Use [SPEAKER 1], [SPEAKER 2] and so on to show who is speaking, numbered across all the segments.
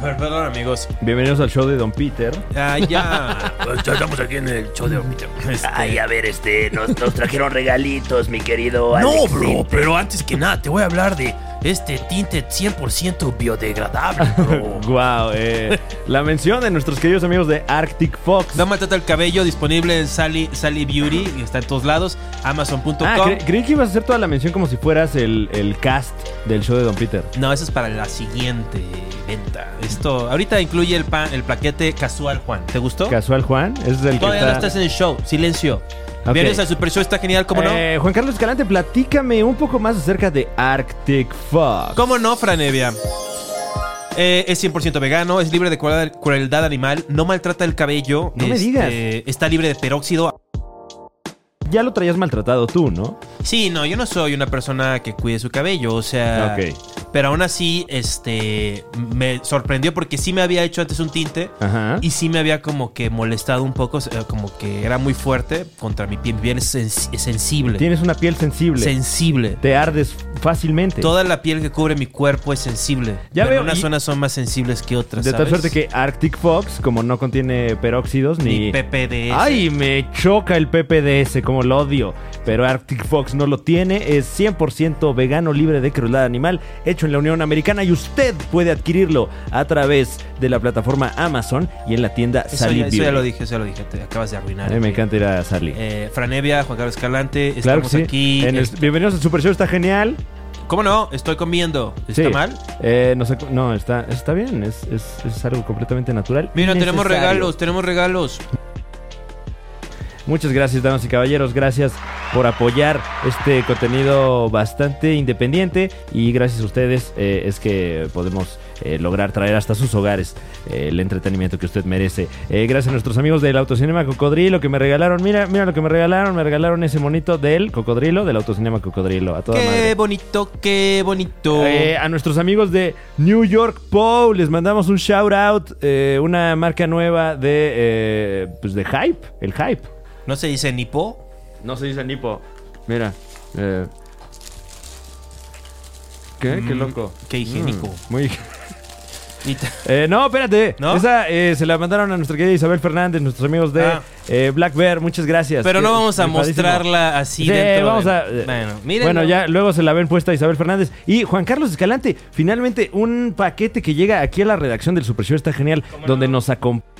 [SPEAKER 1] Per- Perdón, amigos.
[SPEAKER 2] Bienvenidos al show de Don Peter.
[SPEAKER 1] Ah, ya.
[SPEAKER 3] Estamos aquí en el show de Ay, a ver, este, nos, nos trajeron regalitos, mi querido
[SPEAKER 4] No,
[SPEAKER 3] Alex.
[SPEAKER 4] bro, pero antes que nada te voy a hablar de este tinte 100% biodegradable, bro.
[SPEAKER 2] Wow, eh, la mención de nuestros queridos amigos de Arctic Fox.
[SPEAKER 1] No maltrata el cabello disponible en Sally, Sally Beauty. y Está en todos lados. Amazon.com.
[SPEAKER 2] Ah, cre- creí que ibas a hacer toda la mención como si fueras el, el cast del show de Don Peter.
[SPEAKER 1] no, eso es para la siguiente venta. Esto ahorita incluye el, pan, el paquete casual, Juan. ¿Te gustó?
[SPEAKER 2] Casual Juan, ese es el
[SPEAKER 1] Todavía
[SPEAKER 2] que
[SPEAKER 1] no
[SPEAKER 2] está...
[SPEAKER 1] estás en el show. Silencio.
[SPEAKER 2] Ok.
[SPEAKER 1] Bienvenidos al Super Show. Está genial, ¿cómo no?
[SPEAKER 2] Eh, Juan Carlos Escalante, platícame un poco más acerca de Arctic Fox.
[SPEAKER 1] ¿Cómo no, Franevia? Eh, es 100% vegano, es libre de cruel- crueldad animal, no maltrata el cabello. este,
[SPEAKER 2] No me digas.
[SPEAKER 1] Está libre de peróxido.
[SPEAKER 2] Ya lo traías maltratado tú, ¿no?
[SPEAKER 1] Sí, no, yo no soy una persona que cuide su cabello, o sea...
[SPEAKER 2] Ok.
[SPEAKER 1] Pero aún así, este... Me sorprendió porque sí me había hecho antes un tinte.
[SPEAKER 2] Ajá.
[SPEAKER 1] Y sí me había como que molestado un poco, eh, como que era muy fuerte contra mi piel. Mi piel es, sens- es sensible.
[SPEAKER 2] Tienes una piel sensible.
[SPEAKER 1] Sensible.
[SPEAKER 2] Te ardes fácilmente.
[SPEAKER 1] Toda la piel que cubre mi cuerpo es sensible.
[SPEAKER 2] Ya
[SPEAKER 1] Pero
[SPEAKER 2] veo,
[SPEAKER 1] unas
[SPEAKER 2] y-
[SPEAKER 1] zonas son más sensibles que otras.
[SPEAKER 2] de tal
[SPEAKER 1] ¿sabes?
[SPEAKER 2] suerte que Arctic Fox, como no contiene peróxidos
[SPEAKER 1] ni
[SPEAKER 2] ni,
[SPEAKER 1] PPD.
[SPEAKER 2] Ay, me choca el PPDS, como lo odio. Pero Arctic Fox no lo tiene, es 100% vegano libre de crueldad animal, hecho en la Unión Americana y usted puede adquirirlo a través de la plataforma Amazon y en la tienda
[SPEAKER 1] Eso,
[SPEAKER 2] Sally
[SPEAKER 1] ya, eso ya
[SPEAKER 2] Beauty.
[SPEAKER 1] lo dije, eso ya lo dije. Te acabas de arruinar.
[SPEAKER 2] A mí me
[SPEAKER 1] Eh,
[SPEAKER 2] encanta ir a Sally.
[SPEAKER 1] Eh, Franevia, Juan Carlos Escalante,
[SPEAKER 2] claro que
[SPEAKER 1] estamos
[SPEAKER 2] sí.
[SPEAKER 1] aquí. este-
[SPEAKER 2] En el-
[SPEAKER 1] Es-
[SPEAKER 2] Bienvenidos al Super Show, está genial.
[SPEAKER 1] ¿Cómo no? Estoy comiendo. ¿Está
[SPEAKER 2] Sí.
[SPEAKER 1] mal?
[SPEAKER 2] Eh, no, sé- no, está, está bien, es, es- es algo completamente natural.
[SPEAKER 1] Mira, tenemos
[SPEAKER 2] Necesario.
[SPEAKER 1] regalos, tenemos regalos.
[SPEAKER 2] Muchas gracias, damas y caballeros. Gracias por apoyar este contenido bastante independiente y gracias a ustedes eh, es que podemos eh, lograr traer hasta sus hogares eh, el entretenimiento que usted merece. Eh, gracias a nuestros amigos del Autocinema Cocodrilo que me regalaron. Mira, mira lo que me regalaron. Me regalaron ese monito del Cocodrilo, del Autocinema Cocodrilo. A toda
[SPEAKER 1] qué
[SPEAKER 2] madre.
[SPEAKER 1] bonito, qué bonito.
[SPEAKER 2] Eh, a nuestros amigos de New York Pow les mandamos un shout out, eh, una marca nueva de, eh, pues de hype, el hype.
[SPEAKER 1] no se dice nipo.
[SPEAKER 2] No se dice nipo. Mira. eh, ¿Qué? Qué
[SPEAKER 1] Mm,
[SPEAKER 2] loco.
[SPEAKER 1] Qué higiénico.
[SPEAKER 2] Mm, muy.
[SPEAKER 1] Y t-
[SPEAKER 2] Eh, no, espérate.
[SPEAKER 1] ¿No?
[SPEAKER 2] Esa eh, se la mandaron a nuestra querida Isabel Fernández, nuestros amigos de
[SPEAKER 1] Ah.
[SPEAKER 2] eh, Black Bear. Muchas gracias.
[SPEAKER 1] Pero no
[SPEAKER 2] Eh,
[SPEAKER 1] vamos a
[SPEAKER 2] ripadísimo.
[SPEAKER 1] mostrarla así
[SPEAKER 2] Sí,
[SPEAKER 1] dentro.
[SPEAKER 2] vamos
[SPEAKER 1] de-
[SPEAKER 2] a- eh,
[SPEAKER 1] Bueno,
[SPEAKER 2] Bueno,
[SPEAKER 1] miren.
[SPEAKER 2] ya luego se la ven puesta Isabel Fernández. Y Juan Carlos Escalante, finalmente un paquete que llega aquí a la redacción del Super Show está genial, donde nos acompaña.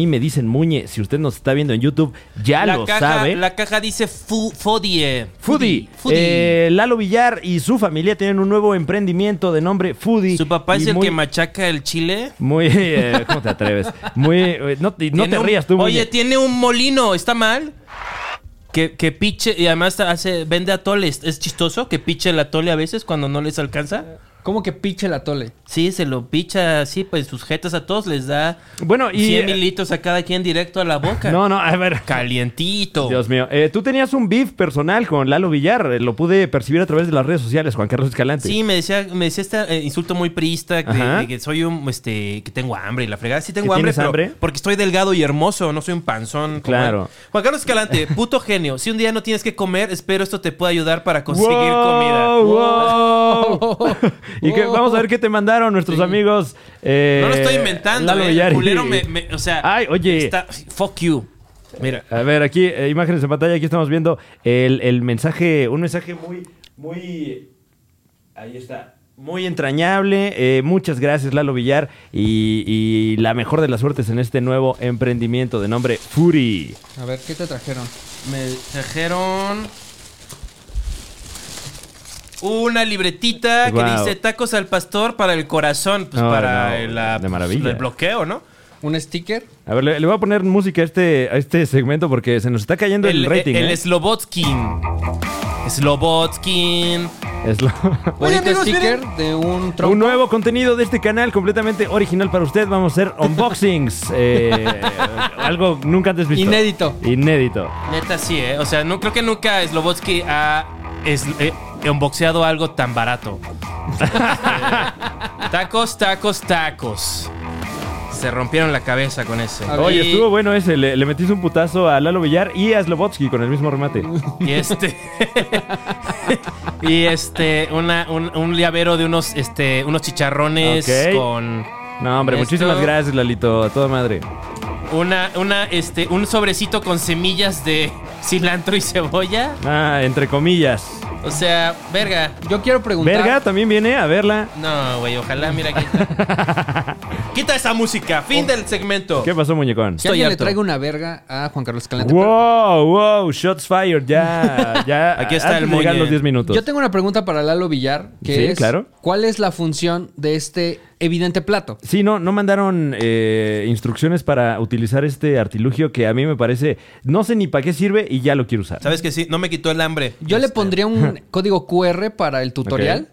[SPEAKER 2] Y me dicen, Muñe, si usted nos está viendo en YouTube, ya
[SPEAKER 1] La
[SPEAKER 2] lo
[SPEAKER 1] caja,
[SPEAKER 2] sabe.
[SPEAKER 1] la caja dice fu- Fodie.
[SPEAKER 2] Foodie.
[SPEAKER 1] Foodie.
[SPEAKER 2] Eh, Lalo Villar y su familia tienen un nuevo emprendimiento de nombre Foodie.
[SPEAKER 1] Su papá
[SPEAKER 2] Y
[SPEAKER 1] es el
[SPEAKER 2] muy-
[SPEAKER 1] que machaca el chile.
[SPEAKER 2] Muy. eh, ¿Cómo te atreves? Muy. eh, no y no
[SPEAKER 1] Tiene
[SPEAKER 2] te
[SPEAKER 1] un-
[SPEAKER 2] rías tú, muy.
[SPEAKER 1] Oye, tiene un molino, ¿está mal? Que, que piche, y además hace, vende atoles. Es chistoso que piche el atole a veces cuando no les alcanza.
[SPEAKER 5] ¿Cómo que piche el atole?
[SPEAKER 1] Sí, se lo picha así, pues sus jetas a todos les da
[SPEAKER 2] Bueno, y. eh,
[SPEAKER 1] 100 mililitros a cada quien directo a la boca.
[SPEAKER 2] No, no, a ver.
[SPEAKER 1] Calientito.
[SPEAKER 2] Dios mío. Eh, tú tenías un beef personal con Lalo Villar. eh, Lo pude percibir a través de las redes sociales, Juan Carlos Escalante.
[SPEAKER 1] Sí, me decía, me decía este eh, insulto muy priista de,
[SPEAKER 2] Ajá.
[SPEAKER 1] de que soy un, este, que tengo hambre y la fregada. Sí tengo
[SPEAKER 2] ¿Que
[SPEAKER 1] hambre,
[SPEAKER 2] tienes
[SPEAKER 1] pero
[SPEAKER 2] hambre?
[SPEAKER 1] porque estoy delgado y hermoso, no soy un panzón. como
[SPEAKER 2] Claro.
[SPEAKER 1] él. Juan Carlos Escalante, puto genio. Si un día no tienes que comer, espero esto te pueda ayudar para conseguir
[SPEAKER 2] Wow,
[SPEAKER 1] comida.
[SPEAKER 2] wow. y que
[SPEAKER 5] Wow.
[SPEAKER 2] vamos a ver qué te mandaron nuestros amigos. eh,
[SPEAKER 1] No lo estoy inventando,
[SPEAKER 2] Lalo
[SPEAKER 1] eh.
[SPEAKER 2] Villar
[SPEAKER 1] El
[SPEAKER 2] y-
[SPEAKER 1] culero me, me- o sea,
[SPEAKER 2] Ay, oye.
[SPEAKER 1] está- fuck you. Mira,
[SPEAKER 2] A ver, aquí, eh, imágenes en pantalla, aquí estamos viendo el, el mensaje, un mensaje muy, muy, ahí está, muy entrañable. Eh, muchas gracias, Lalo Villar, y, y la mejor de las suertes en este nuevo emprendimiento de nombre Fury.
[SPEAKER 5] A ver, ¿qué te trajeron?
[SPEAKER 1] me trajeron una libretita que
[SPEAKER 2] Guau.
[SPEAKER 1] dice tacos al pastor para el corazón, pues
[SPEAKER 2] No, no,
[SPEAKER 1] para la-
[SPEAKER 2] de maravilla.
[SPEAKER 1] el bloqueo, ¿no?
[SPEAKER 5] ¿Un sticker?
[SPEAKER 2] A ver, le, le voy a poner música a este, a este segmento porque se nos está cayendo el, rating.
[SPEAKER 1] El,
[SPEAKER 2] ¿eh?
[SPEAKER 1] Slobotskin. Slobotskin.
[SPEAKER 2] Es lo-
[SPEAKER 5] Bonito sticker de un tronco.
[SPEAKER 2] Un nuevo contenido de este canal completamente original para usted. Vamos a hacer unboxings. eh, algo nunca antes visto.
[SPEAKER 5] Inédito.
[SPEAKER 2] Inédito.
[SPEAKER 1] Neta, sí, ¿eh? O sea, no, creo que nunca Slobotsky ha es, eh, unboxeado algo tan barato. Eh, tacos, tacos, tacos. Se rompieron la cabeza con ese.
[SPEAKER 5] A ver.
[SPEAKER 2] Oye,
[SPEAKER 1] Y-
[SPEAKER 2] estuvo bueno ese. Le, le metiste un putazo a Lalo Villar y a Slobotsky con el mismo remate.
[SPEAKER 1] Y este. y este. Una, un, un llavero de unos, este, unos chicharrones
[SPEAKER 2] Ok.
[SPEAKER 1] con.
[SPEAKER 2] No, hombre,
[SPEAKER 1] Esto-
[SPEAKER 2] muchísimas gracias, Lalito. A toda madre.
[SPEAKER 1] Una, una, este, un sobrecito con semillas de cilantro y cebolla.
[SPEAKER 2] Ah, entre comillas.
[SPEAKER 1] O sea, verga.
[SPEAKER 5] Yo quiero preguntar.
[SPEAKER 2] Verga también viene a verla.
[SPEAKER 1] No, güey, ojalá, mira, quita. quita esa música, fin del segmento.
[SPEAKER 2] Oh, ¿Qué pasó, muñecón?
[SPEAKER 5] Que alguien
[SPEAKER 1] Estoy
[SPEAKER 5] le
[SPEAKER 1] harto.
[SPEAKER 5] traiga una verga a Juan Carlos Escalante.
[SPEAKER 2] Wow, wow, shots fired, ya, ya.
[SPEAKER 1] Aquí está
[SPEAKER 2] antes
[SPEAKER 1] el
[SPEAKER 2] de llegar
[SPEAKER 1] muñe.
[SPEAKER 2] los 10 minutos.
[SPEAKER 5] Yo tengo una pregunta para Lalo Villar, que
[SPEAKER 2] Sí,
[SPEAKER 5] es
[SPEAKER 2] claro.
[SPEAKER 5] ¿cuál es la función de este evidente plato?
[SPEAKER 2] Sí, no, no mandaron eh, instrucciones para utilizar este artilugio que a mí me parece, no sé ni para qué sirve y ya lo quiero usar.
[SPEAKER 1] ¿Sabes que sí? No me quitó el hambre.
[SPEAKER 5] Yo le
[SPEAKER 1] Este,
[SPEAKER 5] pondría un código QR para el tutorial,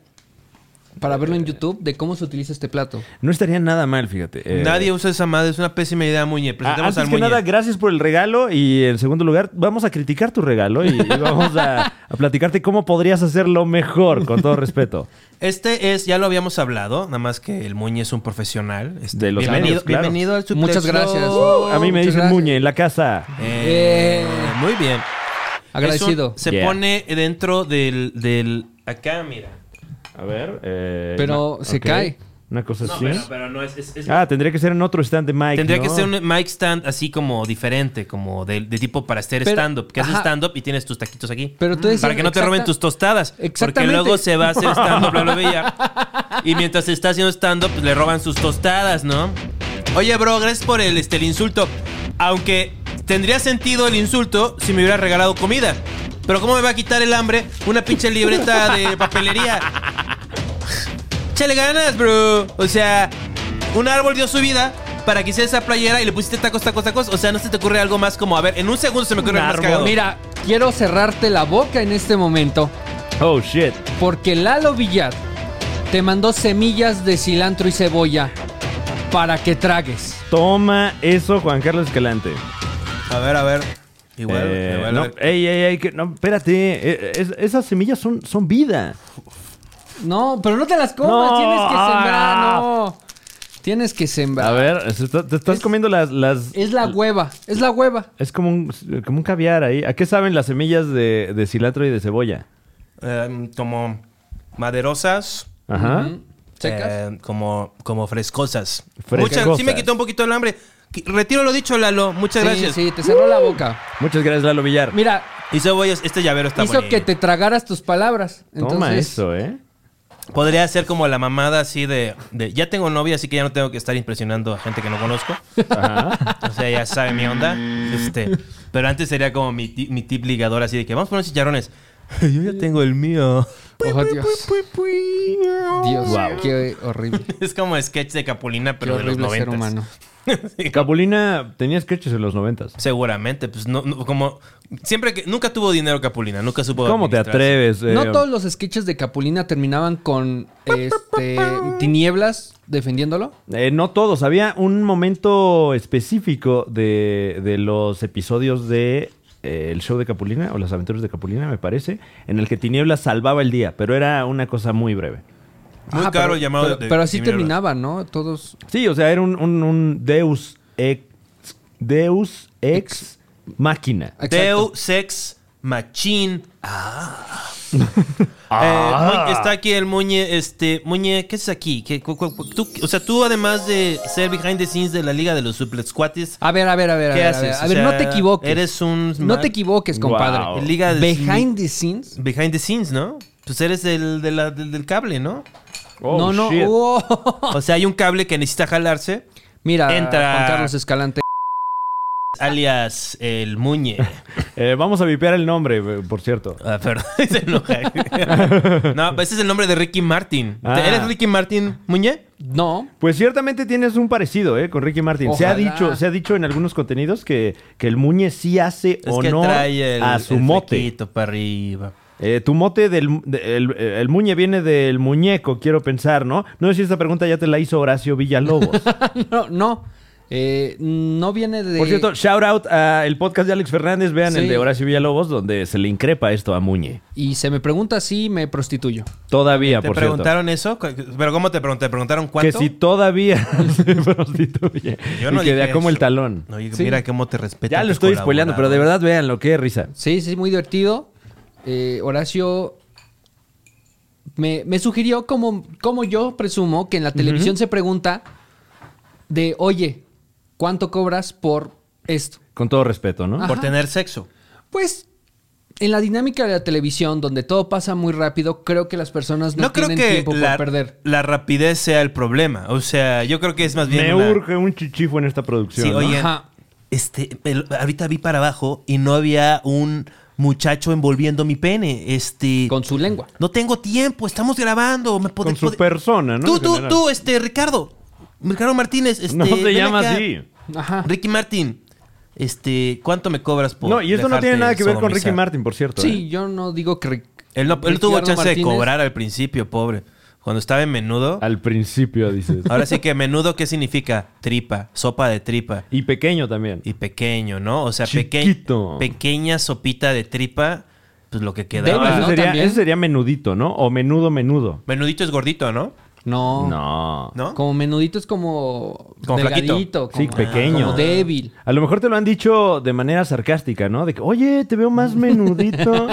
[SPEAKER 5] para verlo en YouTube, de cómo se utiliza este plato.
[SPEAKER 2] No estaría nada mal, fíjate. Eh,
[SPEAKER 1] Este, Nadie usa esa madre, es una pésima idea, Muñe.
[SPEAKER 2] a-
[SPEAKER 1] Presentamos
[SPEAKER 2] antes
[SPEAKER 1] al
[SPEAKER 2] que
[SPEAKER 1] Muñe.
[SPEAKER 2] nada, gracias por el regalo y en segundo lugar, vamos a criticar tu regalo y, y vamos a, a platicarte cómo podrías hacerlo mejor, con todo respeto.
[SPEAKER 1] Este es, ya lo habíamos hablado, nada más que el Muñe es un profesional. Este,
[SPEAKER 2] De los
[SPEAKER 1] bienvenido,
[SPEAKER 2] años, claro.
[SPEAKER 1] bienvenido al Eh, Suplex
[SPEAKER 5] Muchas gracias. Uh,
[SPEAKER 1] Show.
[SPEAKER 2] a mí me
[SPEAKER 5] muchas
[SPEAKER 2] dicen
[SPEAKER 5] gracias.
[SPEAKER 2] Muñe en la casa.
[SPEAKER 1] Eh,
[SPEAKER 5] Eh.
[SPEAKER 1] muy bien.
[SPEAKER 5] Agradecido.
[SPEAKER 1] Es un- se
[SPEAKER 2] Yeah.
[SPEAKER 1] pone dentro del, del. Acá, mira.
[SPEAKER 2] A ver. eh,
[SPEAKER 5] Pero se
[SPEAKER 2] ok.
[SPEAKER 5] cae.
[SPEAKER 2] Una cosa
[SPEAKER 1] No,
[SPEAKER 2] así.
[SPEAKER 1] pero, pero no es. es- es-
[SPEAKER 2] Pues Ah, tendría que ser en otro stand de Mike.
[SPEAKER 1] Tendría que
[SPEAKER 2] ¿no?
[SPEAKER 1] ser un mic stand así como diferente, como de, de tipo para hacer
[SPEAKER 5] Pero-
[SPEAKER 1] stand-up. Que haces
[SPEAKER 5] ajá.
[SPEAKER 1] stand-up y tienes tus taquitos aquí.
[SPEAKER 5] Pero tú decías-
[SPEAKER 1] para que no te
[SPEAKER 5] exacta-
[SPEAKER 1] roben tus tostadas. Porque
[SPEAKER 5] Exactamente.
[SPEAKER 1] luego se va a hacer stand-up, bla, bla, bla. Y mientras está haciendo stand-up, pues, le roban sus tostadas, ¿no? Oye, bro, gracias por el, este, el insulto. Aunque tendría sentido el insulto si me hubiera regalado comida. Pero ¿cómo me va a quitar el hambre una pinche libreta de papelería? Chale ganas, bro. O sea, un árbol dio su vida para que hiciera esa playera y le pusiste tacos, tacos, tacos. O sea, ¿no se te ocurre algo más como, a ver, en un segundo se me ocurre algo más cagado?
[SPEAKER 5] Mira, quiero cerrarte la boca en este momento,
[SPEAKER 2] Oh, shit.
[SPEAKER 5] porque Lalo Villar te mandó semillas de cilantro y cebolla para que tragues.
[SPEAKER 2] Toma eso, Juan Carlos Escalante.
[SPEAKER 1] A ver, a ver. Igual,
[SPEAKER 2] Eh,
[SPEAKER 1] igual, a
[SPEAKER 2] no,
[SPEAKER 1] ver.
[SPEAKER 2] ey, ey, ey, que- no, espérate. eh, es- esas semillas son, son vida.
[SPEAKER 5] No, pero no te las comas,
[SPEAKER 2] No,
[SPEAKER 5] tienes que
[SPEAKER 2] ah.
[SPEAKER 5] sembrar, no. Tienes que sembrar.
[SPEAKER 2] A ver, se está- te estás
[SPEAKER 5] Es-
[SPEAKER 2] comiendo las. las
[SPEAKER 5] Es la hueva, es la hueva.
[SPEAKER 2] es como un, como un caviar ahí. ¿A qué saben las semillas de, de cilantro y de cebolla?
[SPEAKER 1] Em, como maderosas.
[SPEAKER 2] Ajá.
[SPEAKER 5] Ujú. ¿Secas?
[SPEAKER 1] em, como, como frescosas.
[SPEAKER 2] Frescosas.
[SPEAKER 1] Muchas, sí me quitó un poquito el hambre. Qui- Retiro lo dicho, Lalo. Muchas
[SPEAKER 5] sí,
[SPEAKER 1] gracias.
[SPEAKER 5] sí, te cerró la boca.
[SPEAKER 2] Muchas gracias, Lalo Villar.
[SPEAKER 5] Mira,
[SPEAKER 1] Y cebollas, este llavero está
[SPEAKER 5] hizo
[SPEAKER 1] bonito.
[SPEAKER 5] que te tragaras tus palabras.
[SPEAKER 2] Toma
[SPEAKER 5] Entonces,
[SPEAKER 2] eso, ¿eh?
[SPEAKER 1] Podría ser como la mamada así de, de, ya tengo novia, así que ya no tengo que estar impresionando a gente que no conozco. O sea, ya sabe mi onda. Este, pero antes sería como mi, ti- mi tip ligador así de que vamos por unos chicharrones. Yo ya tengo el mío.
[SPEAKER 5] Oh, Dios. Dios, qué horrible.
[SPEAKER 1] Es como sketch de Capulina,
[SPEAKER 5] Qué
[SPEAKER 1] pero de los
[SPEAKER 5] horrible ser
[SPEAKER 1] noventas.
[SPEAKER 5] humano.
[SPEAKER 2] Capulina tenía sketches en los noventas.
[SPEAKER 1] Seguramente, pues no, no, como siempre que nunca tuvo dinero Capulina, nunca supo.
[SPEAKER 2] ¿Cómo te
[SPEAKER 1] administrarse.
[SPEAKER 2] atreves? eh?
[SPEAKER 5] No todos los sketches de Capulina terminaban con este tinieblas defendiéndolo.
[SPEAKER 2] Eh, no todos. Había un momento específico de, de los episodios de eh, el show de Capulina o las aventuras de Capulina, me parece, en el que Tinieblas salvaba el día, pero era una cosa muy breve.
[SPEAKER 1] Muy
[SPEAKER 5] Ah,
[SPEAKER 1] caro
[SPEAKER 5] pero-
[SPEAKER 1] el llamado.
[SPEAKER 5] Pero,
[SPEAKER 1] de-
[SPEAKER 5] pero así
[SPEAKER 1] de-
[SPEAKER 5] terminaba, ¿no? Todos.
[SPEAKER 2] Sí, o sea, era un, un- un Deus ex Deus ex máquina.
[SPEAKER 5] Exacto.
[SPEAKER 1] Deu Sex Machine.
[SPEAKER 2] Ah.
[SPEAKER 1] Eh, Muñe- está aquí el Muñe, este, Muñe, ¿qué es aquí? ¿Qué- cu- cu- cu- tú- o sea, tú además de ser behind the scenes de la Liga de los Suplex Cuates,
[SPEAKER 5] A ver, a ver, a ver.
[SPEAKER 1] ¿qué
[SPEAKER 5] a ver, a ver,
[SPEAKER 1] haces?
[SPEAKER 5] A
[SPEAKER 1] O
[SPEAKER 5] ver, no
[SPEAKER 1] sea,
[SPEAKER 5] te equivoques.
[SPEAKER 1] Eres un...
[SPEAKER 5] No te equivoques, compadre.
[SPEAKER 2] Wow.
[SPEAKER 1] Liga de
[SPEAKER 5] Behind the scenes.
[SPEAKER 1] Behind the scenes, ¿no? Pues eres del, de la- del- del cable, ¿no?
[SPEAKER 2] Oh,
[SPEAKER 5] no, no.
[SPEAKER 2] shit.
[SPEAKER 5] oh.
[SPEAKER 1] O sea, hay un cable que necesita jalarse,
[SPEAKER 5] Mira,
[SPEAKER 1] Entra.
[SPEAKER 5] Juan Carlos Escalante.
[SPEAKER 1] alias el Muñe.
[SPEAKER 2] Eh, vamos a vipear el nombre, eh, por cierto.
[SPEAKER 1] Ah, perdón, se enoja. no, pues ese es el nombre de Ricky Martin.
[SPEAKER 2] Ah.
[SPEAKER 1] ¿Eres Ricky Martin Muñe?
[SPEAKER 5] No.
[SPEAKER 2] Pues ciertamente tienes un parecido, ¿eh? Con Ricky Martin. Se ha
[SPEAKER 5] Ojalá.
[SPEAKER 2] dicho, se ha dicho en algunos contenidos que, que el Muñe sí hace
[SPEAKER 1] Es
[SPEAKER 2] o
[SPEAKER 1] que
[SPEAKER 2] no
[SPEAKER 1] trae el,
[SPEAKER 2] a su
[SPEAKER 1] el
[SPEAKER 2] mote.
[SPEAKER 1] flequito para arriba.
[SPEAKER 2] Eh, tu mote del de- el, el muñe viene del muñeco, quiero pensar, ¿no? No sé si esta pregunta ya te la hizo Horacio Villalobos.
[SPEAKER 5] No, no. Eh, no viene de.
[SPEAKER 2] Por cierto, shout out al podcast de Alex Fernández, vean el
[SPEAKER 5] Sí.
[SPEAKER 2] de Horacio Villalobos, donde se le increpa esto a Muñe.
[SPEAKER 5] Y se me pregunta si me prostituyo.
[SPEAKER 2] Todavía,
[SPEAKER 1] ¿Te
[SPEAKER 2] Ah, por cierto.
[SPEAKER 1] preguntaron eso? ¿Pero cómo te preguntaron? ¿Te preguntaron
[SPEAKER 2] Que
[SPEAKER 1] cuánto?
[SPEAKER 2] si todavía se prostituye.
[SPEAKER 1] Yo no
[SPEAKER 2] y que
[SPEAKER 1] dije
[SPEAKER 2] vea como el
[SPEAKER 1] eso.
[SPEAKER 2] talón.
[SPEAKER 1] No, y
[SPEAKER 5] Sí.
[SPEAKER 1] Mira cómo te respeta.
[SPEAKER 2] ya
[SPEAKER 1] tu
[SPEAKER 2] lo estoy spoileando, pero de
[SPEAKER 1] colaborador.
[SPEAKER 2] verdad vean lo que risa.
[SPEAKER 5] Sí, sí, muy divertido. Eh, Horacio me, me sugirió, como, como yo presumo, que en la televisión se pregunta de, oye, ¿cuánto cobras por esto?
[SPEAKER 2] Con todo respeto, ¿no?
[SPEAKER 5] Ah.
[SPEAKER 1] Por
[SPEAKER 5] Ajá.
[SPEAKER 1] tener sexo.
[SPEAKER 5] Pues, en la dinámica de la televisión, donde todo pasa muy rápido, creo que las personas no,
[SPEAKER 1] No creo
[SPEAKER 5] tienen
[SPEAKER 1] que
[SPEAKER 5] tiempo
[SPEAKER 1] la,
[SPEAKER 5] por perder.
[SPEAKER 1] la rapidez sea el problema. O sea, yo creo que es más bien.
[SPEAKER 2] Me
[SPEAKER 1] una-
[SPEAKER 2] urge un chichifo en esta producción.
[SPEAKER 1] Sí,
[SPEAKER 2] ¿no?
[SPEAKER 1] oye,
[SPEAKER 5] Ajá.
[SPEAKER 1] este, el- ahorita vi para abajo y no había un muchacho envolviendo mi pene. Este.
[SPEAKER 5] Con su lengua.
[SPEAKER 1] No tengo tiempo, estamos grabando. Me pod-
[SPEAKER 2] Con su
[SPEAKER 1] pod-
[SPEAKER 2] persona, ¿no?
[SPEAKER 1] Tú,
[SPEAKER 2] En
[SPEAKER 1] tú,
[SPEAKER 2] general.
[SPEAKER 1] tú, este, Ricardo. Ricardo Martínez, este.
[SPEAKER 2] No se
[SPEAKER 1] ven
[SPEAKER 2] llama
[SPEAKER 1] acá.
[SPEAKER 2] así.
[SPEAKER 5] Ajá.
[SPEAKER 1] Ricky Martin, este, ¿cuánto me cobras por.
[SPEAKER 2] No, y esto no tiene
[SPEAKER 1] dejarte
[SPEAKER 2] nada que ver con
[SPEAKER 1] sodomizar?
[SPEAKER 2] Ricky Martin, por cierto. ¿eh?
[SPEAKER 5] Sí, yo no digo que... Ric-
[SPEAKER 1] Él, no, él
[SPEAKER 5] Ricardo
[SPEAKER 1] tuvo chance
[SPEAKER 5] Martínez-
[SPEAKER 1] de cobrar al principio, pobre. Cuando estaba en menudo.
[SPEAKER 2] Al principio dices.
[SPEAKER 1] Ahora sí que menudo, ¿qué significa? Tripa, sopa de tripa.
[SPEAKER 2] Y pequeño también.
[SPEAKER 1] Y pequeño, ¿no? O sea, peque-
[SPEAKER 2] Chiquito.
[SPEAKER 1] pequeña sopita de tripa, pues lo que
[SPEAKER 2] Ah,
[SPEAKER 5] Debe,
[SPEAKER 1] quedaba.
[SPEAKER 2] eso,
[SPEAKER 5] ¿no?
[SPEAKER 2] sería,
[SPEAKER 5] También.
[SPEAKER 2] eso sería menudito, ¿no? O menudo, menudo.
[SPEAKER 1] Menudito es gordito, ¿no?
[SPEAKER 5] No.
[SPEAKER 2] No.
[SPEAKER 1] ¿No?
[SPEAKER 5] Como menudito es como...
[SPEAKER 1] Como flaquito. Ah.
[SPEAKER 5] delgadito,
[SPEAKER 2] Sí,
[SPEAKER 5] como-
[SPEAKER 2] pequeño.
[SPEAKER 5] Como débil.
[SPEAKER 2] A lo mejor te lo han dicho de manera sarcástica, ¿no? De que, oye, te veo más menudito.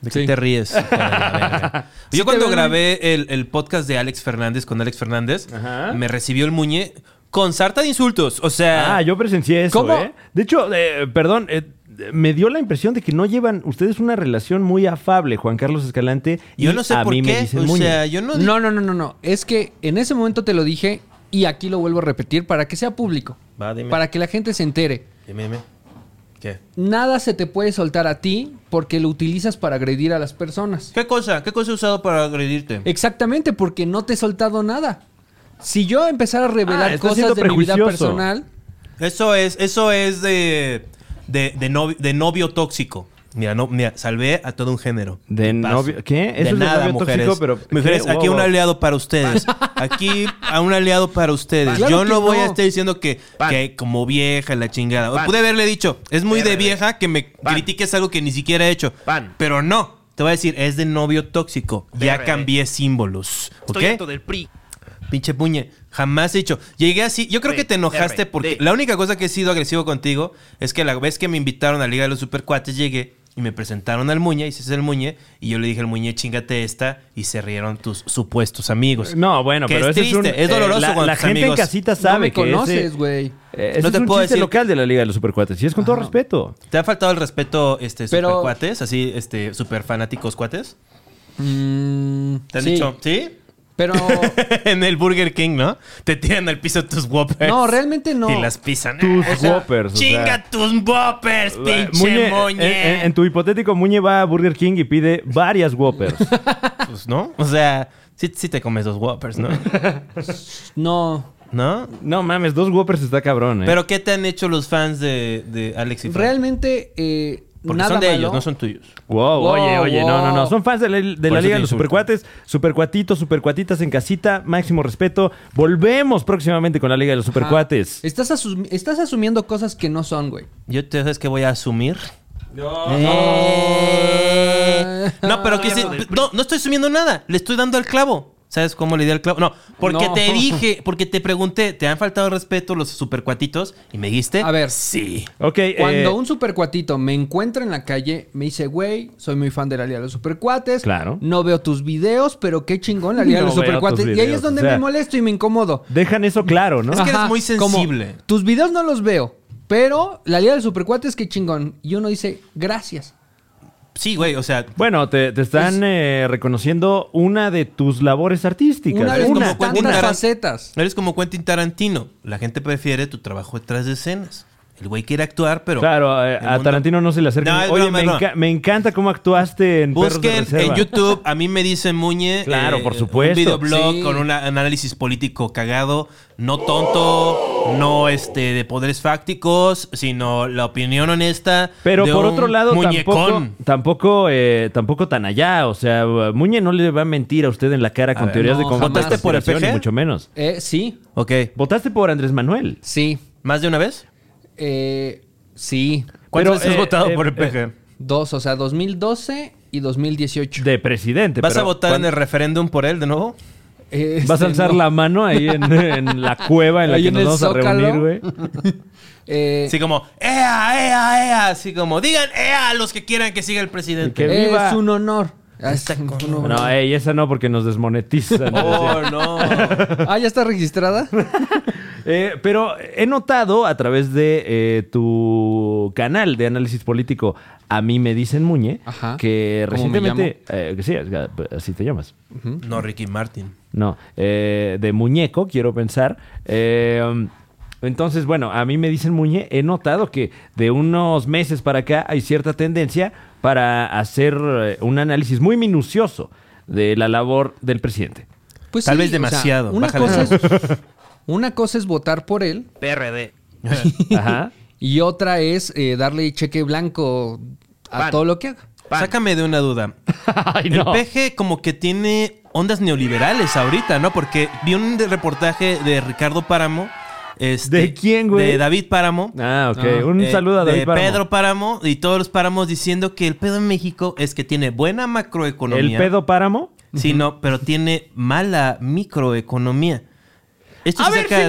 [SPEAKER 1] ¿De
[SPEAKER 5] Sí.
[SPEAKER 1] qué te ríes? A ver, a ver, a ver.
[SPEAKER 5] Sí
[SPEAKER 1] Yo
[SPEAKER 5] te
[SPEAKER 1] cuando
[SPEAKER 5] veo,
[SPEAKER 1] grabé el, el podcast de Alex Fernández con Alex Fernández,
[SPEAKER 2] Ajá.
[SPEAKER 1] me recibió el muñe con sarta de insultos. O sea,
[SPEAKER 2] ah, yo presencié eso,
[SPEAKER 5] ¿Cómo?
[SPEAKER 2] ¿eh? De hecho, eh, perdón, eh, me dio la impresión de que no llevan ustedes una relación muy afable, Juan Carlos Escalante. y
[SPEAKER 1] yo no sé
[SPEAKER 2] a
[SPEAKER 1] por
[SPEAKER 2] mí me
[SPEAKER 1] qué.
[SPEAKER 2] dicen
[SPEAKER 1] O
[SPEAKER 2] Muñe.
[SPEAKER 1] sea, yo no...
[SPEAKER 5] No, no, no, no, no. Es que en ese momento te lo dije y aquí lo vuelvo a repetir para que sea público.
[SPEAKER 1] Va, dime.
[SPEAKER 5] Para que la gente se entere.
[SPEAKER 1] Dime, dime. ¿Qué?
[SPEAKER 5] Nada se te puede soltar a ti porque lo utilizas para agredir a las personas.
[SPEAKER 1] ¿Qué cosa? ¿Qué cosa he usado para agredirte?
[SPEAKER 5] Exactamente, porque no te he soltado nada. Si yo empezara a revelar
[SPEAKER 2] Ah, estás siendo
[SPEAKER 5] cosas de mi vida
[SPEAKER 2] prejuicioso.
[SPEAKER 5] personal,
[SPEAKER 1] Eso es, eso es de, de, de novi- de novio tóxico. Mira, no, mira, salvé a todo un género.
[SPEAKER 2] De
[SPEAKER 1] paso.
[SPEAKER 2] novio- ¿qué? Eso es de novio tóxico, pero-
[SPEAKER 1] Mujeres,
[SPEAKER 2] ¿qué?
[SPEAKER 1] aquí
[SPEAKER 2] Wow,
[SPEAKER 1] un
[SPEAKER 2] wow.
[SPEAKER 1] aliado para ustedes. Aquí a un aliado para ustedes.
[SPEAKER 5] Claro
[SPEAKER 1] Yo
[SPEAKER 5] que
[SPEAKER 1] no voy a
[SPEAKER 5] no.
[SPEAKER 1] estar diciendo que, que como vieja la chingada. Pude haberle dicho, es muy de vieja que me critiques algo que ni siquiera he hecho.
[SPEAKER 4] Pan.
[SPEAKER 1] Pero no. Te voy a decir, es de novio tóxico. Ya cambié símbolos. ¿Ok?
[SPEAKER 4] Estoy harto del PRI.
[SPEAKER 1] Pinche puñe, jamás he dicho. Llegué así. Yo creo que te enojaste porque la única cosa que he sido agresivo contigo es que la vez que me invitaron a Liga de los Supercuates llegué y me presentaron al Muñe, y se hizo el Muñe, y yo le dije al Muñe, chingate esta, y se rieron tus supuestos amigos.
[SPEAKER 2] No, bueno,
[SPEAKER 1] Pues, Que
[SPEAKER 2] pero
[SPEAKER 1] es
[SPEAKER 2] ese un-
[SPEAKER 1] triste, es doloroso
[SPEAKER 2] eh, la,
[SPEAKER 1] cuando
[SPEAKER 2] la
[SPEAKER 1] tus
[SPEAKER 2] gente
[SPEAKER 1] amigos-
[SPEAKER 2] en casita
[SPEAKER 5] no
[SPEAKER 2] sabe
[SPEAKER 5] me
[SPEAKER 2] que ese-
[SPEAKER 5] conoces, güey.
[SPEAKER 2] eh, ese
[SPEAKER 1] No
[SPEAKER 2] es
[SPEAKER 1] te
[SPEAKER 2] un
[SPEAKER 1] puedo
[SPEAKER 2] chiste
[SPEAKER 1] decir-
[SPEAKER 2] local de la Liga de los Supercuates. Y es con todo respeto.
[SPEAKER 1] ¿Te ha faltado el respeto, este,
[SPEAKER 5] Pero-
[SPEAKER 1] supercuates? Así, este, super fanáticos cuates.
[SPEAKER 5] mm,
[SPEAKER 1] ¿Te han
[SPEAKER 5] sí.
[SPEAKER 1] dicho? ¿Sí?
[SPEAKER 5] Pero
[SPEAKER 1] en el Burger King, ¿no? Te tiran al piso tus Whoppers.
[SPEAKER 5] no, realmente no.
[SPEAKER 1] Y las pisan.
[SPEAKER 2] Tus
[SPEAKER 1] Ah,
[SPEAKER 2] Whoppers, o sea.
[SPEAKER 1] ¡Chinga tus Whoppers,
[SPEAKER 2] Eh,
[SPEAKER 1] pinche
[SPEAKER 2] Muñe,
[SPEAKER 1] Muñe!
[SPEAKER 2] En, en- en tu hipotético, Muñe va a Burger King y pide varias Whoppers.
[SPEAKER 1] Pues, ¿no? O sea, sí, sí te comes dos Whoppers, ¿no?
[SPEAKER 5] No.
[SPEAKER 1] ¿No?
[SPEAKER 2] no mames, dos Whoppers está cabrón, ¿eh?
[SPEAKER 1] Pero ¿qué te han hecho los fans de, de Alex y Fran?
[SPEAKER 5] Realmente eh,
[SPEAKER 1] Porque
[SPEAKER 5] nada
[SPEAKER 1] son de
[SPEAKER 5] malo.
[SPEAKER 1] ellos, no son tuyos.
[SPEAKER 2] Wow,
[SPEAKER 5] Wow,
[SPEAKER 2] oye, oye, no, no, no.
[SPEAKER 5] wow.
[SPEAKER 2] Son fans de la, de la
[SPEAKER 1] eso te
[SPEAKER 2] Liga de los
[SPEAKER 1] insulto.
[SPEAKER 2] Supercuates. Supercuatitos, supercuatitas en casita. Máximo respeto. Volvemos próximamente con la Liga de los Supercuates.
[SPEAKER 5] Estás, asum- estás asumiendo cosas que no son, güey.
[SPEAKER 1] Yo te sabes que voy a asumir.
[SPEAKER 5] Eh.
[SPEAKER 1] No, Ah, pero que sí- No, no estoy asumiendo nada. Le estoy dando al clavo. ¿Sabes cómo le di al clavo? No, porque
[SPEAKER 5] No.
[SPEAKER 1] te dije, porque te pregunté, ¿te han faltado el respeto los supercuatitos? Y me dijiste.
[SPEAKER 5] A ver.
[SPEAKER 1] Sí.
[SPEAKER 2] Ok, eh,
[SPEAKER 5] Cuando un supercuatito me encuentra en la calle, me dice, güey, soy muy fan de la Liga de los Supercuates.
[SPEAKER 2] Claro.
[SPEAKER 5] No veo tus videos, pero qué chingón la Liga de
[SPEAKER 2] No
[SPEAKER 5] los
[SPEAKER 2] veo
[SPEAKER 5] Supercuates.
[SPEAKER 2] tus
[SPEAKER 5] y ahí
[SPEAKER 2] videos,
[SPEAKER 5] es donde
[SPEAKER 2] o sea.
[SPEAKER 5] me molesto y me incomodo.
[SPEAKER 2] Dejan eso claro, ¿no?
[SPEAKER 1] Es que eres muy
[SPEAKER 5] como,
[SPEAKER 1] sensible.
[SPEAKER 5] tus videos no los veo, pero la Liga de los Supercuates, qué chingón. Y uno dice, gracias.
[SPEAKER 1] Sí, güey, o sea.
[SPEAKER 2] Bueno, te, te están
[SPEAKER 5] Es-
[SPEAKER 2] eh, reconociendo una de tus labores artísticas.
[SPEAKER 5] Una de
[SPEAKER 1] como
[SPEAKER 5] tus
[SPEAKER 1] cuando
[SPEAKER 5] tantas
[SPEAKER 1] una-
[SPEAKER 5] facetas.
[SPEAKER 1] Eres como Quentin Tarantino. La gente prefiere tu trabajo detrás de escenas. El güey quiere actuar, pero.
[SPEAKER 2] Claro,
[SPEAKER 1] el
[SPEAKER 2] a, a
[SPEAKER 1] mundo-
[SPEAKER 2] Tarantino no se le acerca.
[SPEAKER 1] No, es
[SPEAKER 2] Oye,
[SPEAKER 1] broma,
[SPEAKER 2] me,
[SPEAKER 1] es broma.
[SPEAKER 2] enca- me encanta cómo actuaste en Perros de
[SPEAKER 1] Busquen en
[SPEAKER 2] Reserva".
[SPEAKER 1] YouTube, a mí me dice Muñe. eh,
[SPEAKER 2] Claro, por supuesto.
[SPEAKER 1] Un videoblog
[SPEAKER 5] Sí.
[SPEAKER 1] con una- un análisis político cagado, no tonto, no este de poderes fácticos, sino la opinión honesta.
[SPEAKER 2] Pero
[SPEAKER 1] de
[SPEAKER 2] por
[SPEAKER 1] un
[SPEAKER 2] otro lado, tampoco,
[SPEAKER 1] muñecón.
[SPEAKER 2] tampoco, eh, tampoco tan allá. O sea, Muñe no le va a mentir a usted en la cara con
[SPEAKER 1] ver,
[SPEAKER 2] teorías
[SPEAKER 5] no,
[SPEAKER 2] de complot,
[SPEAKER 5] ¿Votaste
[SPEAKER 1] por el
[SPEAKER 2] conspiración,
[SPEAKER 1] PG?
[SPEAKER 2] ni mucho menos.
[SPEAKER 5] Eh, sí,
[SPEAKER 1] Ok.
[SPEAKER 2] Votaste por Andrés Manuel.
[SPEAKER 5] sí,
[SPEAKER 1] ¿Más de una vez?
[SPEAKER 5] eh, sí.
[SPEAKER 2] Pero,
[SPEAKER 1] ¿Cuántas veces has
[SPEAKER 2] eh,
[SPEAKER 1] votado
[SPEAKER 2] eh,
[SPEAKER 1] por el PG?
[SPEAKER 2] eh,
[SPEAKER 5] Dos, o sea, 2012 y 2018.
[SPEAKER 2] De presidente.
[SPEAKER 1] ¿Vas
[SPEAKER 2] pero
[SPEAKER 1] a votar en
[SPEAKER 2] ¿cuán-
[SPEAKER 1] el referéndum por él de nuevo?
[SPEAKER 5] Eh,
[SPEAKER 2] ¿Vas a
[SPEAKER 5] este,
[SPEAKER 2] alzar
[SPEAKER 5] no.
[SPEAKER 2] la mano ahí en, en la cueva en la
[SPEAKER 5] Ahí
[SPEAKER 2] que
[SPEAKER 5] en
[SPEAKER 2] nos
[SPEAKER 5] el
[SPEAKER 2] vamos a reunir,
[SPEAKER 5] Zócalo.
[SPEAKER 2] güey?
[SPEAKER 5] Eh,
[SPEAKER 1] Así como, ¡ea, ea, ea! Así como, digan, ¡ea! a Los que quieran que siga el presidente.
[SPEAKER 2] Que viva.
[SPEAKER 5] Es un honor. Ah,
[SPEAKER 1] Está
[SPEAKER 5] es un
[SPEAKER 1] con-
[SPEAKER 5] honor.
[SPEAKER 2] No, ey, esa no, porque nos desmonetizan.
[SPEAKER 1] Oh, no.
[SPEAKER 5] Ah, ya está registrada.
[SPEAKER 2] Eh, pero he notado a través de eh, tu canal de análisis político, a mí me dicen Muñe,
[SPEAKER 5] Ajá.
[SPEAKER 2] que
[SPEAKER 5] ¿Cómo me
[SPEAKER 2] recientemente... eh, que sí, es- así te llamas.
[SPEAKER 1] No, Ricky Martin.
[SPEAKER 2] No, eh, de muñeco, quiero pensar. Eh, entonces, bueno, a mí me dicen muñe, he notado que de unos meses para acá hay cierta tendencia para hacer eh, un análisis muy minucioso de la labor del presidente.
[SPEAKER 5] Pues
[SPEAKER 1] Tal
[SPEAKER 5] sí,
[SPEAKER 1] vez
[SPEAKER 5] o sea,
[SPEAKER 1] demasiado.
[SPEAKER 5] una,
[SPEAKER 1] Bájale
[SPEAKER 5] cosa
[SPEAKER 1] dos.
[SPEAKER 5] es, una cosa es votar por él
[SPEAKER 1] PRD.
[SPEAKER 2] Ajá.
[SPEAKER 5] y otra es eh, darle cheque blanco a todo lo que haga.
[SPEAKER 1] Sácame de una duda.
[SPEAKER 2] Ay,
[SPEAKER 1] El PG como que tiene ondas neoliberales ahorita, ¿no? Porque vi un de- reportaje de Ricardo Páramo. este,
[SPEAKER 2] ¿De quién, güey?
[SPEAKER 1] De David Páramo.
[SPEAKER 2] Ah, ok.
[SPEAKER 5] Ah.
[SPEAKER 2] un
[SPEAKER 1] Eh,
[SPEAKER 2] saludo a
[SPEAKER 1] de
[SPEAKER 2] David Páramo.
[SPEAKER 1] Pedro Páramo y todos los páramos diciendo que el pedo en México es que tiene buena macroeconomía.
[SPEAKER 2] ¿El pedo páramo?
[SPEAKER 1] Sí, no, pero tiene mala microeconomía. Esto se saca-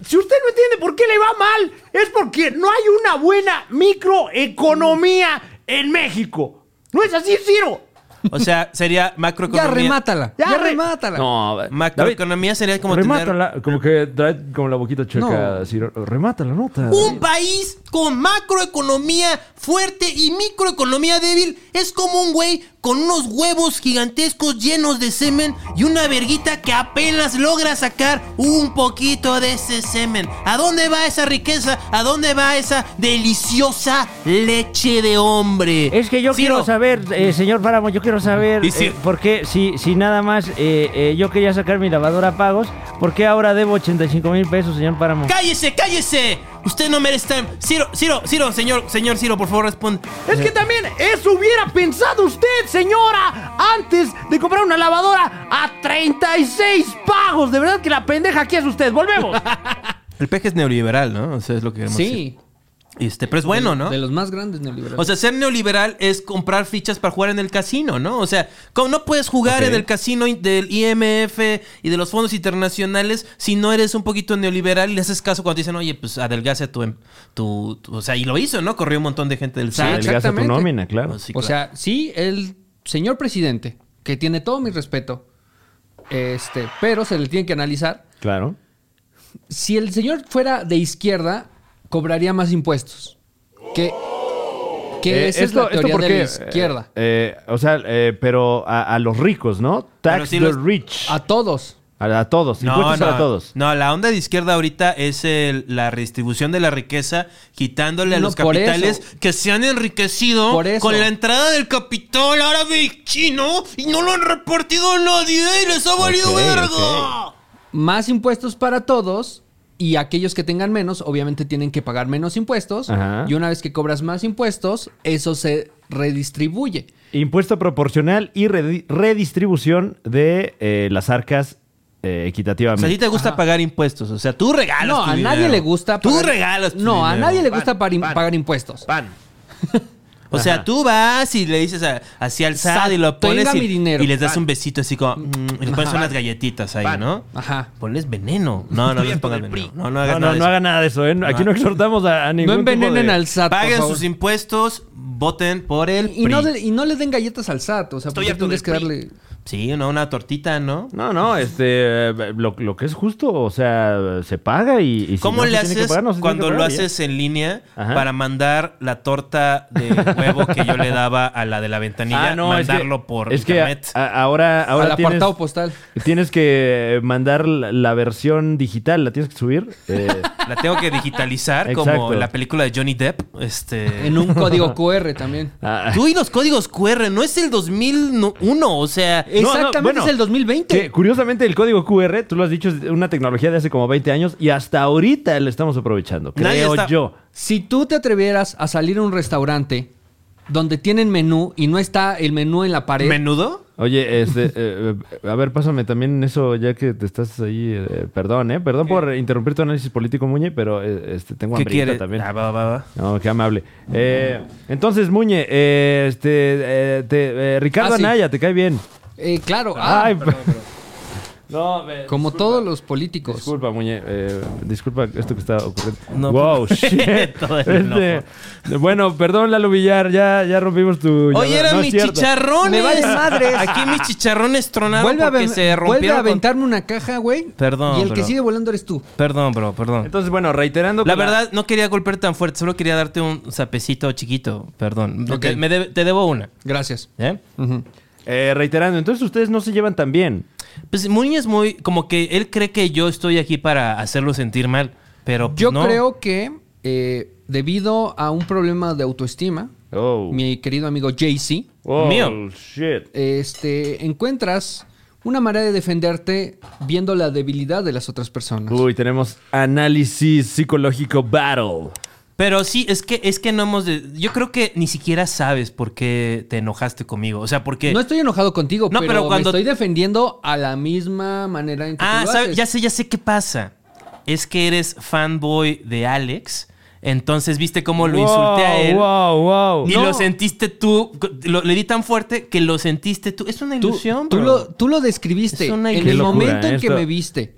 [SPEAKER 2] si usted no entiende por qué le va mal, es porque no hay una buena microeconomía en México. ¿No es así, Ciro?
[SPEAKER 1] O sea, sería
[SPEAKER 5] Ya
[SPEAKER 1] macroeconomía.
[SPEAKER 5] remátala. Ya,
[SPEAKER 2] Ya re-
[SPEAKER 5] remátala.
[SPEAKER 2] No, David,
[SPEAKER 1] Macroeconomía sería como tener
[SPEAKER 2] remátala, como que trae como la boquita chueca,
[SPEAKER 5] No.
[SPEAKER 2] Ciro. Remata la nota.
[SPEAKER 1] Uh.
[SPEAKER 6] Un país con macroeconomía fuerte y microeconomía débil es como un güey con unos huevos gigantescos llenos de semen y una verguita que apenas logra sacar un poquito de ese semen. ¿A dónde va esa riqueza? ¿A dónde va esa deliciosa leche de hombre?
[SPEAKER 2] Es que yo
[SPEAKER 6] Ciro,
[SPEAKER 2] quiero saber, eh, señor Páramo, yo quiero saber
[SPEAKER 1] Y Ciro.
[SPEAKER 2] eh, por qué, si, si nada más eh, eh, yo quería sacar mi lavadora a pagos, ¿por qué ahora debo 85 mil pesos, señor Páramo?
[SPEAKER 6] ¡Cállese, cállese! Usted no merece estar... Ciro, Ciro, Ciro, señor, señor Ciro, por favor, responde.
[SPEAKER 2] Es que también eso hubiera pensado usted, señora, antes de comprar una lavadora a 36 pagos. De verdad que la pendeja aquí es usted. Volvemos.
[SPEAKER 1] El peje es neoliberal, ¿no? O sea, es lo que queremos decir.
[SPEAKER 5] sí.
[SPEAKER 1] Este, pero es bueno, ¿no? Oh,
[SPEAKER 5] De los más grandes neoliberales.
[SPEAKER 1] O sea, ser neoliberal es comprar fichas para jugar en el casino, ¿no? O sea, como no puedes jugar en el casino in- del IMF y de los fondos internacionales si no eres un poquito neoliberal y le haces caso cuando te dicen, oye, pues adelgace tu, em- tu, tu-". O sea, y lo hizo, ¿no? Corrió un montón de gente del
[SPEAKER 5] Sí,
[SPEAKER 1] SAT.
[SPEAKER 5] exacto.
[SPEAKER 2] tu
[SPEAKER 5] Exactamente.
[SPEAKER 2] nómina, claro.
[SPEAKER 1] Sí,
[SPEAKER 5] O
[SPEAKER 1] claro.
[SPEAKER 5] sea, sí, el señor presidente, que tiene todo mi respeto, este, pero se le tiene que analizar.
[SPEAKER 2] Claro.
[SPEAKER 5] Si el señor fuera de izquierda, cobraría más impuestos. Que, que
[SPEAKER 2] Eh,
[SPEAKER 5] esa es
[SPEAKER 2] esto-
[SPEAKER 5] la
[SPEAKER 2] esto
[SPEAKER 5] teoría de
[SPEAKER 2] porque,
[SPEAKER 5] la izquierda.
[SPEAKER 2] eh, eh, o sea, eh, pero a, a los ricos, ¿no?
[SPEAKER 1] Pero
[SPEAKER 2] Tax
[SPEAKER 1] sí
[SPEAKER 2] the
[SPEAKER 1] los-
[SPEAKER 2] Eh, rich.
[SPEAKER 5] a todos.
[SPEAKER 2] A, a todos, impuestos a todos.
[SPEAKER 1] no, la onda de izquierda ahorita es el- la redistribución de la riqueza, quitándole a
[SPEAKER 5] No,
[SPEAKER 1] los
[SPEAKER 5] por
[SPEAKER 1] capitales
[SPEAKER 5] eso.
[SPEAKER 1] que se han enriquecido
[SPEAKER 5] Por eso.
[SPEAKER 1] con la entrada del capital árabe y chino y no lo han repartido a nadie y les ha valido
[SPEAKER 2] Ok,
[SPEAKER 1] verga.
[SPEAKER 2] ok.
[SPEAKER 5] Más impuestos para todos. Y aquellos que tengan menos, obviamente tienen que pagar menos impuestos.
[SPEAKER 2] Ajá.
[SPEAKER 5] Y una vez que cobras más impuestos, eso se redistribuye.
[SPEAKER 2] Impuesto proporcional y redi- redistribución de eh, las arcas
[SPEAKER 1] O
[SPEAKER 2] eh,
[SPEAKER 1] sea, a ti
[SPEAKER 2] equitativamente.
[SPEAKER 1] te gusta pagar impuestos, o sea, tú regalas
[SPEAKER 5] No,
[SPEAKER 1] tu
[SPEAKER 5] a
[SPEAKER 1] dinero.
[SPEAKER 5] nadie le gusta.
[SPEAKER 1] Tú
[SPEAKER 5] pagar-
[SPEAKER 1] regalas tu
[SPEAKER 5] No, a
[SPEAKER 1] dinero.
[SPEAKER 5] nadie le gusta pari- pagar impuestos.
[SPEAKER 1] O sea, tú vas y le dices a- así al SAT y lo
[SPEAKER 5] Tenga
[SPEAKER 1] pones y,
[SPEAKER 5] mi dinero.
[SPEAKER 1] y les das un besito así como... mm, y les pones unas galletitas ahí, ¿no?
[SPEAKER 5] Ajá.
[SPEAKER 1] Ponles veneno. No, no les pongas veneno. No, no hagas nada
[SPEAKER 2] no, no,
[SPEAKER 1] de
[SPEAKER 2] no
[SPEAKER 1] eso.
[SPEAKER 2] hagan nada de eso, ¿eh? Aquí no exhortamos a, a
[SPEAKER 5] No
[SPEAKER 2] ningún tipo
[SPEAKER 5] envenenen
[SPEAKER 2] de-
[SPEAKER 5] al SAT. por
[SPEAKER 1] Paguen
[SPEAKER 5] favor.
[SPEAKER 1] sus impuestos, voten por el
[SPEAKER 5] y no,
[SPEAKER 1] PRI.
[SPEAKER 5] de- y no le den galletas al SAT. O sea, ¿por qué tienes que darle.
[SPEAKER 1] Sí, ¿no? una tortita, ¿no?
[SPEAKER 2] No, no, este, eh, lo, lo que es justo, o sea, se paga y... y si
[SPEAKER 1] ¿Cómo
[SPEAKER 2] no se
[SPEAKER 1] le
[SPEAKER 2] tiene que
[SPEAKER 1] haces
[SPEAKER 2] pagar, no se tiene
[SPEAKER 1] cuando
[SPEAKER 2] que
[SPEAKER 1] lo
[SPEAKER 2] pagar y ya.
[SPEAKER 1] haces en línea
[SPEAKER 2] Ajá.
[SPEAKER 1] para mandar la torta de huevo que yo le daba a la de la ventanilla,
[SPEAKER 2] Ah, no, es que-
[SPEAKER 1] mandarlo por
[SPEAKER 2] es que
[SPEAKER 1] internet?
[SPEAKER 2] a- a- ahora, ahora
[SPEAKER 5] al
[SPEAKER 2] tienes,
[SPEAKER 5] apartado postal.
[SPEAKER 2] tienes que mandar la, la versión digital, la tienes que subir. eh,
[SPEAKER 1] La tengo que digitalizar
[SPEAKER 2] Exacto.
[SPEAKER 1] como la película de Johnny Depp. Este.
[SPEAKER 5] En un código QR también.
[SPEAKER 2] Ah,
[SPEAKER 1] Tú y los códigos QR, no es el 2001, o sea.
[SPEAKER 2] no,
[SPEAKER 5] Exactamente
[SPEAKER 2] bueno,
[SPEAKER 5] es el 2020.
[SPEAKER 2] que curiosamente el código QR, tú lo has dicho, es una tecnología de hace como 20 años y hasta ahorita lo estamos aprovechando.
[SPEAKER 1] Nadie
[SPEAKER 2] Creo
[SPEAKER 1] está-
[SPEAKER 2] yo.
[SPEAKER 5] Si tú te atrevieras a salir a un restaurante donde tienen menú y no está el menú en la pared,
[SPEAKER 1] ¿Menudo?
[SPEAKER 2] Oye, este, eh, a ver, pásame también eso ya que te estás ahí. eh, perdón, ¿eh? Perdón por interrumpir tu análisis político, Muñe, pero eh, este, tengo
[SPEAKER 1] ¿Qué
[SPEAKER 2] hambrita
[SPEAKER 1] quiere?
[SPEAKER 2] también.
[SPEAKER 1] Ah, va, va, va.
[SPEAKER 2] No, qué amable. Eh, entonces, Muñe, eh, este, eh, te- eh, Ricardo
[SPEAKER 5] Ah, sí.
[SPEAKER 2] Anaya, te cae bien.
[SPEAKER 5] eh, claro, ah,
[SPEAKER 2] Ay, No, me-
[SPEAKER 5] como todos los políticos.
[SPEAKER 2] disculpa, Muñe. eh, disculpa esto que está ocurriendo.
[SPEAKER 1] No,
[SPEAKER 2] wow,
[SPEAKER 1] pero-
[SPEAKER 2] shit.
[SPEAKER 1] Todo el enojo.
[SPEAKER 2] Este, bueno, perdón, Lalo Villar, ya, ya rompimos tu.
[SPEAKER 1] Oye,
[SPEAKER 2] llamada.
[SPEAKER 1] eran
[SPEAKER 2] No es
[SPEAKER 1] mis
[SPEAKER 2] cierto.
[SPEAKER 1] chicharrones.
[SPEAKER 5] Me vale madres.
[SPEAKER 1] Aquí mis chicharrones tronaron
[SPEAKER 5] Vuelve a,
[SPEAKER 1] porque
[SPEAKER 5] ven-
[SPEAKER 1] se rompieron.
[SPEAKER 5] vuelve a
[SPEAKER 1] con-
[SPEAKER 5] aventarme una caja, güey.
[SPEAKER 1] Perdón,
[SPEAKER 5] Y el que
[SPEAKER 1] bro.
[SPEAKER 5] sigue volando eres tú.
[SPEAKER 1] Perdón, bro, perdón.
[SPEAKER 2] Entonces, bueno, reiterando.
[SPEAKER 1] La
[SPEAKER 2] con
[SPEAKER 1] verdad, no quería golpear tan fuerte, solo quería darte un sapecito chiquito. Perdón.
[SPEAKER 5] Ok.
[SPEAKER 1] Te, me de- te debo una.
[SPEAKER 5] Gracias.
[SPEAKER 1] ¿eh?
[SPEAKER 5] Ujú.
[SPEAKER 2] Eh, reiterando, entonces ustedes no se llevan tan bien.
[SPEAKER 1] Pues Muñoz es muy. Como que él cree que yo estoy aquí para hacerlo sentir mal. Pero pues,
[SPEAKER 5] Yo
[SPEAKER 1] no.
[SPEAKER 5] creo que eh, debido a un problema de autoestima,
[SPEAKER 2] Oh.
[SPEAKER 5] mi querido amigo Jay-Z,
[SPEAKER 2] Oh,
[SPEAKER 1] Mío.
[SPEAKER 2] shit.
[SPEAKER 5] este, encuentras una manera de defenderte viendo la debilidad de las otras personas.
[SPEAKER 2] Uy, tenemos análisis psicológico battle.
[SPEAKER 1] Pero sí, es que, es que no hemos. de- yo creo que ni siquiera sabes por qué te enojaste conmigo. O sea, porque.
[SPEAKER 5] No estoy enojado contigo,
[SPEAKER 1] No,
[SPEAKER 5] pero,
[SPEAKER 1] pero
[SPEAKER 5] me
[SPEAKER 1] cuando-
[SPEAKER 5] estoy defendiendo a la misma manera en que
[SPEAKER 1] Ah,
[SPEAKER 5] tú lo
[SPEAKER 1] sabe-
[SPEAKER 5] haces.
[SPEAKER 1] ya sé, ya sé qué pasa. Es que eres fanboy de Alex. Entonces viste cómo lo insulté a él.
[SPEAKER 2] Wow, wow.
[SPEAKER 1] Y
[SPEAKER 5] No.
[SPEAKER 1] lo sentiste tú. lo- le di tan fuerte que lo sentiste tú. Es una
[SPEAKER 5] Tú,
[SPEAKER 1] ilusión,
[SPEAKER 5] tú
[SPEAKER 1] bro.
[SPEAKER 5] lo, tú lo describiste.
[SPEAKER 1] Es una
[SPEAKER 5] En
[SPEAKER 1] ilusión.
[SPEAKER 5] el
[SPEAKER 2] Qué locura, ¿eh?
[SPEAKER 5] momento en que
[SPEAKER 2] esto.
[SPEAKER 5] me viste.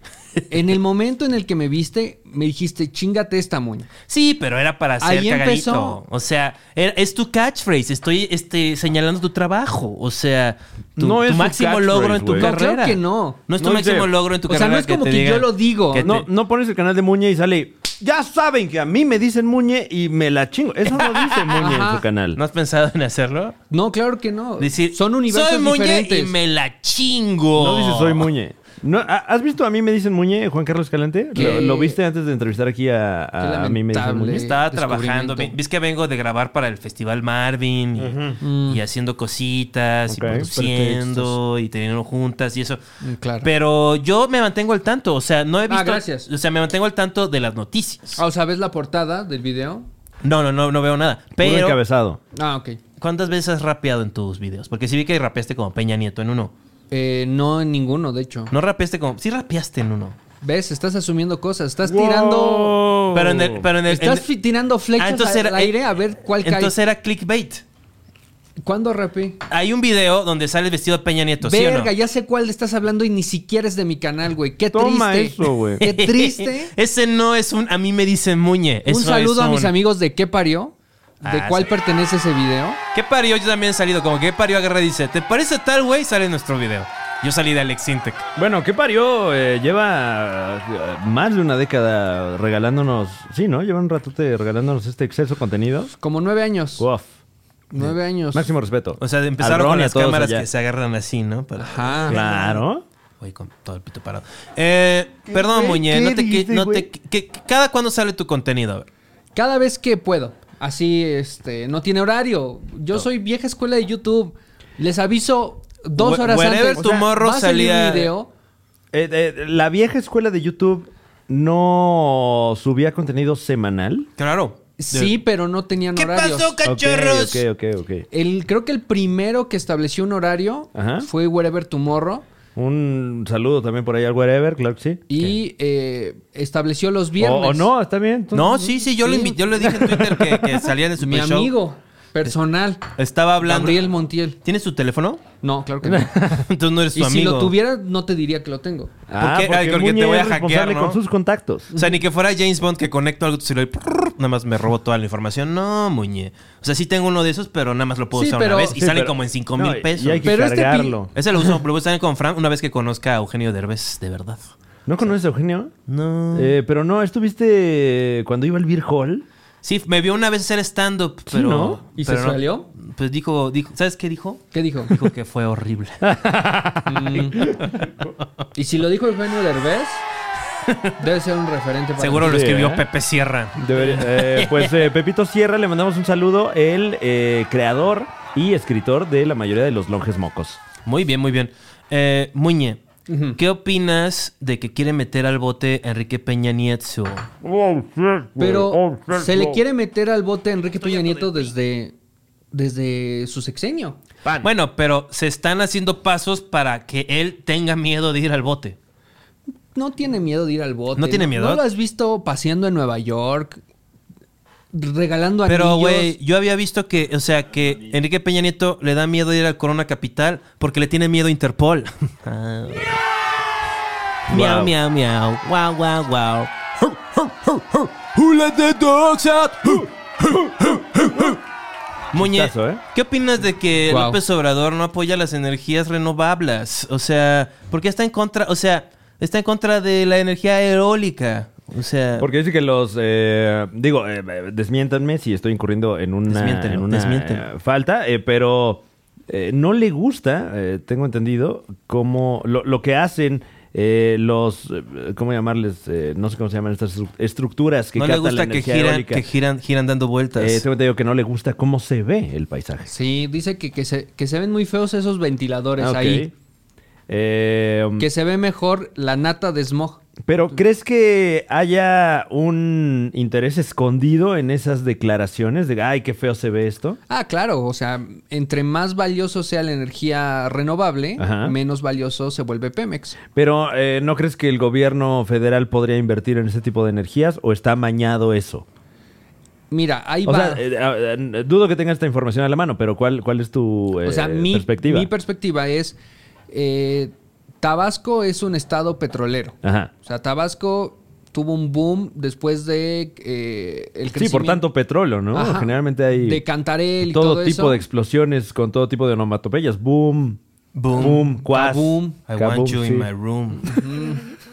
[SPEAKER 5] En el momento en el que me viste, me dijiste, chingate esta moña.
[SPEAKER 1] Sí, pero era para hacer
[SPEAKER 5] Ahí
[SPEAKER 1] cagadito.
[SPEAKER 5] empezó.
[SPEAKER 1] O sea, era- es tu catchphrase. Estoy este, señalando tu trabajo. O sea, tu,
[SPEAKER 2] No
[SPEAKER 1] tu
[SPEAKER 2] es su
[SPEAKER 1] máximo
[SPEAKER 2] catchphrase,
[SPEAKER 1] logro en tu
[SPEAKER 2] güey.
[SPEAKER 5] No,
[SPEAKER 1] carrera.
[SPEAKER 5] claro que no.
[SPEAKER 1] No es tu
[SPEAKER 2] No es
[SPEAKER 1] máximo
[SPEAKER 2] de-
[SPEAKER 1] logro en tu
[SPEAKER 5] O sea,
[SPEAKER 1] carrera.
[SPEAKER 5] no es como
[SPEAKER 1] te
[SPEAKER 5] que yo
[SPEAKER 1] digan
[SPEAKER 5] lo digo.
[SPEAKER 1] que
[SPEAKER 2] No,
[SPEAKER 1] te-
[SPEAKER 2] no pones el canal de Muñe y sale. Ya saben que a mí me dicen Muñe y me la chingo. Eso no dice Muñe en su
[SPEAKER 5] Ajá.
[SPEAKER 2] canal.
[SPEAKER 1] ¿No has pensado en hacerlo?
[SPEAKER 5] No, claro que no.
[SPEAKER 1] Decir,
[SPEAKER 5] Son universos
[SPEAKER 1] soy Muñe
[SPEAKER 5] diferentes.
[SPEAKER 1] y me la chingo.
[SPEAKER 2] No dice soy Muñe. No, ¿ha- ¿Has visto a mí me dicen Muñe, Juan Carlos Calante? ¿Lo,
[SPEAKER 5] Qué-
[SPEAKER 2] lo viste antes de entrevistar aquí a,
[SPEAKER 5] Qué
[SPEAKER 2] a, a mí me dicen
[SPEAKER 5] lamentable.
[SPEAKER 2] Muñe?
[SPEAKER 1] Estaba
[SPEAKER 5] descubrimiento.
[SPEAKER 1] trabajando. vi- Ves que vengo de grabar para el Festival Marvin y,
[SPEAKER 5] Mm.
[SPEAKER 1] y haciendo cositas
[SPEAKER 2] Ok,
[SPEAKER 1] y produciendo y teniendo juntas y eso.
[SPEAKER 5] Mm, claro.
[SPEAKER 1] Pero yo me mantengo al tanto. O sea, no he
[SPEAKER 5] Ah,
[SPEAKER 1] visto.
[SPEAKER 5] gracias.
[SPEAKER 1] O sea, me mantengo al tanto de las noticias.
[SPEAKER 5] Ah, o sea, ¿ves la portada del video?
[SPEAKER 1] No, no, no, no veo nada.
[SPEAKER 2] Puro
[SPEAKER 1] Pero,
[SPEAKER 2] encabezado.
[SPEAKER 5] Ah, ok.
[SPEAKER 1] ¿cuántas veces has rapeado en tus videos? Porque sí vi que rapeaste como Peña Nieto en uno.
[SPEAKER 5] Eh, no en ninguno, de hecho.
[SPEAKER 1] No rapeaste como. Sí rapeaste en uno.
[SPEAKER 5] ¿Ves? Estás asumiendo cosas. Estás
[SPEAKER 2] Wow.
[SPEAKER 5] tirando...
[SPEAKER 2] Oh.
[SPEAKER 1] Pero en el. Pero en el
[SPEAKER 5] Estás
[SPEAKER 1] en-
[SPEAKER 5] fi- tirando flechas
[SPEAKER 1] Ah, entonces
[SPEAKER 5] al
[SPEAKER 1] era-
[SPEAKER 5] aire a ver cuál cae.
[SPEAKER 1] Entonces era clickbait.
[SPEAKER 5] ¿Cuándo rapé?
[SPEAKER 1] Hay un video donde sale vestido de Peña Nieto, ¿sí o no?
[SPEAKER 5] Verga, ya sé cuál estás hablando y ni siquiera es de mi canal, güey. Qué
[SPEAKER 2] Toma
[SPEAKER 5] triste.
[SPEAKER 2] eso, güey.
[SPEAKER 5] Qué triste.
[SPEAKER 1] Ese no es un. A mí me dicen Muñe.
[SPEAKER 5] un
[SPEAKER 1] Eso
[SPEAKER 5] saludo
[SPEAKER 1] es
[SPEAKER 5] a mis
[SPEAKER 1] un-
[SPEAKER 5] amigos de ¿Qué parió? ¿De
[SPEAKER 1] Ah,
[SPEAKER 5] cuál
[SPEAKER 1] sí.
[SPEAKER 5] pertenece ese video?
[SPEAKER 1] ¿Qué parió? Yo también he salido. Como que parió agarra y dice: ¿Te parece tal güey? Sale en nuestro video. Yo salí de Alex Intec.
[SPEAKER 2] Bueno, ¿qué parió? Eh, lleva eh, más de una década regalándonos. Sí, ¿no? Lleva un ratote regalándonos este exceso contenido.
[SPEAKER 5] Como nueve años.
[SPEAKER 2] Uf.
[SPEAKER 5] Nueve años.
[SPEAKER 2] Máximo respeto.
[SPEAKER 1] O sea,
[SPEAKER 2] Al
[SPEAKER 1] empezaron
[SPEAKER 2] Ron
[SPEAKER 1] con
[SPEAKER 2] y a
[SPEAKER 1] las
[SPEAKER 2] todos
[SPEAKER 1] cámaras
[SPEAKER 2] allá.
[SPEAKER 1] que se agarran así, ¿no? Para-
[SPEAKER 5] Ajá.
[SPEAKER 2] Claro.
[SPEAKER 1] Güey, con todo el pito parado. Eh, perdón,
[SPEAKER 2] güey?
[SPEAKER 1] Muñe.
[SPEAKER 2] ¿Qué
[SPEAKER 1] No te, qui-
[SPEAKER 2] dijiste,
[SPEAKER 1] no te
[SPEAKER 2] güey?
[SPEAKER 1] qui- que- que- ¿Cada cuándo sale tu contenido? A ver.
[SPEAKER 5] Cada vez que puedo. Así, este, no tiene horario. Yo soy vieja escuela de YouTube. Les aviso dos
[SPEAKER 1] Wh-
[SPEAKER 5] horas
[SPEAKER 1] wherever
[SPEAKER 5] antes.
[SPEAKER 1] tomorrow
[SPEAKER 5] va a salir
[SPEAKER 1] salía-
[SPEAKER 5] un video.
[SPEAKER 2] Eh, eh, la vieja escuela de YouTube no subía contenido semanal.
[SPEAKER 1] Claro.
[SPEAKER 5] Sí, pero no tenían
[SPEAKER 6] ¿Qué
[SPEAKER 5] horarios.
[SPEAKER 6] pasó,
[SPEAKER 2] Ok,
[SPEAKER 6] cachorros?
[SPEAKER 2] ok, ok, ok.
[SPEAKER 5] El, creo que el primero que estableció un horario
[SPEAKER 2] Ajá.
[SPEAKER 5] fue Wherever Tomorrow.
[SPEAKER 2] Un saludo también por ahí al wherever, claro que sí.
[SPEAKER 5] Y eh, estableció los
[SPEAKER 2] O,
[SPEAKER 5] viernes.
[SPEAKER 2] o no, está bien. entonces-
[SPEAKER 1] No, sí, sí. Yo, Lo
[SPEAKER 5] Sí.
[SPEAKER 1] invi- yo le dije en Twitter que, que salía de su
[SPEAKER 5] Mi amigo personal.
[SPEAKER 1] Estaba hablando.
[SPEAKER 5] Gabriel Montiel.
[SPEAKER 1] ¿Tienes su teléfono?
[SPEAKER 5] No, claro que no.
[SPEAKER 1] Entonces no eres
[SPEAKER 5] y
[SPEAKER 1] tu
[SPEAKER 5] si
[SPEAKER 1] amigo.
[SPEAKER 5] lo tuviera, no te diría que lo tengo.
[SPEAKER 2] Ah,
[SPEAKER 1] ¿Por qué? Ay,
[SPEAKER 2] porque,
[SPEAKER 1] porque te
[SPEAKER 2] Muñe
[SPEAKER 1] voy a
[SPEAKER 2] es responsable
[SPEAKER 1] hackear, ¿no?
[SPEAKER 2] con sus contactos.
[SPEAKER 1] O sea, ni que fuera James Bond que conecto algo y nada más me robo toda la información. No, muñe. O sea, sí tengo uno de esos, pero nada más lo puedo
[SPEAKER 5] Sí,
[SPEAKER 1] usar
[SPEAKER 5] pero-
[SPEAKER 1] una vez y
[SPEAKER 2] Sí,
[SPEAKER 1] salen
[SPEAKER 2] pero-
[SPEAKER 1] como en 5
[SPEAKER 2] no,
[SPEAKER 1] mil
[SPEAKER 2] y-
[SPEAKER 1] pesos.
[SPEAKER 2] Y hay que
[SPEAKER 5] Pero este pi-
[SPEAKER 2] cargarlo.
[SPEAKER 1] Ese lo uso, lo voy a usar con Fran una vez que conozca a Eugenio Derbez, de verdad.
[SPEAKER 2] ¿No conoces a Eugenio?
[SPEAKER 1] No.
[SPEAKER 2] Eh, pero no, estuviste cuando iba al Beer Hall.
[SPEAKER 1] Sí, me vio una vez hacer stand-up, pero.
[SPEAKER 2] ¿no?
[SPEAKER 5] ¿Y
[SPEAKER 1] pero
[SPEAKER 5] se
[SPEAKER 1] no.
[SPEAKER 5] salió?
[SPEAKER 1] Pues dijo, dijo, ¿sabes qué dijo?
[SPEAKER 5] ¿Qué dijo?
[SPEAKER 1] Dijo que fue horrible.
[SPEAKER 5] Mm. ¿Y si lo dijo Eugenio Derbez? Debe ser un referente para
[SPEAKER 1] Seguro
[SPEAKER 5] mí.
[SPEAKER 1] lo
[SPEAKER 2] Sí,
[SPEAKER 1] escribió
[SPEAKER 2] ¿eh?
[SPEAKER 1] Pepe Sierra.
[SPEAKER 2] Debería- eh, pues eh, Pepito Sierra, le mandamos un saludo, el eh, creador y escritor de la mayoría de los longes mocos.
[SPEAKER 1] Muy bien, muy bien. Eh, Muñe,
[SPEAKER 5] Ujú.
[SPEAKER 1] ¿qué opinas de que quiere meter al bote a Enrique Peña Nieto?
[SPEAKER 5] Pero se le quiere meter al bote a Enrique Peña Nieto desde, desde su sexenio.
[SPEAKER 1] Bueno, pero se están haciendo pasos para que él tenga miedo de ir al bote.
[SPEAKER 5] No tiene miedo de ir al bote.
[SPEAKER 1] ¿No tiene miedo?
[SPEAKER 5] ¿No lo has visto paseando en Nueva York? Regalando
[SPEAKER 1] Pero,
[SPEAKER 5] anillos.
[SPEAKER 1] güey, yo había visto que, o sea, que Enrique Peña Nieto le da miedo ir al Corona Capital porque le tiene miedo a Interpol. Ah. Miau,
[SPEAKER 2] Wow.
[SPEAKER 1] miau, miau. Wow, wow, wow. Muñe,
[SPEAKER 2] Chistazo, ¿eh?
[SPEAKER 1] ¿qué opinas de que
[SPEAKER 5] Guau.
[SPEAKER 1] López Obrador no apoya las energías renovables? O sea, ¿por qué está en contra? O sea, está en contra de la energía eólica. O sea,
[SPEAKER 2] Porque dice que los. eh, digo, eh, desmiéntanme si estoy incurriendo en una,
[SPEAKER 1] Desmiéntenlo,
[SPEAKER 2] en una,
[SPEAKER 1] desmiéntenlo.
[SPEAKER 2] eh, falta, eh, pero eh, no le gusta, eh, tengo entendido, como lo, lo que hacen. eh, los eh, cómo llamarles Eh, no sé cómo se llaman estas estru- estructuras que
[SPEAKER 1] no le
[SPEAKER 2] captan la
[SPEAKER 1] gusta que
[SPEAKER 2] energía
[SPEAKER 1] giran,
[SPEAKER 2] eólica.
[SPEAKER 1] que giran, giran dando vueltas.
[SPEAKER 2] Eh, tengo entendido que no le gusta cómo se ve el paisaje
[SPEAKER 5] Sí, dice que, que se, que se ven muy feos esos ventiladores
[SPEAKER 2] Ah, ok.
[SPEAKER 5] ahí.
[SPEAKER 2] Eh, um,
[SPEAKER 5] Que se ve mejor la nata de smog.
[SPEAKER 2] Pero ¿crees que haya un interés escondido en esas declaraciones de, ay, qué feo se ve esto?
[SPEAKER 5] Ah, claro, o sea, entre más valioso sea la energía renovable,
[SPEAKER 2] Ajá.
[SPEAKER 5] menos valioso se vuelve Pemex.
[SPEAKER 2] Pero eh, ¿no crees que el gobierno federal podría invertir en ese tipo de energías o está amañado eso?
[SPEAKER 5] Mira, ahí
[SPEAKER 2] O sea,
[SPEAKER 5] va.
[SPEAKER 2] eh, ah, eh, dudo que tengas esta información a la mano, pero ¿cuál, cuál es tu
[SPEAKER 5] O sea,
[SPEAKER 2] eh,
[SPEAKER 5] mi
[SPEAKER 2] perspectiva?
[SPEAKER 5] mi perspectiva es, eh, Tabasco es un estado petrolero.
[SPEAKER 2] Ajá.
[SPEAKER 5] O sea, Tabasco tuvo un boom después de eh, el
[SPEAKER 2] Sí,
[SPEAKER 5] crecimiento.
[SPEAKER 2] por tanto, petróleo, ¿no?
[SPEAKER 5] Ajá.
[SPEAKER 2] Generalmente hay...
[SPEAKER 5] De Cantarel y
[SPEAKER 2] todo,
[SPEAKER 5] todo
[SPEAKER 2] tipo
[SPEAKER 5] eso.
[SPEAKER 2] de explosiones con todo tipo de onomatopeyas. Boom. Boom. Boom. Quas.
[SPEAKER 5] Kaboom.
[SPEAKER 1] I
[SPEAKER 2] Kaboom,
[SPEAKER 1] want you
[SPEAKER 2] sí. Mm-hmm.
[SPEAKER 1] in my room.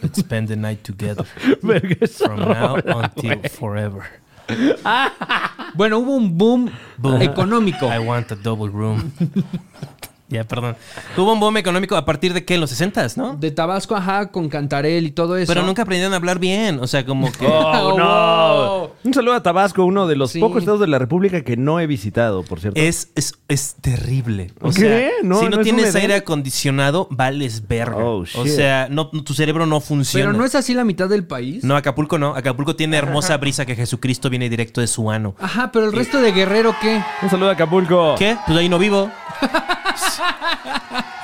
[SPEAKER 1] Let's spend the night together.
[SPEAKER 2] Verga, esa
[SPEAKER 5] Oh,
[SPEAKER 1] From now
[SPEAKER 2] rola,
[SPEAKER 1] until forever.
[SPEAKER 5] Bueno, hubo un boom,
[SPEAKER 1] Boom.
[SPEAKER 5] económico.
[SPEAKER 1] I want a double room. ya, perdón. Tuvo un boom económico a partir de qué? En los 60s, ¿no?
[SPEAKER 5] De Tabasco, ajá, con Cantarel y todo eso.
[SPEAKER 1] Pero nunca aprendieron a hablar bien. O sea, como que.
[SPEAKER 2] Oh,
[SPEAKER 5] Oh,
[SPEAKER 2] no.
[SPEAKER 5] wow.
[SPEAKER 2] Un saludo a Tabasco, uno de los
[SPEAKER 5] Sí.
[SPEAKER 2] pocos estados de la República que no he visitado, por cierto.
[SPEAKER 1] Es, es, es terrible. O
[SPEAKER 2] ¿Qué?
[SPEAKER 1] sea,
[SPEAKER 2] No,
[SPEAKER 1] si
[SPEAKER 2] no
[SPEAKER 1] no,
[SPEAKER 2] es un
[SPEAKER 1] tienes
[SPEAKER 2] edén.
[SPEAKER 1] aire acondicionado, vales verga.
[SPEAKER 2] Oh,
[SPEAKER 1] o
[SPEAKER 2] shit.
[SPEAKER 1] sea, no, tu cerebro no funciona.
[SPEAKER 5] Pero no es así la mitad del país.
[SPEAKER 1] No, Acapulco no. Acapulco tiene hermosa brisa que Jesucristo viene directo de su ano.
[SPEAKER 5] Ajá, pero el resto de Guerrero, ¿qué?
[SPEAKER 2] Un saludo a Acapulco.
[SPEAKER 1] ¿Qué? Pues ahí no vivo.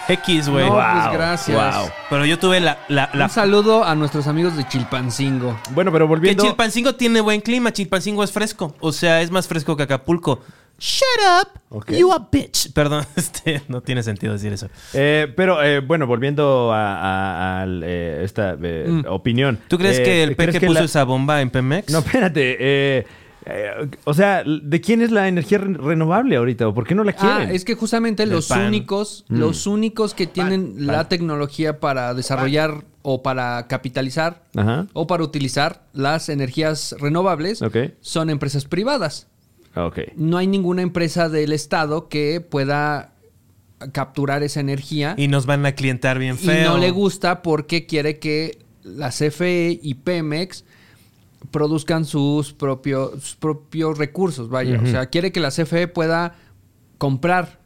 [SPEAKER 1] X, güey.
[SPEAKER 5] No,
[SPEAKER 2] Wow,
[SPEAKER 5] pues gracias.
[SPEAKER 2] wow.
[SPEAKER 1] Pero yo tuve la. la, la-
[SPEAKER 5] Un saludo a nuestros amigos de Chilpancingo.
[SPEAKER 2] Bueno, pero
[SPEAKER 1] que
[SPEAKER 2] volviendo.
[SPEAKER 1] Chilpancingo tiene buen clima. Chilpancingo es fresco. O sea, es más fresco que Acapulco. Shut up.
[SPEAKER 2] Ok.
[SPEAKER 1] You a bitch. Perdón, este, no tiene sentido decir eso.
[SPEAKER 2] eh, pero eh, bueno, volviendo a, a- al, eh, esta eh,
[SPEAKER 5] Mm.
[SPEAKER 2] opinión.
[SPEAKER 1] ¿Tú crees
[SPEAKER 2] Eh,
[SPEAKER 1] que el
[SPEAKER 2] ¿crees
[SPEAKER 1] peje
[SPEAKER 2] que
[SPEAKER 1] puso
[SPEAKER 2] la-
[SPEAKER 1] esa bomba en Pemex?
[SPEAKER 2] No, espérate. eh, eh, o sea, ¿de quién es la energía re- renovable ahorita? ¿O por qué no la quieren?
[SPEAKER 5] Ah, es que justamente
[SPEAKER 1] Del
[SPEAKER 5] los
[SPEAKER 1] pan. Mm.
[SPEAKER 5] únicos, los únicos que tienen la tecnología para desarrollar o para capitalizar
[SPEAKER 2] Ajá.
[SPEAKER 5] o para utilizar las energías renovables
[SPEAKER 2] Ok.
[SPEAKER 5] son empresas privadas.
[SPEAKER 2] Ok.
[SPEAKER 5] No hay ninguna empresa del Estado que pueda capturar esa energía
[SPEAKER 1] Y nos van a clientar bien
[SPEAKER 5] y
[SPEAKER 1] feo.
[SPEAKER 5] no le gusta porque quiere que la CFE y Pemex produzcan sus propios, sus propios recursos, vaya. O sea, quiere que la CFE pueda comprar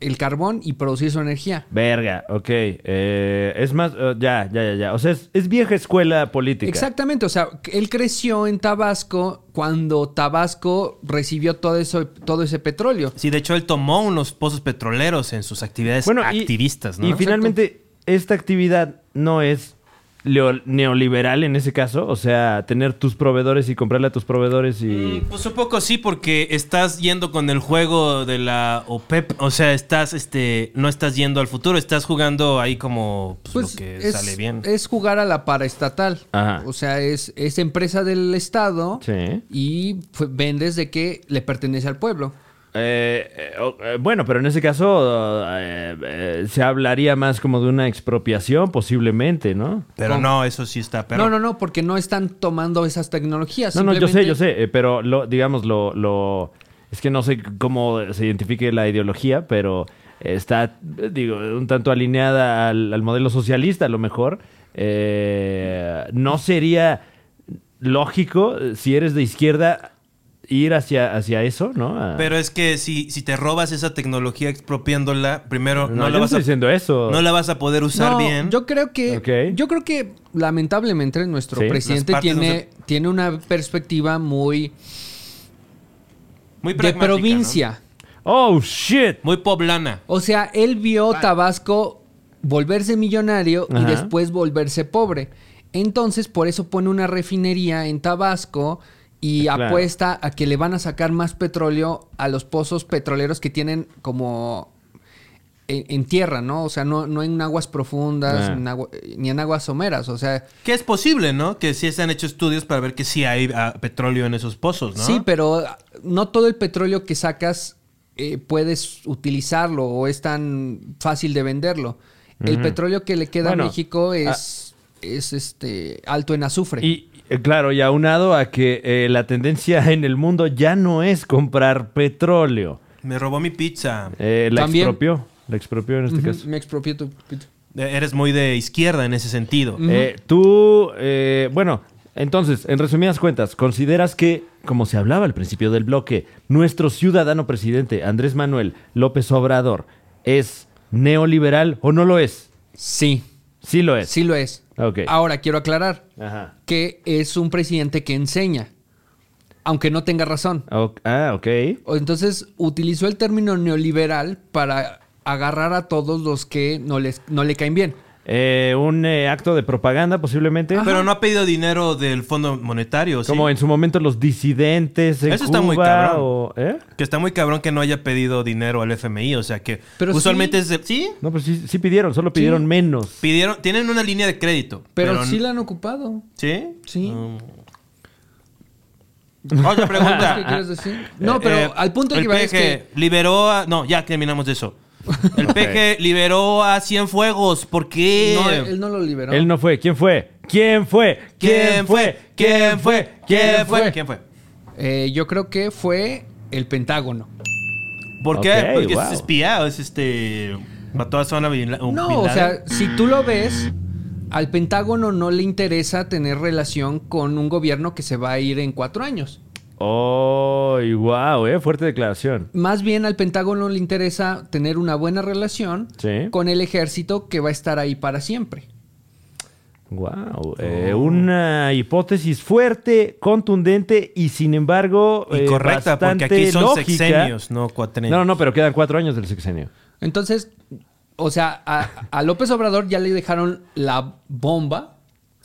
[SPEAKER 5] el carbón y producir su energía.
[SPEAKER 2] Verga, ok. eh, es más, eh, ya, ya, ya, ya. O sea, es, es vieja escuela política.
[SPEAKER 5] Exactamente, o sea, él creció en Tabasco cuando Tabasco recibió todo eso, todo ese petróleo.
[SPEAKER 1] Sí, de hecho, él tomó unos pozos petroleros en sus actividades
[SPEAKER 2] Bueno, y-
[SPEAKER 1] activistas, ¿no?
[SPEAKER 2] Y finalmente, esta actividad no es leo- neoliberal en ese caso. O sea, tener tus proveedores y comprarle a tus proveedores y.
[SPEAKER 1] Pues un poco sí, porque estás yendo con el juego de la OPEP. O sea, estás, este, no estás yendo al futuro, estás jugando ahí como pues,
[SPEAKER 5] Pues
[SPEAKER 1] lo que
[SPEAKER 5] es,
[SPEAKER 1] sale bien.
[SPEAKER 5] es jugar a la paraestatal.
[SPEAKER 2] Ajá.
[SPEAKER 5] O sea, es, es empresa del Estado
[SPEAKER 2] Sí.
[SPEAKER 5] y fue- vendes de que le pertenece al pueblo.
[SPEAKER 2] Eh, eh, o- eh, bueno, pero en ese caso eh, eh, se hablaría más como de una expropiación, posiblemente, ¿no?
[SPEAKER 1] Pero
[SPEAKER 5] ¿Cómo?
[SPEAKER 1] no, eso sí está. Pero
[SPEAKER 5] No, no, no, porque no están tomando esas tecnologías.
[SPEAKER 2] No, no, yo sé,
[SPEAKER 5] simplemente-
[SPEAKER 2] yo sé, eh, pero lo, digamos, lo, lo. Es que no sé cómo se identifique la ideología, pero está, eh, digo, un tanto alineada al, al modelo socialista, a lo mejor, eh, no sería lógico, eh, si eres de izquierda, ir hacia, hacia eso, ¿no? A-
[SPEAKER 1] Pero es que si, si te robas esa tecnología expropiándola, primero
[SPEAKER 2] no,
[SPEAKER 1] no,
[SPEAKER 2] yo
[SPEAKER 1] la
[SPEAKER 2] no
[SPEAKER 1] vas
[SPEAKER 2] estoy
[SPEAKER 1] a,
[SPEAKER 2] diciendo eso.
[SPEAKER 1] no la vas a poder usar
[SPEAKER 5] No,
[SPEAKER 1] bien.
[SPEAKER 5] Yo creo que.
[SPEAKER 2] Ok.
[SPEAKER 5] Yo creo que lamentablemente nuestro
[SPEAKER 2] Sí.
[SPEAKER 5] presidente
[SPEAKER 1] Las partes no
[SPEAKER 5] tiene, tiene una perspectiva muy
[SPEAKER 1] Muy
[SPEAKER 5] de
[SPEAKER 1] pragmática, ¿no?
[SPEAKER 5] provincia.
[SPEAKER 2] Oh, shit.
[SPEAKER 1] Muy poblana.
[SPEAKER 5] O sea, él vio Tabasco volverse millonario
[SPEAKER 2] Ajá.
[SPEAKER 5] y después volverse pobre. Entonces, por eso pone una refinería en Tabasco y
[SPEAKER 2] Claro.
[SPEAKER 5] apuesta a que le van a sacar más petróleo a los pozos petroleros que tienen como en, en tierra, ¿no? O sea, no, no en aguas profundas,
[SPEAKER 2] Ah.
[SPEAKER 5] en agua- ni en aguas someras. O sea,
[SPEAKER 1] Que es posible, ¿no? Que sí se han hecho estudios para ver que sí hay ah, petróleo en esos pozos, ¿no?
[SPEAKER 5] Sí, pero ah, no todo el petróleo que sacas eh, puedes utilizarlo o es tan fácil de venderlo. El petróleo que le queda
[SPEAKER 2] Bueno, ah,
[SPEAKER 5] a México es, es este alto en azufre.
[SPEAKER 2] Y eh, claro, y aunado a que eh, la tendencia en el mundo ya no es comprar petróleo.
[SPEAKER 1] Me robó mi pizza.
[SPEAKER 2] Eh, la
[SPEAKER 5] También.
[SPEAKER 2] expropió. La expropió en este
[SPEAKER 5] Ujú,
[SPEAKER 2] caso.
[SPEAKER 5] Me expropié tu... tu-
[SPEAKER 1] Eh, Eres muy de izquierda en ese sentido.
[SPEAKER 2] Eh, tú, eh, bueno, entonces, en resumidas cuentas, ¿consideras que, como se hablaba al principio del bloque, nuestro ciudadano presidente Andrés Manuel López Obrador es neoliberal o no lo es?
[SPEAKER 5] Sí,
[SPEAKER 2] Sí lo es.
[SPEAKER 5] sí lo es.
[SPEAKER 2] Ok.
[SPEAKER 5] Ahora quiero aclarar
[SPEAKER 2] Ajá.
[SPEAKER 5] que es un presidente que enseña, aunque no tenga razón.
[SPEAKER 2] O- ah, ok.
[SPEAKER 5] O Entonces utilizó el término neoliberal para agarrar a todos los que no, les, no le caen bien.
[SPEAKER 2] Eh, un eh, acto de propaganda posiblemente.
[SPEAKER 1] Pero no ha pedido dinero del Fondo Monetario, ¿sí?
[SPEAKER 2] Como en su momento los disidentes en
[SPEAKER 1] Eso está muy
[SPEAKER 2] Cuba
[SPEAKER 1] cabrón.
[SPEAKER 2] o- ¿eh?
[SPEAKER 1] Que está muy cabrón que no haya pedido dinero al FMI, o sea que
[SPEAKER 5] Pero
[SPEAKER 1] usualmente
[SPEAKER 5] sí.
[SPEAKER 1] es de- sí
[SPEAKER 2] No, pero sí, sí pidieron, solo pidieron menos.
[SPEAKER 1] pidieron tienen una línea de crédito,
[SPEAKER 5] Pero, sí la han ocupado.
[SPEAKER 1] ¿sí?
[SPEAKER 5] Sí.
[SPEAKER 1] Otra pregunta.
[SPEAKER 5] ¿Qué quieres decir? No, pero
[SPEAKER 1] Eh,
[SPEAKER 5] al punto
[SPEAKER 1] el
[SPEAKER 5] que iba es
[SPEAKER 1] PG
[SPEAKER 5] que
[SPEAKER 1] liberó a no, ya terminamos de eso. El PG liberó a Cienfuegos, ¿por qué?
[SPEAKER 5] no, él no lo liberó.
[SPEAKER 2] Él no fue. ¿Quién fue? ¿Quién fue?
[SPEAKER 1] ¿Quién fue? ¿Quién fue? ¿Quién fue?
[SPEAKER 5] fue?
[SPEAKER 1] ¿Quién fue?
[SPEAKER 5] Eh, yo creo que fue el Pentágono.
[SPEAKER 1] ¿Por qué?
[SPEAKER 2] Ok,
[SPEAKER 1] Porque
[SPEAKER 2] wow.
[SPEAKER 1] es espía, es este mató a Zona Bin La- Bin
[SPEAKER 5] No, o
[SPEAKER 1] Laden.
[SPEAKER 5] sea, si tú lo ves, al Pentágono no le interesa tener relación con un gobierno que se va a ir en cuatro años.
[SPEAKER 2] Oh, wow, eh, fuerte declaración.
[SPEAKER 5] Más bien al Pentágono le interesa tener una buena relación
[SPEAKER 2] Sí.
[SPEAKER 5] con el ejército que va a estar ahí para siempre.
[SPEAKER 2] Wow, eh, una hipótesis fuerte, contundente y sin embargo
[SPEAKER 1] y
[SPEAKER 2] eh,
[SPEAKER 1] correcta, porque aquí
[SPEAKER 2] bastante
[SPEAKER 1] son
[SPEAKER 2] lógica.
[SPEAKER 1] sexenios, no cuatrenios.
[SPEAKER 2] No, no, pero quedan cuatro años del sexenio.
[SPEAKER 5] Entonces, o sea, a, a López Obrador ya le dejaron la bomba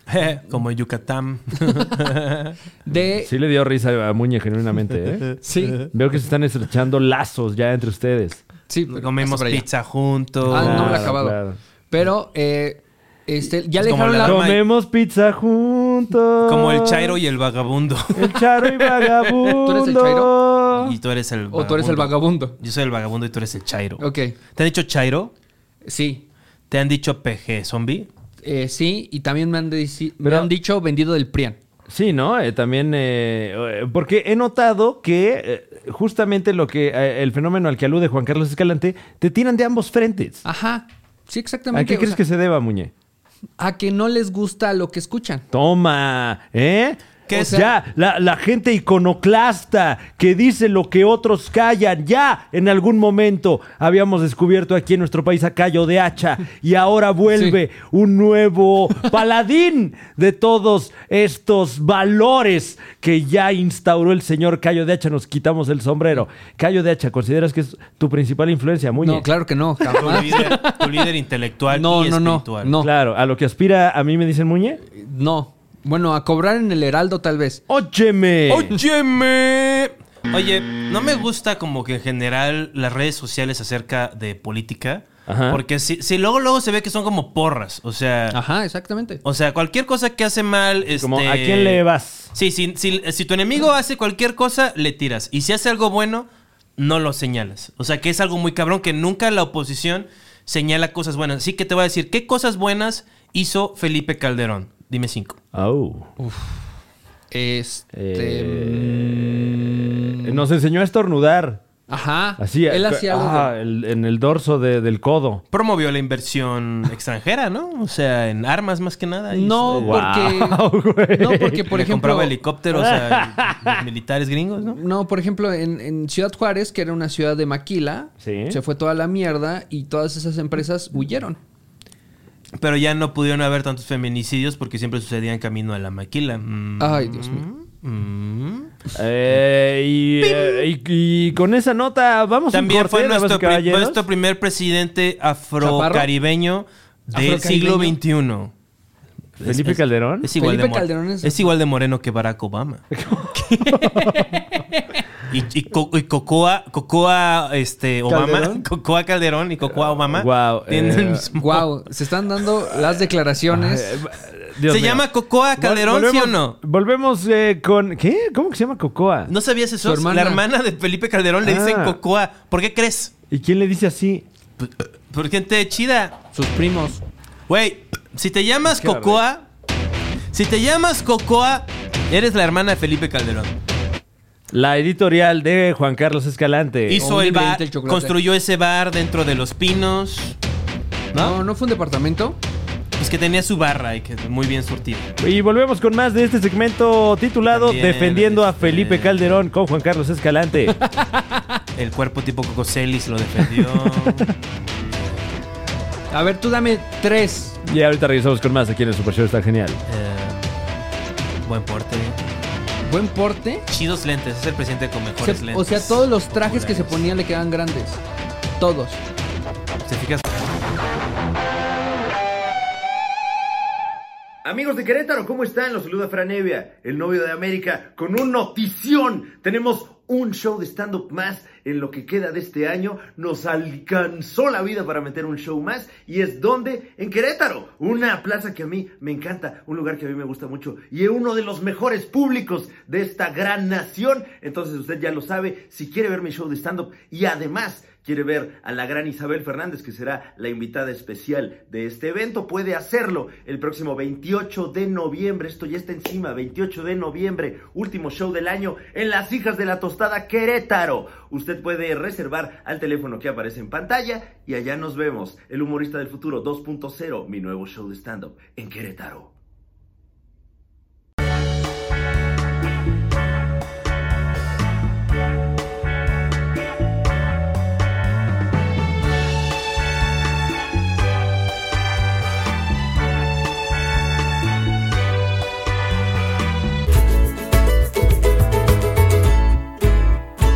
[SPEAKER 1] Como en Yucatán.
[SPEAKER 5] de...
[SPEAKER 2] Sí le dio risa a Muñe genuinamente. ¿eh?
[SPEAKER 5] Sí,
[SPEAKER 2] Veo que se están estrechando lazos ya entre ustedes.
[SPEAKER 5] sí, pero
[SPEAKER 1] Comemos
[SPEAKER 5] hasta para allá.
[SPEAKER 1] pizza juntos.
[SPEAKER 5] Ah, no me la
[SPEAKER 2] Claro,
[SPEAKER 5] acabado.
[SPEAKER 2] claro.
[SPEAKER 5] Pero eh, este, ya
[SPEAKER 1] Es
[SPEAKER 5] le
[SPEAKER 1] como
[SPEAKER 5] dejaron
[SPEAKER 1] la
[SPEAKER 5] la...
[SPEAKER 1] broma.
[SPEAKER 2] Comemos pizza juntos.
[SPEAKER 1] Ah, Como el Chairo y el vagabundo.
[SPEAKER 2] El Charo y vagabundo.
[SPEAKER 5] ¿Tú eres el Chairo?
[SPEAKER 1] Y tú eres el vagabundo.
[SPEAKER 5] O tú eres el vagabundo.
[SPEAKER 1] Yo soy el vagabundo y tú eres el Chairo.
[SPEAKER 5] Ok,
[SPEAKER 1] ¿Te han dicho Chairo?
[SPEAKER 5] sí.
[SPEAKER 1] ¿Te han dicho PG zombie?
[SPEAKER 5] Eh, sí, y también me han, dici- me
[SPEAKER 2] Pero-
[SPEAKER 5] han dicho vendido del PRIAN.
[SPEAKER 2] Sí, ¿no? Eh, también, eh, eh, porque he notado que eh, justamente lo que eh, el fenómeno al que alude Juan Carlos Escalante, te tiran de ambos frentes.
[SPEAKER 5] Ajá, sí, exactamente.
[SPEAKER 2] ¿A qué
[SPEAKER 5] o
[SPEAKER 2] crees
[SPEAKER 5] sea,
[SPEAKER 2] que se deba, Muñe?
[SPEAKER 5] a que no les gusta lo que escuchan.
[SPEAKER 2] Toma, ¿eh?
[SPEAKER 5] ¿Qué?
[SPEAKER 2] O sea, ya, la, la gente iconoclasta que dice lo que otros callan. Ya, en algún momento habíamos descubierto aquí en nuestro país a Cayo de Hacha y ahora vuelve un nuevo paladín de todos estos valores que ya instauró el señor Cayo de Hacha. Nos quitamos el sombrero. Cayo de Hacha, ¿consideras que es tu principal influencia, Muñe?
[SPEAKER 5] No, claro que no.
[SPEAKER 1] Tu
[SPEAKER 5] jamás.
[SPEAKER 1] líder, tu líder intelectual
[SPEAKER 5] No,
[SPEAKER 1] y
[SPEAKER 5] no, no,
[SPEAKER 1] espiritual.
[SPEAKER 5] no,
[SPEAKER 2] Claro, a lo que aspira a mí me dicen Muñe.
[SPEAKER 5] no. Bueno, a cobrar en el Heraldo tal vez.
[SPEAKER 2] ¡Óyeme!
[SPEAKER 1] ¡Óyeme! Oye, no me gusta como que en general las redes sociales acerca de política.
[SPEAKER 2] Ajá. Ah.
[SPEAKER 1] Porque si, si luego, luego se ve que son como porras. O sea,
[SPEAKER 5] Ajá, exactamente.
[SPEAKER 1] o sea, cualquier cosa que hace mal.
[SPEAKER 2] Como,
[SPEAKER 1] este,
[SPEAKER 2] ¿a quién le vas?
[SPEAKER 1] Sí, si, si- si tu enemigo hace cualquier cosa, le tiras. Y si hace algo bueno, no lo señalas. O sea, que es algo muy cabrón que nunca la oposición señala cosas buenas. Así que te voy a decir, ¿qué cosas buenas hizo Felipe Calderón? Dime cinco.
[SPEAKER 2] Au.
[SPEAKER 5] Este...
[SPEAKER 2] Eh, Nos enseñó a estornudar.
[SPEAKER 5] Ajá.
[SPEAKER 2] Así,
[SPEAKER 5] Mm. Él
[SPEAKER 2] ah,
[SPEAKER 5] hacía algo.
[SPEAKER 2] ah,
[SPEAKER 5] de-
[SPEAKER 2] el- en el dorso de- del codo.
[SPEAKER 1] Promovió la inversión extranjera, ¿no? O sea, en armas más que nada. y-
[SPEAKER 5] No,
[SPEAKER 1] eh,
[SPEAKER 5] porque. No, porque, por
[SPEAKER 1] le
[SPEAKER 5] ejemplo.
[SPEAKER 1] compraba helicópteros a los militares gringos, ¿no?
[SPEAKER 5] No, por ejemplo, en, en Ciudad Juárez, que era una ciudad de maquila,
[SPEAKER 2] Sí.
[SPEAKER 5] se fue toda la mierda y todas esas empresas huyeron.
[SPEAKER 1] Pero ya no pudieron haber tantos feminicidios porque siempre sucedían camino a la maquila. Mm,
[SPEAKER 5] Ay, Dios mío.
[SPEAKER 1] mm.
[SPEAKER 2] Eh, y, eh, y- y con esa nota vamos a
[SPEAKER 1] También
[SPEAKER 2] un corte,
[SPEAKER 1] fue
[SPEAKER 2] damas y
[SPEAKER 1] nuestro, pri-
[SPEAKER 2] caballeros.
[SPEAKER 1] nuestro primer presidente afrocaribeño del siglo XXI.
[SPEAKER 2] Felipe Calderón.
[SPEAKER 1] Es igual,
[SPEAKER 5] Felipe
[SPEAKER 1] de mor-
[SPEAKER 5] Calderón es-
[SPEAKER 1] es igual de moreno que Barack Obama. y, y Co- y Cocoa, Cocoa este, Obama, Cocoa Calderón y Cocoa Obama
[SPEAKER 2] Guau,
[SPEAKER 1] tienen el
[SPEAKER 2] eh,
[SPEAKER 1] mismo-
[SPEAKER 5] Wow, se están dando las declaraciones.
[SPEAKER 2] Eh, Dios
[SPEAKER 1] ¿Se
[SPEAKER 2] mío.
[SPEAKER 1] llama Cocoa Calderón,
[SPEAKER 2] Vol-
[SPEAKER 1] sí o
[SPEAKER 2] volvemos-
[SPEAKER 1] no?
[SPEAKER 2] Volvemos eh, con... ¿Qué? ¿Cómo que se llama Cocoa?
[SPEAKER 1] ¿No sabías eso?
[SPEAKER 5] Su hermana.
[SPEAKER 1] La hermana de Felipe Calderón le
[SPEAKER 2] Ah.
[SPEAKER 1] dicen Cocoa. ¿Por qué crees?
[SPEAKER 2] ¿Y quién le dice así?
[SPEAKER 1] Por gente chida.
[SPEAKER 5] Sus primos.
[SPEAKER 1] Güey, si te llamas
[SPEAKER 2] Qué barbaridad.
[SPEAKER 1] Cocoa, si te llamas Cocoa, eres la hermana de Felipe Calderón.
[SPEAKER 2] La editorial de Juan Carlos Escalante.
[SPEAKER 1] Hizo
[SPEAKER 5] un
[SPEAKER 1] el
[SPEAKER 5] ingrediente
[SPEAKER 1] bar,
[SPEAKER 5] del chocolate.
[SPEAKER 1] construyó ese bar dentro de los pinos. ¿No?
[SPEAKER 5] No, no fue un departamento.
[SPEAKER 1] Pues que tenía su barra y que muy bien surtido.
[SPEAKER 2] Y volvemos con más de este segmento titulado
[SPEAKER 1] También,
[SPEAKER 2] Defendiendo a
[SPEAKER 1] este-
[SPEAKER 2] Felipe Calderón con Juan Carlos Escalante.
[SPEAKER 1] El cuerpo tipo Cocoselis lo defendió.
[SPEAKER 5] A ver, tú dame tres.
[SPEAKER 2] y ahorita regresamos con más aquí en el Super Show. Está genial.
[SPEAKER 1] Eh, buen porte.
[SPEAKER 5] Buen porte.
[SPEAKER 1] Chidos lentes. Es el presidente con
[SPEAKER 5] Se-
[SPEAKER 1] mejores lentes.
[SPEAKER 5] o sea, todos los trajes que se
[SPEAKER 1] Populares.
[SPEAKER 5] ponían le quedaban grandes. Todos.
[SPEAKER 1] ¿Te fijas?
[SPEAKER 7] Amigos de Querétaro, ¿cómo están? Los saluda Fran Evia, el novio de América, con una notición. Tenemos un show de stand-up más en lo que queda de este año. Nos alcanzó la vida para meter un show más y es donde? En Querétaro, una plaza que a mí me encanta, un lugar que a mí me gusta mucho y es uno de los mejores públicos de esta gran nación. Entonces usted ya lo sabe, si quiere ver mi show de stand-up y además quiere ver a la gran Isabel Fernández, que será la invitada especial de este evento, puede hacerlo el próximo 28 de noviembre. Esto ya está encima, 28 de noviembre, último show del año en Las Hijas de la Tostada Querétaro. Usted puede reservar al teléfono que aparece en pantalla y allá nos vemos. El humorista del futuro 2.0, mi nuevo show de stand-up en Querétaro.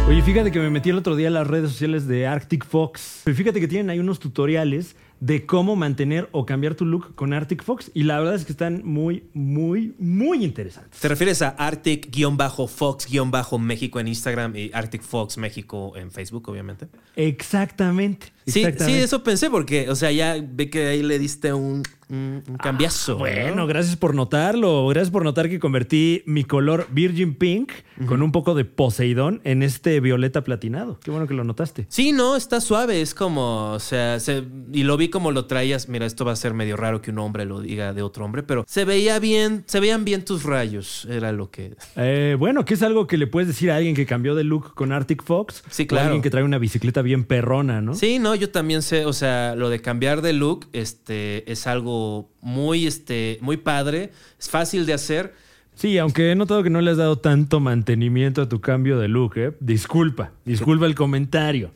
[SPEAKER 2] Oye, fíjate que me metí el otro día a las redes sociales de Arctic Fox. Y fíjate que tienen ahí unos tutoriales de cómo mantener o cambiar tu look con Arctic Fox. Y la verdad es que están muy, muy, muy interesantes.
[SPEAKER 1] ¿Te refieres a Arctic-Fox-México en Instagram y Arctic Fox México en Facebook, obviamente?
[SPEAKER 2] Exactamente.
[SPEAKER 1] Sí, sí,
[SPEAKER 2] exactamente.
[SPEAKER 1] eso pensé porque, o sea, ya ve que ahí le diste un, un- un cambiazo.
[SPEAKER 5] Ah,
[SPEAKER 2] Bueno, gracias por notarlo. Gracias por notar que convertí mi color Virgin Pink con un poco de Poseidón en este violeta platinado. Qué bueno que lo notaste.
[SPEAKER 1] Sí, no, está suave, es como, o sea, se- y lo vi como lo traías, mira, esto va a ser medio raro que un hombre lo diga de otro hombre, pero se veía bien, se veían bien tus rayos, era lo que...
[SPEAKER 2] Eh, bueno, que es algo que le puedes decir a alguien que cambió de look con Arctic Fox.
[SPEAKER 1] Sí,
[SPEAKER 2] o
[SPEAKER 1] claro.
[SPEAKER 2] alguien que trae una bicicleta bien perrona, ¿no?
[SPEAKER 1] Sí, no, yo también sé, o sea, lo de cambiar de look, este, es algo muy, este, muy padre, es fácil de hacer,
[SPEAKER 2] Sí, aunque he notado que no le has dado tanto mantenimiento a tu cambio de look, ¿eh? Disculpa, disculpa el comentario.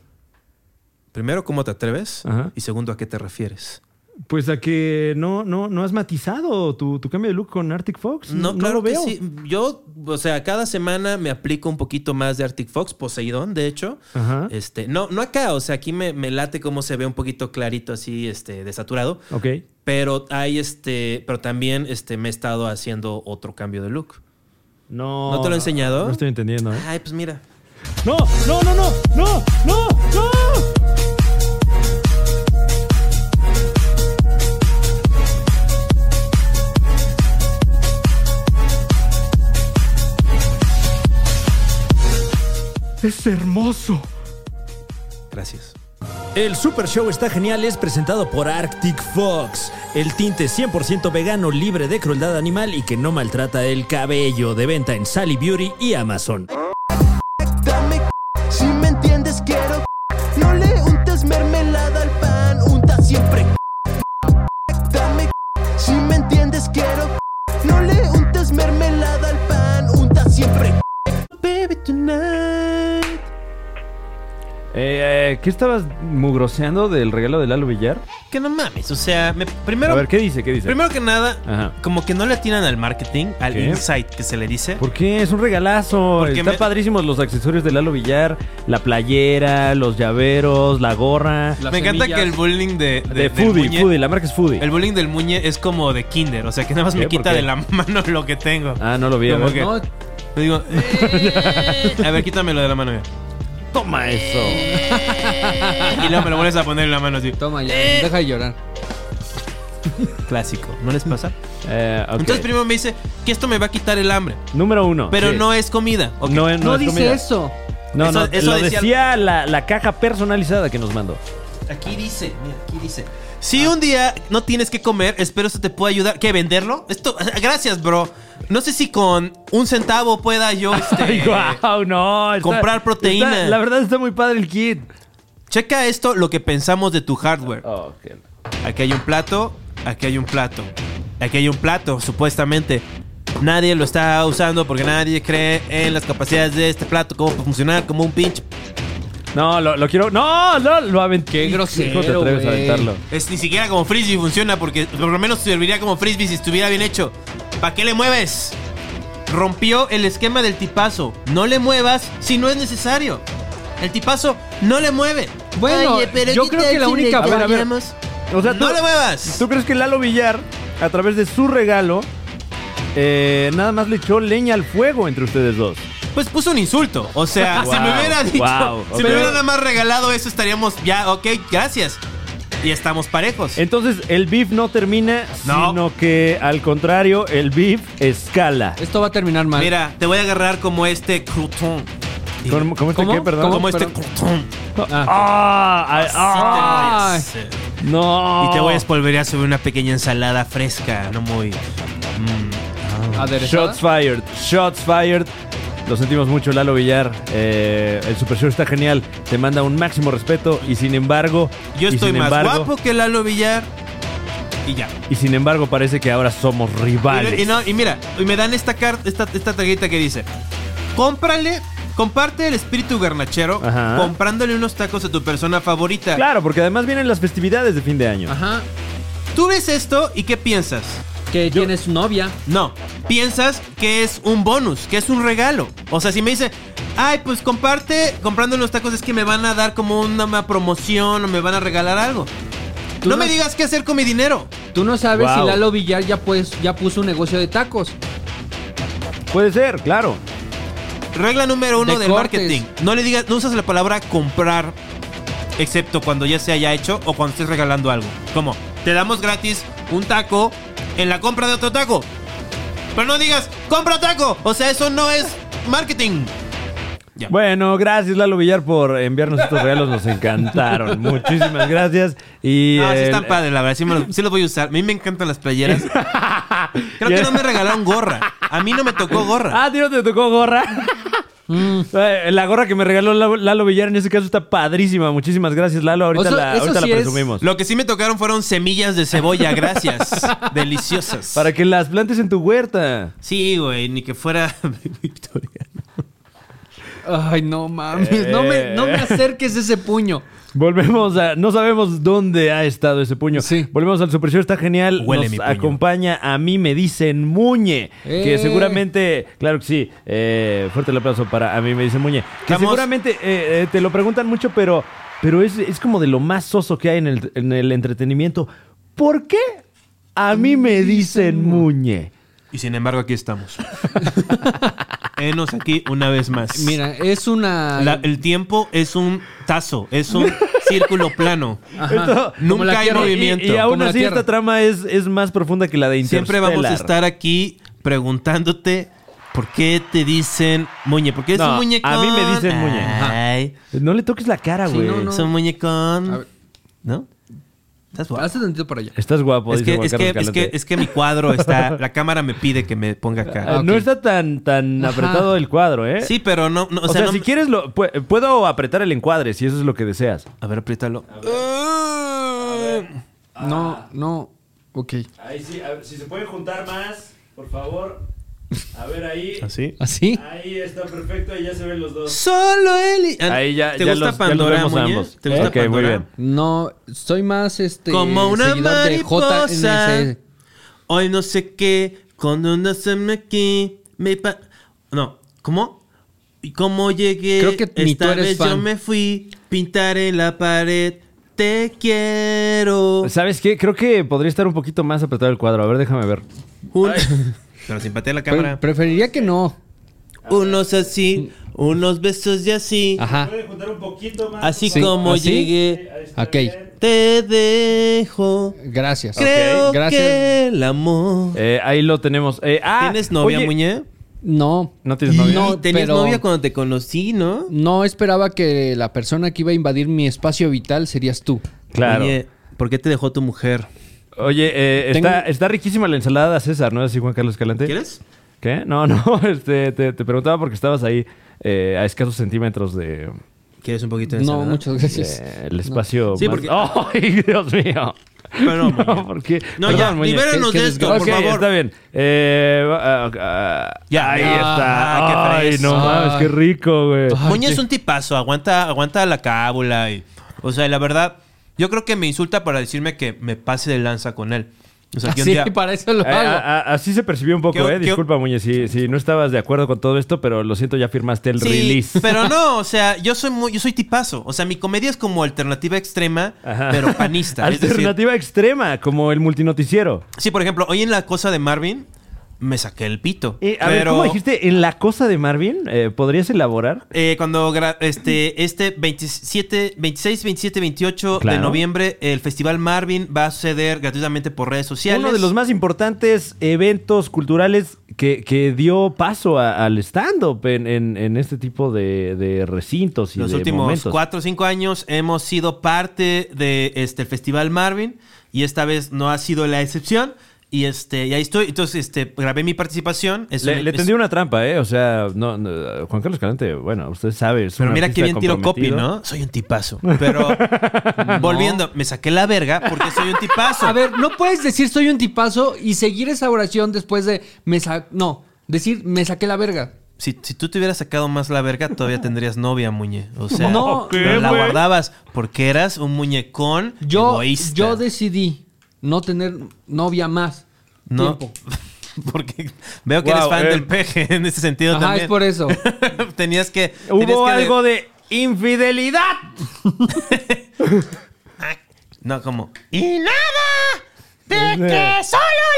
[SPEAKER 1] Primero, ¿cómo te atreves?
[SPEAKER 2] Ajá.
[SPEAKER 1] Y segundo, ¿a qué te refieres?
[SPEAKER 2] Pues a que no, no, no has matizado tu, tu cambio de look con Arctic Fox.
[SPEAKER 1] Mm, No, claro
[SPEAKER 2] lo
[SPEAKER 1] que
[SPEAKER 2] veo.
[SPEAKER 1] sí. Yo, o sea, cada semana me aplico un poquito más de Arctic Fox, Poseidón, de hecho.
[SPEAKER 2] Ajá.
[SPEAKER 1] Este, no, no acá, o sea, aquí me, me late cómo se ve un poquito clarito así, este, desaturado.
[SPEAKER 2] Ok.
[SPEAKER 1] Pero hay este, pero también este, me he estado haciendo otro cambio de look.
[SPEAKER 2] No.
[SPEAKER 1] ¿No te lo he enseñado?
[SPEAKER 2] No estoy entendiendo, ¿eh?
[SPEAKER 1] Ay, pues mira.
[SPEAKER 2] ¡No! ¡No, no, no! ¡No! ¡No! ¡No! Es hermoso.
[SPEAKER 1] Gracias.
[SPEAKER 8] El Super Show está genial es presentado por Arctic Fox, el tinte 100% vegano libre de crueldad animal y que no maltrata el cabello, de venta en Sally Beauty y Amazon.
[SPEAKER 9] Dame c- si me entiendes que
[SPEAKER 1] tonight.
[SPEAKER 2] Eh, eh, ¿Qué estabas mugroseando del regalo de Lalo Villar?
[SPEAKER 1] Que no mames, o sea, me-
[SPEAKER 2] A
[SPEAKER 1] primero,
[SPEAKER 2] ver, ¿qué dice? ¿Qué dice?
[SPEAKER 1] primero que nada,
[SPEAKER 2] Ajá.
[SPEAKER 1] como que no le atinan al marketing, al
[SPEAKER 2] ¿Qué?
[SPEAKER 1] insight que se le dice.
[SPEAKER 2] ¿Por qué? Es un regalazo.
[SPEAKER 1] Porque
[SPEAKER 2] Están
[SPEAKER 1] me-
[SPEAKER 2] padrísimos los accesorios de Lalo Villar. La playera, los llaveros, la gorra.
[SPEAKER 5] Las
[SPEAKER 1] me encanta
[SPEAKER 5] semillas.
[SPEAKER 1] que el bullying de, de-
[SPEAKER 2] de
[SPEAKER 1] del
[SPEAKER 2] Foodie,
[SPEAKER 1] Muñe-
[SPEAKER 2] Foodie, la marca es Foodie.
[SPEAKER 1] El bullying del muñe es como de kinder, o sea que nada más
[SPEAKER 2] ¿Qué?
[SPEAKER 1] me
[SPEAKER 2] ¿Por
[SPEAKER 1] quita
[SPEAKER 2] qué?
[SPEAKER 1] de la mano lo que tengo.
[SPEAKER 2] Ah, no lo vi. a
[SPEAKER 1] Como
[SPEAKER 2] ver.
[SPEAKER 1] que-
[SPEAKER 5] No,
[SPEAKER 1] Le digo, "Eh". a ver, quítamelo de la mano. mira.
[SPEAKER 2] Toma Ah, eso.
[SPEAKER 1] Y luego me lo vuelves a poner en la mano así.
[SPEAKER 5] toma ya,
[SPEAKER 1] Eh.
[SPEAKER 5] deja de llorar.
[SPEAKER 1] Clásico, ¿no les pasa?
[SPEAKER 2] Eh, ok.
[SPEAKER 1] Entonces primero me dice que esto me va a quitar el hambre,
[SPEAKER 2] Número uno.
[SPEAKER 1] pero
[SPEAKER 2] Sí.
[SPEAKER 1] no es comida. ok.
[SPEAKER 2] No, no
[SPEAKER 5] No,
[SPEAKER 2] es
[SPEAKER 5] dice
[SPEAKER 2] comida.
[SPEAKER 5] eso.
[SPEAKER 2] No,
[SPEAKER 1] Eso-
[SPEAKER 2] no,
[SPEAKER 1] eso
[SPEAKER 2] lo
[SPEAKER 1] decía-
[SPEAKER 2] decía la, la caja personalizada que nos mandó.
[SPEAKER 1] Aquí dice, mira, aquí dice. Ah. Si un día no tienes que comer, espero esto te pueda ayudar. ¿Qué, venderlo? Esto, gracias, bro. No sé si con un centavo pueda yo, este,
[SPEAKER 2] Ay, guau, no. está-
[SPEAKER 1] comprar proteína.
[SPEAKER 2] está- la verdad está muy padre el kit.
[SPEAKER 1] Checa esto, lo que pensamos de tu hardware.
[SPEAKER 2] Oh, qué-
[SPEAKER 1] Aquí hay un plato, aquí hay un plato, aquí hay un plato, supuestamente. Nadie lo está usando porque nadie cree en las capacidades de este plato, cómo puede funcionar, como un pinche.
[SPEAKER 2] No, lo, lo quiero. No, no, lo aventé.
[SPEAKER 5] Qué grosero,
[SPEAKER 2] ¿Cómo te atreves a
[SPEAKER 5] güey.
[SPEAKER 2] aventarlo?
[SPEAKER 1] Es ni siquiera como frisbee funciona porque por lo menos serviría como frisbee si estuviera bien hecho. ¿Para qué le mueves? Rompió el esquema del tipazo. No le muevas si no es necesario. El tipazo no le mueve.
[SPEAKER 5] Bueno, yo creo que la única
[SPEAKER 2] A ver, a ver. O sea,
[SPEAKER 1] No le muevas.
[SPEAKER 2] ¿Tú crees que Lalo Villar, a través de su regalo, eh, nada más le echó leña al fuego entre ustedes dos?
[SPEAKER 1] Pues puso un insulto. O sea, si me
[SPEAKER 2] Wow,
[SPEAKER 1] hubiera dicho,
[SPEAKER 2] wow,
[SPEAKER 1] si
[SPEAKER 2] ok.
[SPEAKER 1] me hubiera nada más regalado eso, estaríamos ya, ok, gracias. Y estamos parejos.
[SPEAKER 2] Entonces, el beef no termina,
[SPEAKER 1] No.
[SPEAKER 2] sino que al contrario, el beef escala.
[SPEAKER 5] Esto va a terminar mal.
[SPEAKER 1] Mira, te voy a agarrar como este crouton.
[SPEAKER 2] ¿Cómo, cómo está
[SPEAKER 5] ¿Cómo?
[SPEAKER 2] qué, perdón?
[SPEAKER 5] ¿Cómo?
[SPEAKER 1] Como este
[SPEAKER 5] Pero-
[SPEAKER 1] crouton.
[SPEAKER 5] Ah,
[SPEAKER 2] ¡Ah! ay, ah,
[SPEAKER 5] Ay.
[SPEAKER 2] ¡No!
[SPEAKER 1] Y te voy a espolverear sobre una pequeña ensalada fresca, no muy. mm.
[SPEAKER 5] aderezada.
[SPEAKER 2] Shots fired, shots fired. Lo sentimos mucho, Lalo Villar. Eh, el Super Show está genial. Te manda un máximo respeto y sin embargo...
[SPEAKER 1] Yo
[SPEAKER 2] y
[SPEAKER 1] estoy
[SPEAKER 2] sin
[SPEAKER 1] más
[SPEAKER 2] embargo-
[SPEAKER 1] guapo que Lalo Villar. Y ya.
[SPEAKER 2] Y sin embargo parece que ahora somos rivales.
[SPEAKER 1] Y, y no, y mira, y me dan esta carta, esta, esta tarjeta que dice: cómprale, comparte el espíritu garnachero
[SPEAKER 2] Ajá.
[SPEAKER 1] comprándole unos tacos a tu persona favorita.
[SPEAKER 2] Claro, porque además vienen las festividades de fin de
[SPEAKER 1] Ah.
[SPEAKER 2] año.
[SPEAKER 5] Ajá.
[SPEAKER 1] Tú ves esto y ¿qué piensas?
[SPEAKER 5] Que tienes novia.
[SPEAKER 1] No, piensas que es un bonus, que es un regalo. O sea, si me dice, ay, pues comparte, comprando los tacos es que me van a dar como una, una promoción o me van a regalar algo.
[SPEAKER 5] Tú
[SPEAKER 1] No,
[SPEAKER 5] no-
[SPEAKER 1] me digas qué hacer con mi dinero.
[SPEAKER 5] Tú no sabes
[SPEAKER 2] Wow.
[SPEAKER 5] si Lalo Villar ya, pues, ya puso un negocio de tacos.
[SPEAKER 2] Puede ser, claro.
[SPEAKER 1] Regla número uno
[SPEAKER 5] De
[SPEAKER 1] del
[SPEAKER 5] cortes.
[SPEAKER 1] marketing. No le digas, no usas la palabra comprar, excepto cuando ya se haya hecho o cuando estés regalando algo. Como, te damos gratis un taco en la compra de otro taco. Pero no digas, compra taco. O sea, eso no es marketing. Ya.
[SPEAKER 2] Bueno, gracias Lalo Villar por enviarnos estos regalos. Nos encantaron. Muchísimas gracias. Y,
[SPEAKER 1] No, sí
[SPEAKER 2] el-
[SPEAKER 1] están padres, la verdad. Sí, me los, sí los voy a usar. A mí me encantan las playeras. Creo
[SPEAKER 2] Ya.
[SPEAKER 1] que no me regalaron gorra. A mí no me tocó gorra.
[SPEAKER 2] Ah, tío, te tocó gorra. Eh, La gorra que me regaló Lalo- Lalo Villar en ese caso está padrísima. Muchísimas gracias, Lalo. Ahorita
[SPEAKER 5] O sea,
[SPEAKER 2] la,
[SPEAKER 5] eso
[SPEAKER 2] ahorita la
[SPEAKER 5] sí es-
[SPEAKER 2] presumimos.
[SPEAKER 1] Lo que sí me tocaron fueron semillas de cebolla, gracias. Deliciosas.
[SPEAKER 2] Para que las plantes en tu huerta.
[SPEAKER 1] Sí, güey, ni que fuera Victoria.
[SPEAKER 5] Ay, no mames. No, me,
[SPEAKER 1] Eh.
[SPEAKER 5] no me acerques ese puño.
[SPEAKER 2] Volvemos a. No sabemos dónde ha estado ese puño.
[SPEAKER 5] Sí.
[SPEAKER 2] Volvemos al Super Show, está genial.
[SPEAKER 1] Huele
[SPEAKER 2] Nos
[SPEAKER 1] mi puño.
[SPEAKER 2] acompaña a mí, me dicen Muñe. Que
[SPEAKER 5] Eh.
[SPEAKER 2] seguramente. Claro que sí. eh, fuerte el aplauso para a mí, me dicen Muñe. Que
[SPEAKER 1] Estamos-
[SPEAKER 2] seguramente eh, eh, te lo preguntan mucho, pero. Pero es, es como de lo más soso que hay en el, en el entretenimiento. ¿Por qué a mí me dicen Muñe?
[SPEAKER 1] Y sin embargo, aquí estamos. Enos aquí una vez más.
[SPEAKER 5] Mira, es una.
[SPEAKER 1] La- el tiempo es un tazo, es un círculo plano.
[SPEAKER 5] Ajá.
[SPEAKER 2] Esto-
[SPEAKER 5] Como
[SPEAKER 1] Nunca
[SPEAKER 5] la
[SPEAKER 1] hay
[SPEAKER 5] tierra.
[SPEAKER 1] movimiento.
[SPEAKER 2] Y, y aún
[SPEAKER 5] Como la
[SPEAKER 2] así,
[SPEAKER 5] Tierra.
[SPEAKER 2] esta trama es, es más profunda que la de Interstellar.
[SPEAKER 1] Siempre vamos a estar aquí preguntándote por qué te dicen muñe. ¿Por qué es
[SPEAKER 2] No,
[SPEAKER 1] un muñecón?
[SPEAKER 2] a mí me dicen muñe.
[SPEAKER 1] Ay,
[SPEAKER 2] No le toques la cara,
[SPEAKER 5] Sí,
[SPEAKER 2] güey.
[SPEAKER 5] no, no.
[SPEAKER 1] es un
[SPEAKER 5] A
[SPEAKER 1] muñecón.
[SPEAKER 5] ver.
[SPEAKER 1] ¿No? Estás guapo.
[SPEAKER 5] Hace sentido para allá.
[SPEAKER 2] Estás guapo,
[SPEAKER 1] Es
[SPEAKER 2] dice
[SPEAKER 1] que,
[SPEAKER 2] Juan
[SPEAKER 1] es, que,
[SPEAKER 2] Carlos
[SPEAKER 1] es, que,
[SPEAKER 2] Escalante.
[SPEAKER 1] es que mi cuadro está. La cámara me pide que me ponga acá.
[SPEAKER 2] Ah, No está tan, tan
[SPEAKER 5] Ajá.
[SPEAKER 2] apretado el cuadro, ¿eh?
[SPEAKER 1] Sí, pero no. no,
[SPEAKER 2] O,
[SPEAKER 1] o,
[SPEAKER 2] sea,
[SPEAKER 1] no
[SPEAKER 2] si
[SPEAKER 1] me-
[SPEAKER 2] quieres, lo, pu- puedo apretar el encuadre, si eso es lo que deseas.
[SPEAKER 1] A ver, apriétalo.
[SPEAKER 5] No, no. Ok.
[SPEAKER 2] Ahí sí, si se puede juntar más, por favor. A ver, ahí.
[SPEAKER 9] Así.
[SPEAKER 5] ¿Así?
[SPEAKER 2] Ahí está perfecto, ahí ya se ven los dos.
[SPEAKER 1] Solo él y... Ah,
[SPEAKER 2] Ahí ya-
[SPEAKER 1] ¿Te gusta
[SPEAKER 2] ya los- ya los
[SPEAKER 1] Pandora,
[SPEAKER 2] vemos
[SPEAKER 1] Muñe?
[SPEAKER 2] ambos.
[SPEAKER 1] ¿Te gusta
[SPEAKER 2] Ok, muy
[SPEAKER 1] Pandora?
[SPEAKER 2] bien.
[SPEAKER 5] No, soy más este.
[SPEAKER 1] Como una
[SPEAKER 5] seguidor de
[SPEAKER 1] mariposa.
[SPEAKER 5] JNS.
[SPEAKER 1] Hoy no sé qué, cuando no se me aquí, me pa- No, ¿cómo? ¿Y cómo llegué?
[SPEAKER 5] Creo que ni
[SPEAKER 1] Esta
[SPEAKER 5] tú eres
[SPEAKER 1] vez yo
[SPEAKER 5] fan.
[SPEAKER 1] me fui pintar en la pared. Te quiero.
[SPEAKER 2] ¿Sabes qué? Creo que podría estar un poquito más apretado el cuadro. A ver, déjame ver.
[SPEAKER 1] Un- Pero sin patear la
[SPEAKER 5] Pre-
[SPEAKER 1] cámara.
[SPEAKER 5] preferiría que no.
[SPEAKER 1] unos así, unos besos y así.
[SPEAKER 5] Ajá.
[SPEAKER 2] juntar un poquito más.
[SPEAKER 1] Así
[SPEAKER 5] Ah, Sí,
[SPEAKER 1] como
[SPEAKER 5] así.
[SPEAKER 1] llegué,
[SPEAKER 5] Ok.
[SPEAKER 1] te dejo.
[SPEAKER 5] Gracias.
[SPEAKER 1] Creo
[SPEAKER 5] Gracias.
[SPEAKER 1] que el amor.
[SPEAKER 2] ahí lo tenemos. Eh, ah,
[SPEAKER 1] ¿Tienes novia,
[SPEAKER 2] oye,
[SPEAKER 1] Muñe?
[SPEAKER 5] No.
[SPEAKER 2] ¿No tienes novia?
[SPEAKER 5] No,
[SPEAKER 1] Tenías
[SPEAKER 5] pero-
[SPEAKER 1] novia cuando te conocí, ¿no?
[SPEAKER 5] No esperaba que la persona que iba a invadir mi espacio vital serías tú.
[SPEAKER 2] Claro.
[SPEAKER 1] Oye, ¿por qué te dejó tu mujer?
[SPEAKER 2] Oye, eh,
[SPEAKER 5] Tengo-
[SPEAKER 2] está, está riquísima la ensalada, César, ¿no es así, Juan Carlos Calante?
[SPEAKER 1] ¿Quieres?
[SPEAKER 2] ¿Qué? No, no, este, te, te preguntaba porque estabas ahí eh, a escasos centímetros de,
[SPEAKER 1] ¿Quieres un poquito de
[SPEAKER 5] No,
[SPEAKER 1] ensalada?
[SPEAKER 5] muchas gracias.
[SPEAKER 2] de el espacio.
[SPEAKER 1] Sí,
[SPEAKER 2] más-
[SPEAKER 1] porque-
[SPEAKER 2] ¡Ay, Dios mío!
[SPEAKER 1] Pero no, Muñe.
[SPEAKER 2] porque...
[SPEAKER 1] No,
[SPEAKER 2] Perdón,
[SPEAKER 1] ya,
[SPEAKER 2] Muñe.
[SPEAKER 1] libéranos
[SPEAKER 5] ¿Qué- qué
[SPEAKER 1] de esto,
[SPEAKER 2] Ok,
[SPEAKER 1] por favor.
[SPEAKER 2] está bien. Eh, va- ah, ah,
[SPEAKER 1] Ya.
[SPEAKER 2] ahí
[SPEAKER 1] Ah,
[SPEAKER 2] está.
[SPEAKER 1] ah, qué
[SPEAKER 2] Ay,
[SPEAKER 1] fresa.
[SPEAKER 2] no mames, qué rico, güey.
[SPEAKER 5] Ah,
[SPEAKER 1] Muñe es un tipazo, aguanta, aguanta la cábula. Y, o sea, la verdad, yo creo que me insulta para decirme que me pase de lanza con él. O sea, que un
[SPEAKER 5] Así,
[SPEAKER 1] día... Eh,
[SPEAKER 5] para eso lo
[SPEAKER 2] Ah,
[SPEAKER 5] hago.
[SPEAKER 2] ah, ah, así se percibió un poco,
[SPEAKER 1] ¿Qué-
[SPEAKER 2] ¿eh?
[SPEAKER 1] qué-
[SPEAKER 2] Disculpa, Muñe, si, si no estabas de acuerdo con todo esto, pero lo siento, ya firmaste el
[SPEAKER 1] Sí,
[SPEAKER 2] release.
[SPEAKER 1] pero no, o sea, yo soy muy, yo soy tipazo. O sea, mi comedia es como alternativa extrema,
[SPEAKER 2] Ajá.
[SPEAKER 1] pero panista. Es decir,
[SPEAKER 2] Alternativa extrema, como el multinoticiero.
[SPEAKER 1] sí, por ejemplo, hoy en la cosa de Marvin me saqué el pito.
[SPEAKER 2] Eh, a
[SPEAKER 1] pero,
[SPEAKER 2] ver, ¿cómo dijiste? En la cosa de Marvin, eh, ¿podrías elaborar?
[SPEAKER 1] eh, cuando gra- este, este 27, 26, 27, 28
[SPEAKER 2] Claro.
[SPEAKER 1] de noviembre, el Festival Marvin va a suceder gratuitamente por redes sociales.
[SPEAKER 2] Uno de los más importantes eventos culturales que, que dio paso a- al stand-up en, en- en este tipo de, de recintos y
[SPEAKER 1] Los
[SPEAKER 2] de
[SPEAKER 1] últimos
[SPEAKER 2] momentos.
[SPEAKER 1] cuatro o cinco años hemos sido parte de este el Festival Marvin y esta vez no ha sido la excepción. Y este, y ahí estoy. Entonces, este, grabé mi participación. Es
[SPEAKER 2] Le,
[SPEAKER 1] un-
[SPEAKER 2] le
[SPEAKER 1] es-
[SPEAKER 2] tendí una trampa, ¿eh? O sea, no, no, Juan Carlos Calante, bueno, usted sabe. es
[SPEAKER 1] Pero
[SPEAKER 2] un
[SPEAKER 1] mira qué bien
[SPEAKER 2] artista
[SPEAKER 1] tiro copy,
[SPEAKER 2] comprometido.
[SPEAKER 1] ¿no? Soy un tipazo. Pero volviendo, me saqué la verga porque soy un tipazo.
[SPEAKER 5] A ver, no puedes decir soy un tipazo y seguir esa oración después de me sa- no, decir me saqué la verga.
[SPEAKER 1] Si, si tú te hubieras sacado más la verga, todavía tendrías novia, muñe. O sea,
[SPEAKER 5] No.
[SPEAKER 1] pero la guardabas porque eras un muñecón
[SPEAKER 5] Yo
[SPEAKER 1] egoísta.
[SPEAKER 5] yo decidí no tener novia más.
[SPEAKER 1] No.
[SPEAKER 5] Tiempo.
[SPEAKER 1] Porque veo que eres
[SPEAKER 2] Wow,
[SPEAKER 1] fan
[SPEAKER 2] eh.
[SPEAKER 1] del peje en ese sentido
[SPEAKER 5] Ajá,
[SPEAKER 1] también.
[SPEAKER 5] es por eso.
[SPEAKER 1] tenías que. tenías
[SPEAKER 2] Hubo
[SPEAKER 1] que-
[SPEAKER 2] algo de infidelidad.
[SPEAKER 1] No, como.
[SPEAKER 4] Y nada de
[SPEAKER 1] Eh.
[SPEAKER 4] que solo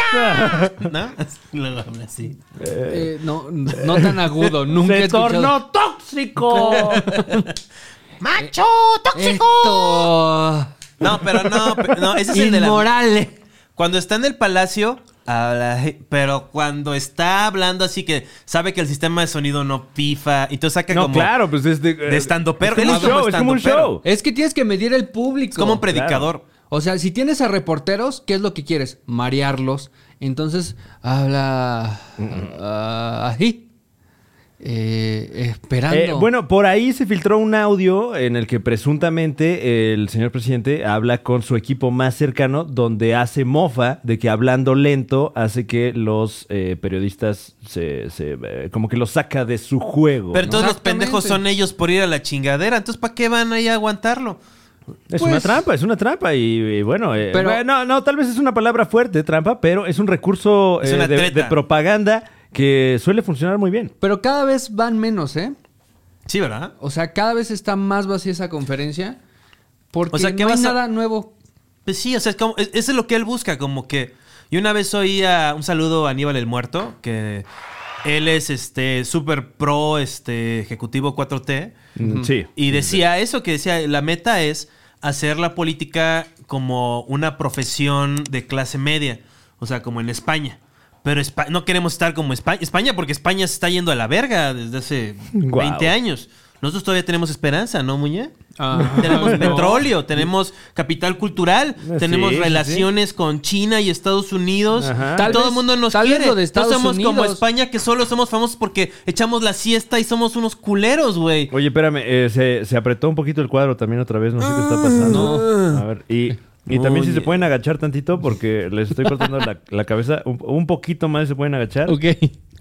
[SPEAKER 4] la puntita.
[SPEAKER 1] ¿No? Luego habla así.
[SPEAKER 5] Eh, no, no tan agudo, nunca he
[SPEAKER 2] Se
[SPEAKER 5] escuchado.
[SPEAKER 2] tornó tóxico.
[SPEAKER 4] Macho tóxico.
[SPEAKER 5] Esto.
[SPEAKER 1] No, pero no, pe- no, ese es el de la.
[SPEAKER 5] Inmoral.
[SPEAKER 1] Cuando está en el palacio, habla, pero cuando está hablando así que sabe que el sistema de sonido no pifa, entonces saca
[SPEAKER 2] no,
[SPEAKER 1] como.
[SPEAKER 2] claro, pues es de.
[SPEAKER 1] de estandopero.
[SPEAKER 2] Es
[SPEAKER 1] Él
[SPEAKER 2] como un
[SPEAKER 1] es como
[SPEAKER 2] show, es como un
[SPEAKER 1] estandopero.
[SPEAKER 2] show.
[SPEAKER 5] Es que tienes que medir el público.
[SPEAKER 1] Es como un predicador.
[SPEAKER 5] O sea, si tienes a reporteros, ¿qué es lo que quieres? Marearlos. Entonces, habla ah, así. Eh, esperando.
[SPEAKER 2] Eh, bueno, por ahí se filtró un audio en el que presuntamente el señor presidente habla con su equipo más cercano, donde hace mofa de que hablando lento hace que los eh, periodistas se, se, eh, como que los saca de su juego.
[SPEAKER 1] Pero
[SPEAKER 2] ¿no?
[SPEAKER 1] todos los
[SPEAKER 5] Exactamente.
[SPEAKER 1] pendejos son ellos por ir a la chingadera, entonces ¿para qué van ahí a aguantarlo?
[SPEAKER 2] Es
[SPEAKER 5] pues-
[SPEAKER 2] una trampa, es una trampa y, y bueno, eh,
[SPEAKER 5] Pero-
[SPEAKER 2] bueno, no, tal vez es una palabra fuerte, trampa, pero es un recurso
[SPEAKER 1] Es
[SPEAKER 2] eh,
[SPEAKER 1] una
[SPEAKER 2] de,
[SPEAKER 1] treta.
[SPEAKER 2] de propaganda que suele funcionar muy bien.
[SPEAKER 5] Pero cada vez van menos, ¿eh?
[SPEAKER 1] Sí, ¿verdad?
[SPEAKER 5] O sea, cada vez está más vacía esa conferencia. Porque
[SPEAKER 1] O sea, ¿qué
[SPEAKER 5] no hay
[SPEAKER 1] vas a-
[SPEAKER 5] nada nuevo.
[SPEAKER 1] Pues sí, o sea, es como, es- eso es lo que él busca, como que... Y una vez oía un saludo a Aníbal el Muerto, que él es este super pro este ejecutivo 4T,
[SPEAKER 2] Sí.
[SPEAKER 1] y decía eso, que decía, la meta es hacer la política como una profesión de clase media, o sea, como en España. Pero Espa- no queremos estar como España, España, porque España se está yendo a la verga desde hace
[SPEAKER 2] Guau.
[SPEAKER 1] 20 años. Nosotros todavía tenemos esperanza, ¿no, Muñe?
[SPEAKER 5] Ah,
[SPEAKER 1] Tenemos
[SPEAKER 5] no.
[SPEAKER 1] petróleo, tenemos capital cultural,
[SPEAKER 2] Eh,
[SPEAKER 1] tenemos
[SPEAKER 2] sí, sí,
[SPEAKER 1] relaciones con China y Estados Unidos.
[SPEAKER 2] Ajá.
[SPEAKER 5] Tal
[SPEAKER 1] Todo
[SPEAKER 5] vez-
[SPEAKER 1] el mundo nos
[SPEAKER 5] tal vez
[SPEAKER 1] quiere.
[SPEAKER 5] lo de Estados
[SPEAKER 1] no somos como
[SPEAKER 5] Unidos.
[SPEAKER 1] España que solo somos famosos porque echamos la siesta y somos unos culeros, güey.
[SPEAKER 2] Oye, espérame, eh, se, se apretó un poquito el cuadro también otra vez, no sé qué está pasando. A ver, y Y también si
[SPEAKER 1] Oye.
[SPEAKER 2] se pueden agachar tantito, porque les estoy cortando la, la cabeza, un, un poquito más se pueden agachar.
[SPEAKER 5] Ok.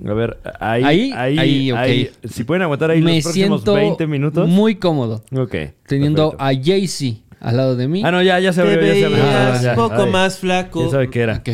[SPEAKER 2] A ver, ahí,
[SPEAKER 5] Ahí,
[SPEAKER 2] ahí,
[SPEAKER 5] ahí,
[SPEAKER 2] ahí,
[SPEAKER 5] ok.
[SPEAKER 2] Si pueden aguantar ahí
[SPEAKER 5] Me
[SPEAKER 2] los próximos
[SPEAKER 5] siento
[SPEAKER 2] 20 minutos.
[SPEAKER 5] muy cómodo
[SPEAKER 2] Ok.
[SPEAKER 5] teniendo
[SPEAKER 2] perfecto.
[SPEAKER 5] a Jay-Z al lado de mí.
[SPEAKER 2] Ah, no, ya, ya se
[SPEAKER 1] Te
[SPEAKER 2] abrió, ya se abrió.
[SPEAKER 1] veías
[SPEAKER 2] Ah, ya,
[SPEAKER 1] un poco
[SPEAKER 2] ay,
[SPEAKER 1] más flaco.
[SPEAKER 2] ¿Quién sabe qué era?
[SPEAKER 5] Ok.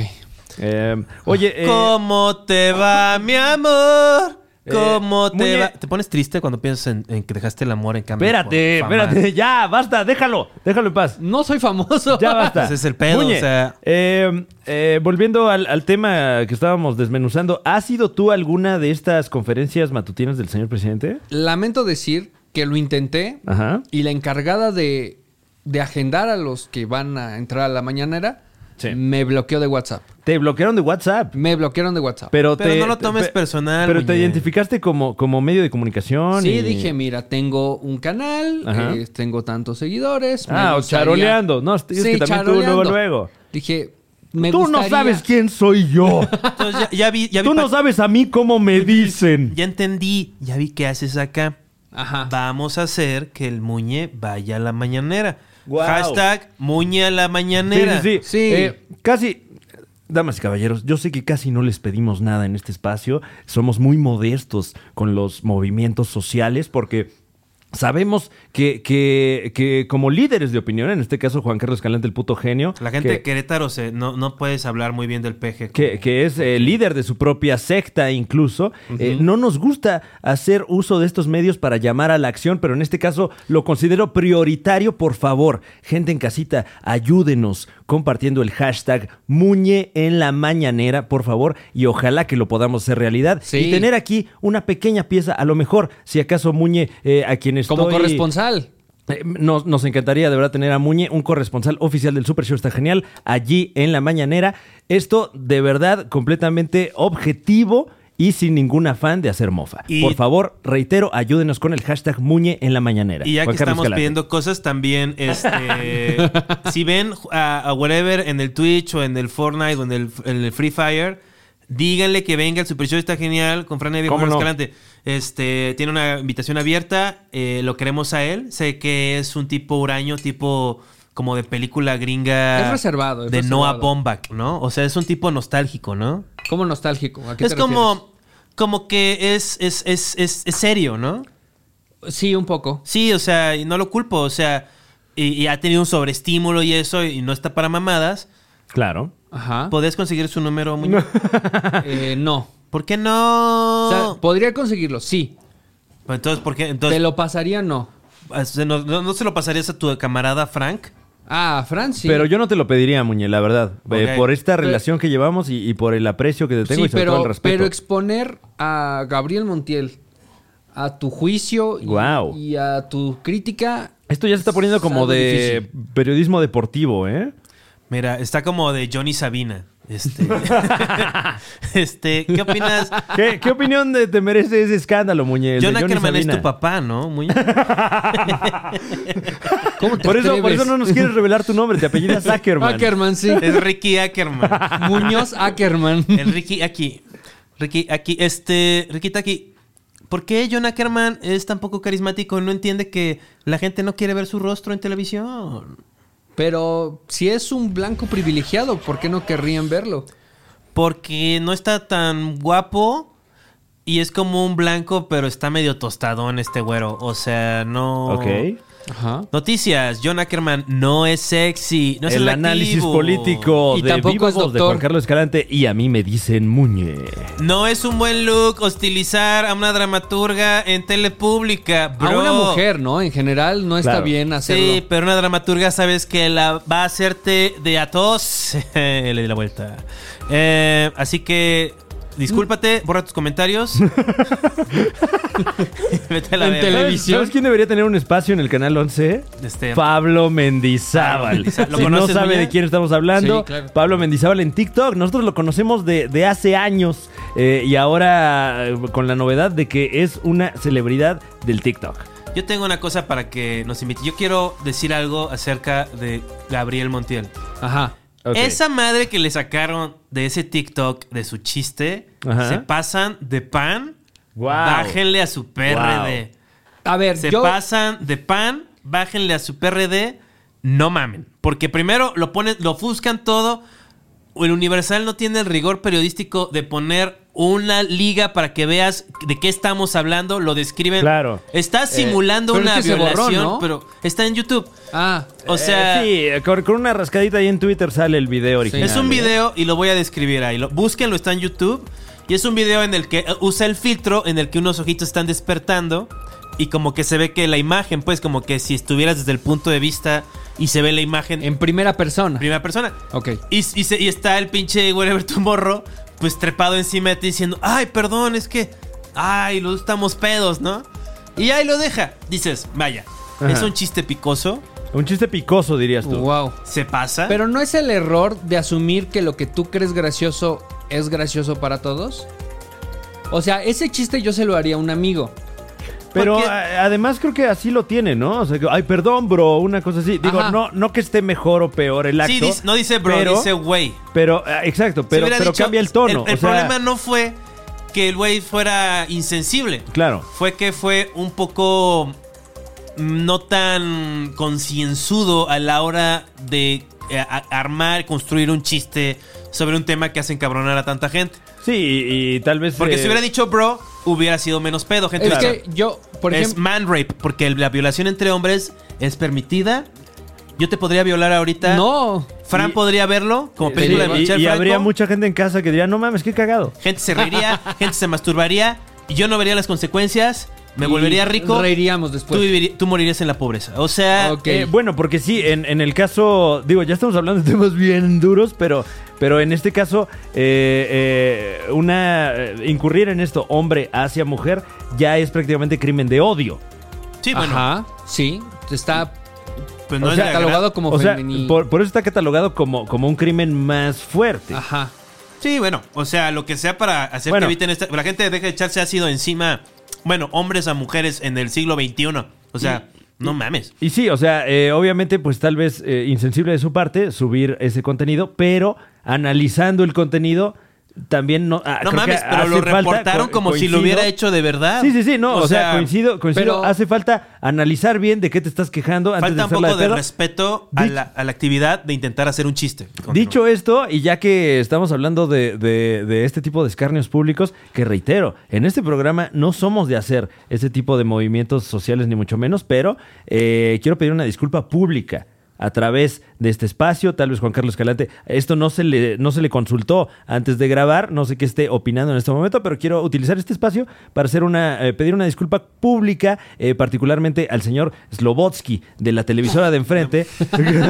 [SPEAKER 2] Eh, oye, eh,
[SPEAKER 1] ¿Cómo te va, mi amor?
[SPEAKER 2] Eh,
[SPEAKER 1] ¿Cómo te
[SPEAKER 2] Muñe-
[SPEAKER 1] va? ¿Te pones triste cuando piensas en, en que dejaste el amor en cambio?
[SPEAKER 2] espérate,
[SPEAKER 1] por fama?
[SPEAKER 2] espérate, ya, basta, déjalo, déjalo en paz.
[SPEAKER 5] No soy famoso.
[SPEAKER 2] Ya basta.
[SPEAKER 1] Ese es el pedo, o sea.
[SPEAKER 2] eh, eh, volviendo al, al tema que estábamos desmenuzando, ¿has ido tú a alguna de estas conferencias matutinas del señor presidente?
[SPEAKER 5] Lamento decir que lo
[SPEAKER 2] Ah.
[SPEAKER 5] intenté
[SPEAKER 2] Ajá.
[SPEAKER 5] y la encargada de, de agendar a los que van a entrar a la mañanera
[SPEAKER 2] Sí.
[SPEAKER 5] me bloqueó de WhatsApp.
[SPEAKER 2] Te bloquearon de WhatsApp.
[SPEAKER 5] Me bloquearon de WhatsApp.
[SPEAKER 2] Pero,
[SPEAKER 1] Pero
[SPEAKER 2] te-
[SPEAKER 1] no lo tomes
[SPEAKER 2] pe-
[SPEAKER 1] personal,
[SPEAKER 2] Pero te
[SPEAKER 1] Muñe.
[SPEAKER 2] identificaste como, como medio de comunicación.
[SPEAKER 5] Sí,
[SPEAKER 2] y-
[SPEAKER 5] dije, mira, tengo un canal,
[SPEAKER 2] Ajá.
[SPEAKER 5] eh, tengo tantos seguidores. me
[SPEAKER 2] Ah,
[SPEAKER 5] gustaría-
[SPEAKER 2] charoleando. No, es que también tú luego, luego.
[SPEAKER 5] Dije, me
[SPEAKER 2] Tú no
[SPEAKER 5] gustaría-
[SPEAKER 2] sabes quién soy yo.
[SPEAKER 1] Entonces ya, ya vi, ya vi
[SPEAKER 2] Tú no
[SPEAKER 1] pa-
[SPEAKER 2] sabes a mí cómo me dicen.
[SPEAKER 1] Ya entendí, ya vi qué haces acá.
[SPEAKER 5] Ajá.
[SPEAKER 1] Vamos a hacer que el Muñe vaya a la mañanera.
[SPEAKER 2] Guau.
[SPEAKER 1] Hashtag Muñe a la mañanera.
[SPEAKER 2] Sí, sí, sí.
[SPEAKER 5] Sí.
[SPEAKER 2] Eh, casi. Damas y caballeros, yo sé que casi no les pedimos nada en este espacio. Somos muy modestos con los movimientos sociales porque sabemos que, que- que como líderes de opinión, en este caso Juan Carlos Calante, el puto genio.
[SPEAKER 1] La gente
[SPEAKER 2] que-
[SPEAKER 1] de Querétaro se, no, no puedes hablar muy bien del peje.
[SPEAKER 2] que, que es eh, líder de su propia secta incluso, eh, no nos gusta hacer uso de estos medios para llamar a la acción, pero en este caso lo considero prioritario, por favor. Gente en casita, ayúdenos compartiendo el hashtag Muñe en la mañanera, por favor, y ojalá que lo podamos hacer realidad.
[SPEAKER 5] Sí.
[SPEAKER 2] Y tener aquí una pequeña pieza, a lo mejor, si acaso Muñe, eh, a quien estoy...
[SPEAKER 5] Como corresponsal.
[SPEAKER 2] Eh, Nos, nos encantaría de verdad tener a Muñe, un corresponsal oficial del Super Show, está genial, allí en la mañanera. Esto de verdad completamente objetivo y sin ningún afán de hacer mofa.
[SPEAKER 1] Y-
[SPEAKER 2] Por favor, reitero, ayúdenos con el hashtag Muñe en la mañanera.
[SPEAKER 1] Y ya que
[SPEAKER 2] Juan Carlos
[SPEAKER 1] estamos
[SPEAKER 2] Calate.
[SPEAKER 1] pidiendo cosas, también, este, si ven a, a whatever en el Twitch o en el Fortnite o en el, en el Free Fire, díganle que venga el Super Show, está genial, con Fran Evia y
[SPEAKER 2] ¿Cómo
[SPEAKER 1] Juan
[SPEAKER 2] no?
[SPEAKER 1] Escalante. Este, tiene una invitación abierta, eh, lo queremos a él. Sé que es un tipo huraño, tipo como de película gringa.
[SPEAKER 5] Es reservado, es
[SPEAKER 1] de
[SPEAKER 5] reservado.
[SPEAKER 1] Noah Bombach, ¿no? O sea, es un tipo nostálgico, ¿no?
[SPEAKER 5] Como nostálgico. ¿A qué
[SPEAKER 1] Es
[SPEAKER 5] te
[SPEAKER 1] como, como que es, es, es, es, es serio, ¿no?
[SPEAKER 5] refieres? Sí, un poco.
[SPEAKER 1] Sí, o sea, y no lo culpo, o sea, y, y ha tenido un sobreestímulo y eso, y no está para mamadas.
[SPEAKER 2] Claro.
[SPEAKER 5] Ajá.
[SPEAKER 1] ¿Podés conseguir su número, Muñe?
[SPEAKER 5] Eh, no.
[SPEAKER 1] ¿Por qué no?
[SPEAKER 5] O sea, podría conseguirlo, sí.
[SPEAKER 1] Pues entonces, ¿por qué?
[SPEAKER 5] Te
[SPEAKER 1] Entonces,
[SPEAKER 5] lo pasaría, no.
[SPEAKER 1] o sea, ¿no, no- no se lo pasarías a tu camarada Frank?
[SPEAKER 5] Ah, Fran, sí.
[SPEAKER 2] Pero yo no te lo pediría, Muñe, la verdad. Eh,
[SPEAKER 1] Ok.
[SPEAKER 2] por esta relación que llevamos y, y por el aprecio que te tengo
[SPEAKER 5] sí,
[SPEAKER 2] y sobre
[SPEAKER 5] pero,
[SPEAKER 2] todo el respeto.
[SPEAKER 5] pero exponer a Gabriel Montiel a tu juicio y,
[SPEAKER 2] Guau.
[SPEAKER 5] y a tu crítica.
[SPEAKER 2] Esto ya se está poniendo como
[SPEAKER 5] algo
[SPEAKER 2] de
[SPEAKER 5] difícil.
[SPEAKER 2] periodismo deportivo, ¿eh?
[SPEAKER 1] Mira, está como de Johnny Sabina. Este, este ¿qué opinas?
[SPEAKER 2] ¿Qué, qué opinión de- te merece ese escándalo, Muñe? El de
[SPEAKER 1] John
[SPEAKER 2] Johnny
[SPEAKER 1] Ackerman es
[SPEAKER 2] Sabina?
[SPEAKER 1] tu papá, ¿no, Muñe?
[SPEAKER 5] ¿Cómo te
[SPEAKER 2] Por eso, por
[SPEAKER 5] atreves?
[SPEAKER 2] eso no nos quieres revelar tu nombre, te apellidas Ackerman.
[SPEAKER 5] Ackerman, sí.
[SPEAKER 1] Es Ricky Ackerman.
[SPEAKER 5] Muñoz Ackerman.
[SPEAKER 1] El Ricky aquí. Ricky aquí. Este, Ricky aquí. ¿Por qué John Ackerman es tan poco carismático y no entiende que la gente no quiere ver su rostro en televisión?
[SPEAKER 5] Pero si es un blanco privilegiado, ¿por qué no querrían verlo?
[SPEAKER 1] Porque no está tan guapo y es como un blanco, pero está medio tostadón este güero. O sea, no.
[SPEAKER 2] Ok.
[SPEAKER 5] Ajá.
[SPEAKER 1] Noticias, John Ackerman no es sexy. No es
[SPEAKER 2] el análisis
[SPEAKER 1] atractivo.
[SPEAKER 2] político
[SPEAKER 5] Y
[SPEAKER 2] de
[SPEAKER 5] tampoco
[SPEAKER 2] Viva
[SPEAKER 5] es
[SPEAKER 2] Voz de
[SPEAKER 5] doctor.
[SPEAKER 2] Juan Carlos Escalante y a mí me dicen Muñe.
[SPEAKER 1] No es un buen look hostilizar a una dramaturga en tele pública.
[SPEAKER 5] A una
[SPEAKER 1] bro.
[SPEAKER 5] mujer, ¿no? En general no está
[SPEAKER 2] Claro.
[SPEAKER 5] bien hacerlo.
[SPEAKER 1] Sí, pero una dramaturga sabes que la va a hacerte de a todos. Le di la vuelta. Eh, así que discúlpate, borra tus comentarios. Vete a la
[SPEAKER 5] En
[SPEAKER 1] verga.
[SPEAKER 2] ¿Sabes,
[SPEAKER 5] tele- Televisión.
[SPEAKER 2] sabes quién debería tener un espacio en el canal 11?
[SPEAKER 1] Este-
[SPEAKER 2] Pablo Mendizábal.
[SPEAKER 1] Mendizábal. ¿Lo
[SPEAKER 2] si no
[SPEAKER 1] conoces,
[SPEAKER 2] sabe
[SPEAKER 1] Muñe?
[SPEAKER 2] de quién estamos hablando,
[SPEAKER 5] Sí, claro.
[SPEAKER 2] Pablo Mendizábal en TikTok. Nosotros lo conocemos de, de hace años eh, y ahora eh, con la novedad de que es una celebridad del TikTok.
[SPEAKER 1] Yo tengo una cosa para que nos invite. Yo quiero decir algo acerca de Gabriel Montiel.
[SPEAKER 5] Ajá.
[SPEAKER 2] Ok.
[SPEAKER 1] Esa madre que le sacaron de ese TikTok de su chiste,
[SPEAKER 2] Ajá.
[SPEAKER 1] se pasan de pan.
[SPEAKER 2] Guau.
[SPEAKER 1] Bájenle a su PRD.
[SPEAKER 5] A ver,
[SPEAKER 1] Se
[SPEAKER 5] yo.
[SPEAKER 1] pasan de pan, bájenle a su PRD. no mamen. Porque primero lo ponen, lo ofuscan todo. El Universal no tiene el rigor periodístico de poner una liga para que veas de qué estamos hablando. Lo describen.
[SPEAKER 2] Claro. Eh,
[SPEAKER 1] Está simulando
[SPEAKER 5] pero es
[SPEAKER 1] una
[SPEAKER 5] que se borró,
[SPEAKER 1] violación,
[SPEAKER 5] ¿no?
[SPEAKER 1] pero está en YouTube.
[SPEAKER 5] Ah,
[SPEAKER 1] O sea,
[SPEAKER 2] Eh, sí, con, con una rascadita ahí en Twitter sale el video original.
[SPEAKER 1] es un
[SPEAKER 2] ¿eh?
[SPEAKER 1] video y lo voy a describir ahí. Lo, búsquenlo, está en YouTube. Y es un video en el que eh, usa el filtro en el que unos ojitos están despertando. Y como que se ve que la imagen, pues, como que si estuvieras desde el punto de vista y se ve la imagen en
[SPEAKER 5] en primera persona.
[SPEAKER 1] primera persona.
[SPEAKER 5] Ok.
[SPEAKER 1] Y, y se- y está el pinche Wherever Tomorrow, pues trepado encima de ti diciendo, ay, perdón, es que, ay, los dos estamos pedos, ¿no? Y ahí lo deja. Dices, vaya,
[SPEAKER 2] Ajá.
[SPEAKER 1] es un chiste picoso,
[SPEAKER 2] Un chiste picoso, dirías tú.
[SPEAKER 5] Wow.
[SPEAKER 1] se pasa.
[SPEAKER 5] Pero no es el error de asumir que lo que tú crees gracioso es gracioso para todos. O sea, ese chiste yo se lo haría a un amigo.
[SPEAKER 2] Pero
[SPEAKER 1] Porque-
[SPEAKER 2] a- además creo que así lo tiene, ¿no? O sea, que, ay, perdón, bro, una cosa así. Digo,
[SPEAKER 5] Ajá.
[SPEAKER 2] no, no que esté mejor o peor el acto.
[SPEAKER 1] sí, dice- no dice bro,
[SPEAKER 2] pero-
[SPEAKER 1] dice güey.
[SPEAKER 2] Pero, ah, exacto,
[SPEAKER 1] Si
[SPEAKER 2] pero,
[SPEAKER 1] hubiera
[SPEAKER 2] pero
[SPEAKER 1] dicho-
[SPEAKER 2] cambia el tono.
[SPEAKER 1] El, el
[SPEAKER 2] o sea,
[SPEAKER 1] problema no fue que el güey fuera insensible.
[SPEAKER 2] Claro.
[SPEAKER 1] Fue que fue un poco no tan concienzudo a la hora de eh, a- armar, construir un chiste sobre un tema que hace encabronar a tanta gente.
[SPEAKER 2] Sí, y, y tal vez...
[SPEAKER 1] Porque
[SPEAKER 2] eh,
[SPEAKER 1] si hubiera dicho bro, hubiera sido menos pedo, gente.
[SPEAKER 5] Es
[SPEAKER 1] O sea,
[SPEAKER 5] que yo, por
[SPEAKER 1] es
[SPEAKER 5] ejemplo,
[SPEAKER 1] man rape, porque el- la violación entre hombres es permitida. Yo te podría violar ahorita.
[SPEAKER 5] no.
[SPEAKER 1] Fran
[SPEAKER 2] Y-
[SPEAKER 1] podría verlo como
[SPEAKER 2] eh, sí,
[SPEAKER 1] película de
[SPEAKER 2] y-
[SPEAKER 1] Michel
[SPEAKER 2] y,
[SPEAKER 1] Franco.
[SPEAKER 2] habría mucha gente en casa que diría, no mames, qué cagado.
[SPEAKER 1] Gente se reiría, gente se masturbaría, y yo no vería las consecuencias, me
[SPEAKER 5] Y
[SPEAKER 1] volvería rico,
[SPEAKER 5] Reiríamos
[SPEAKER 1] tú,
[SPEAKER 2] pues.
[SPEAKER 5] después.
[SPEAKER 1] viviri- tú morirías en la pobreza. O sea,
[SPEAKER 5] Ok.
[SPEAKER 2] Eh, bueno, porque sí, en, en el caso, digo, ya estamos hablando de temas bien duros, pero, pero en este caso, eh, eh, una eh, incurrir en esto, hombre hacia mujer, ya es prácticamente crimen de odio.
[SPEAKER 1] sí, bueno,
[SPEAKER 5] Ajá. Sí. Está
[SPEAKER 1] pues no
[SPEAKER 2] O
[SPEAKER 1] es
[SPEAKER 2] sea,
[SPEAKER 1] la gran-
[SPEAKER 5] catalogado como
[SPEAKER 2] o sea,
[SPEAKER 5] femini-
[SPEAKER 2] por, por eso está catalogado como, como un crimen más fuerte.
[SPEAKER 5] Ajá.
[SPEAKER 1] Sí, bueno, o sea, lo que sea para hacer
[SPEAKER 2] Bueno.
[SPEAKER 1] que eviten esta... La gente deje de echarse ácido encima, bueno, hombres a mujeres en el siglo XXI. O sea, no mames.
[SPEAKER 2] Y sí, o sea, eh, obviamente, pues tal vez eh, insensible de su parte subir ese contenido, pero analizando el contenido, también no. ah,
[SPEAKER 1] No
[SPEAKER 2] creo que
[SPEAKER 1] mames, pero lo
[SPEAKER 2] hace falta-
[SPEAKER 1] reportaron
[SPEAKER 2] co-
[SPEAKER 1] como si lo
[SPEAKER 2] coincido.
[SPEAKER 1] hubiera hecho de verdad.
[SPEAKER 2] Sí, sí, sí, no, o, sea, coincido, coincido.
[SPEAKER 5] pero-
[SPEAKER 2] hace falta analizar bien de qué te estás quejando antes
[SPEAKER 1] Falta
[SPEAKER 2] de
[SPEAKER 1] un
[SPEAKER 2] hacerla
[SPEAKER 1] poco de
[SPEAKER 2] pedo.
[SPEAKER 1] respeto a
[SPEAKER 2] Dicho-
[SPEAKER 1] la, a la actividad de intentar hacer un chiste.
[SPEAKER 2] Dicho esto, y ya que estamos hablando de, de- de este tipo de escarnios públicos, que reitero, en este programa no somos de hacer este tipo de movimientos sociales ni mucho menos, pero eh, quiero pedir una disculpa pública a través de este espacio, tal vez Juan Carlos Calante, esto no se le, no se le consultó antes de grabar, no sé qué esté opinando en este momento, pero quiero utilizar este espacio para hacer una, eh, pedir una disculpa pública, eh, particularmente al señor Slobotsky de la televisora de enfrente,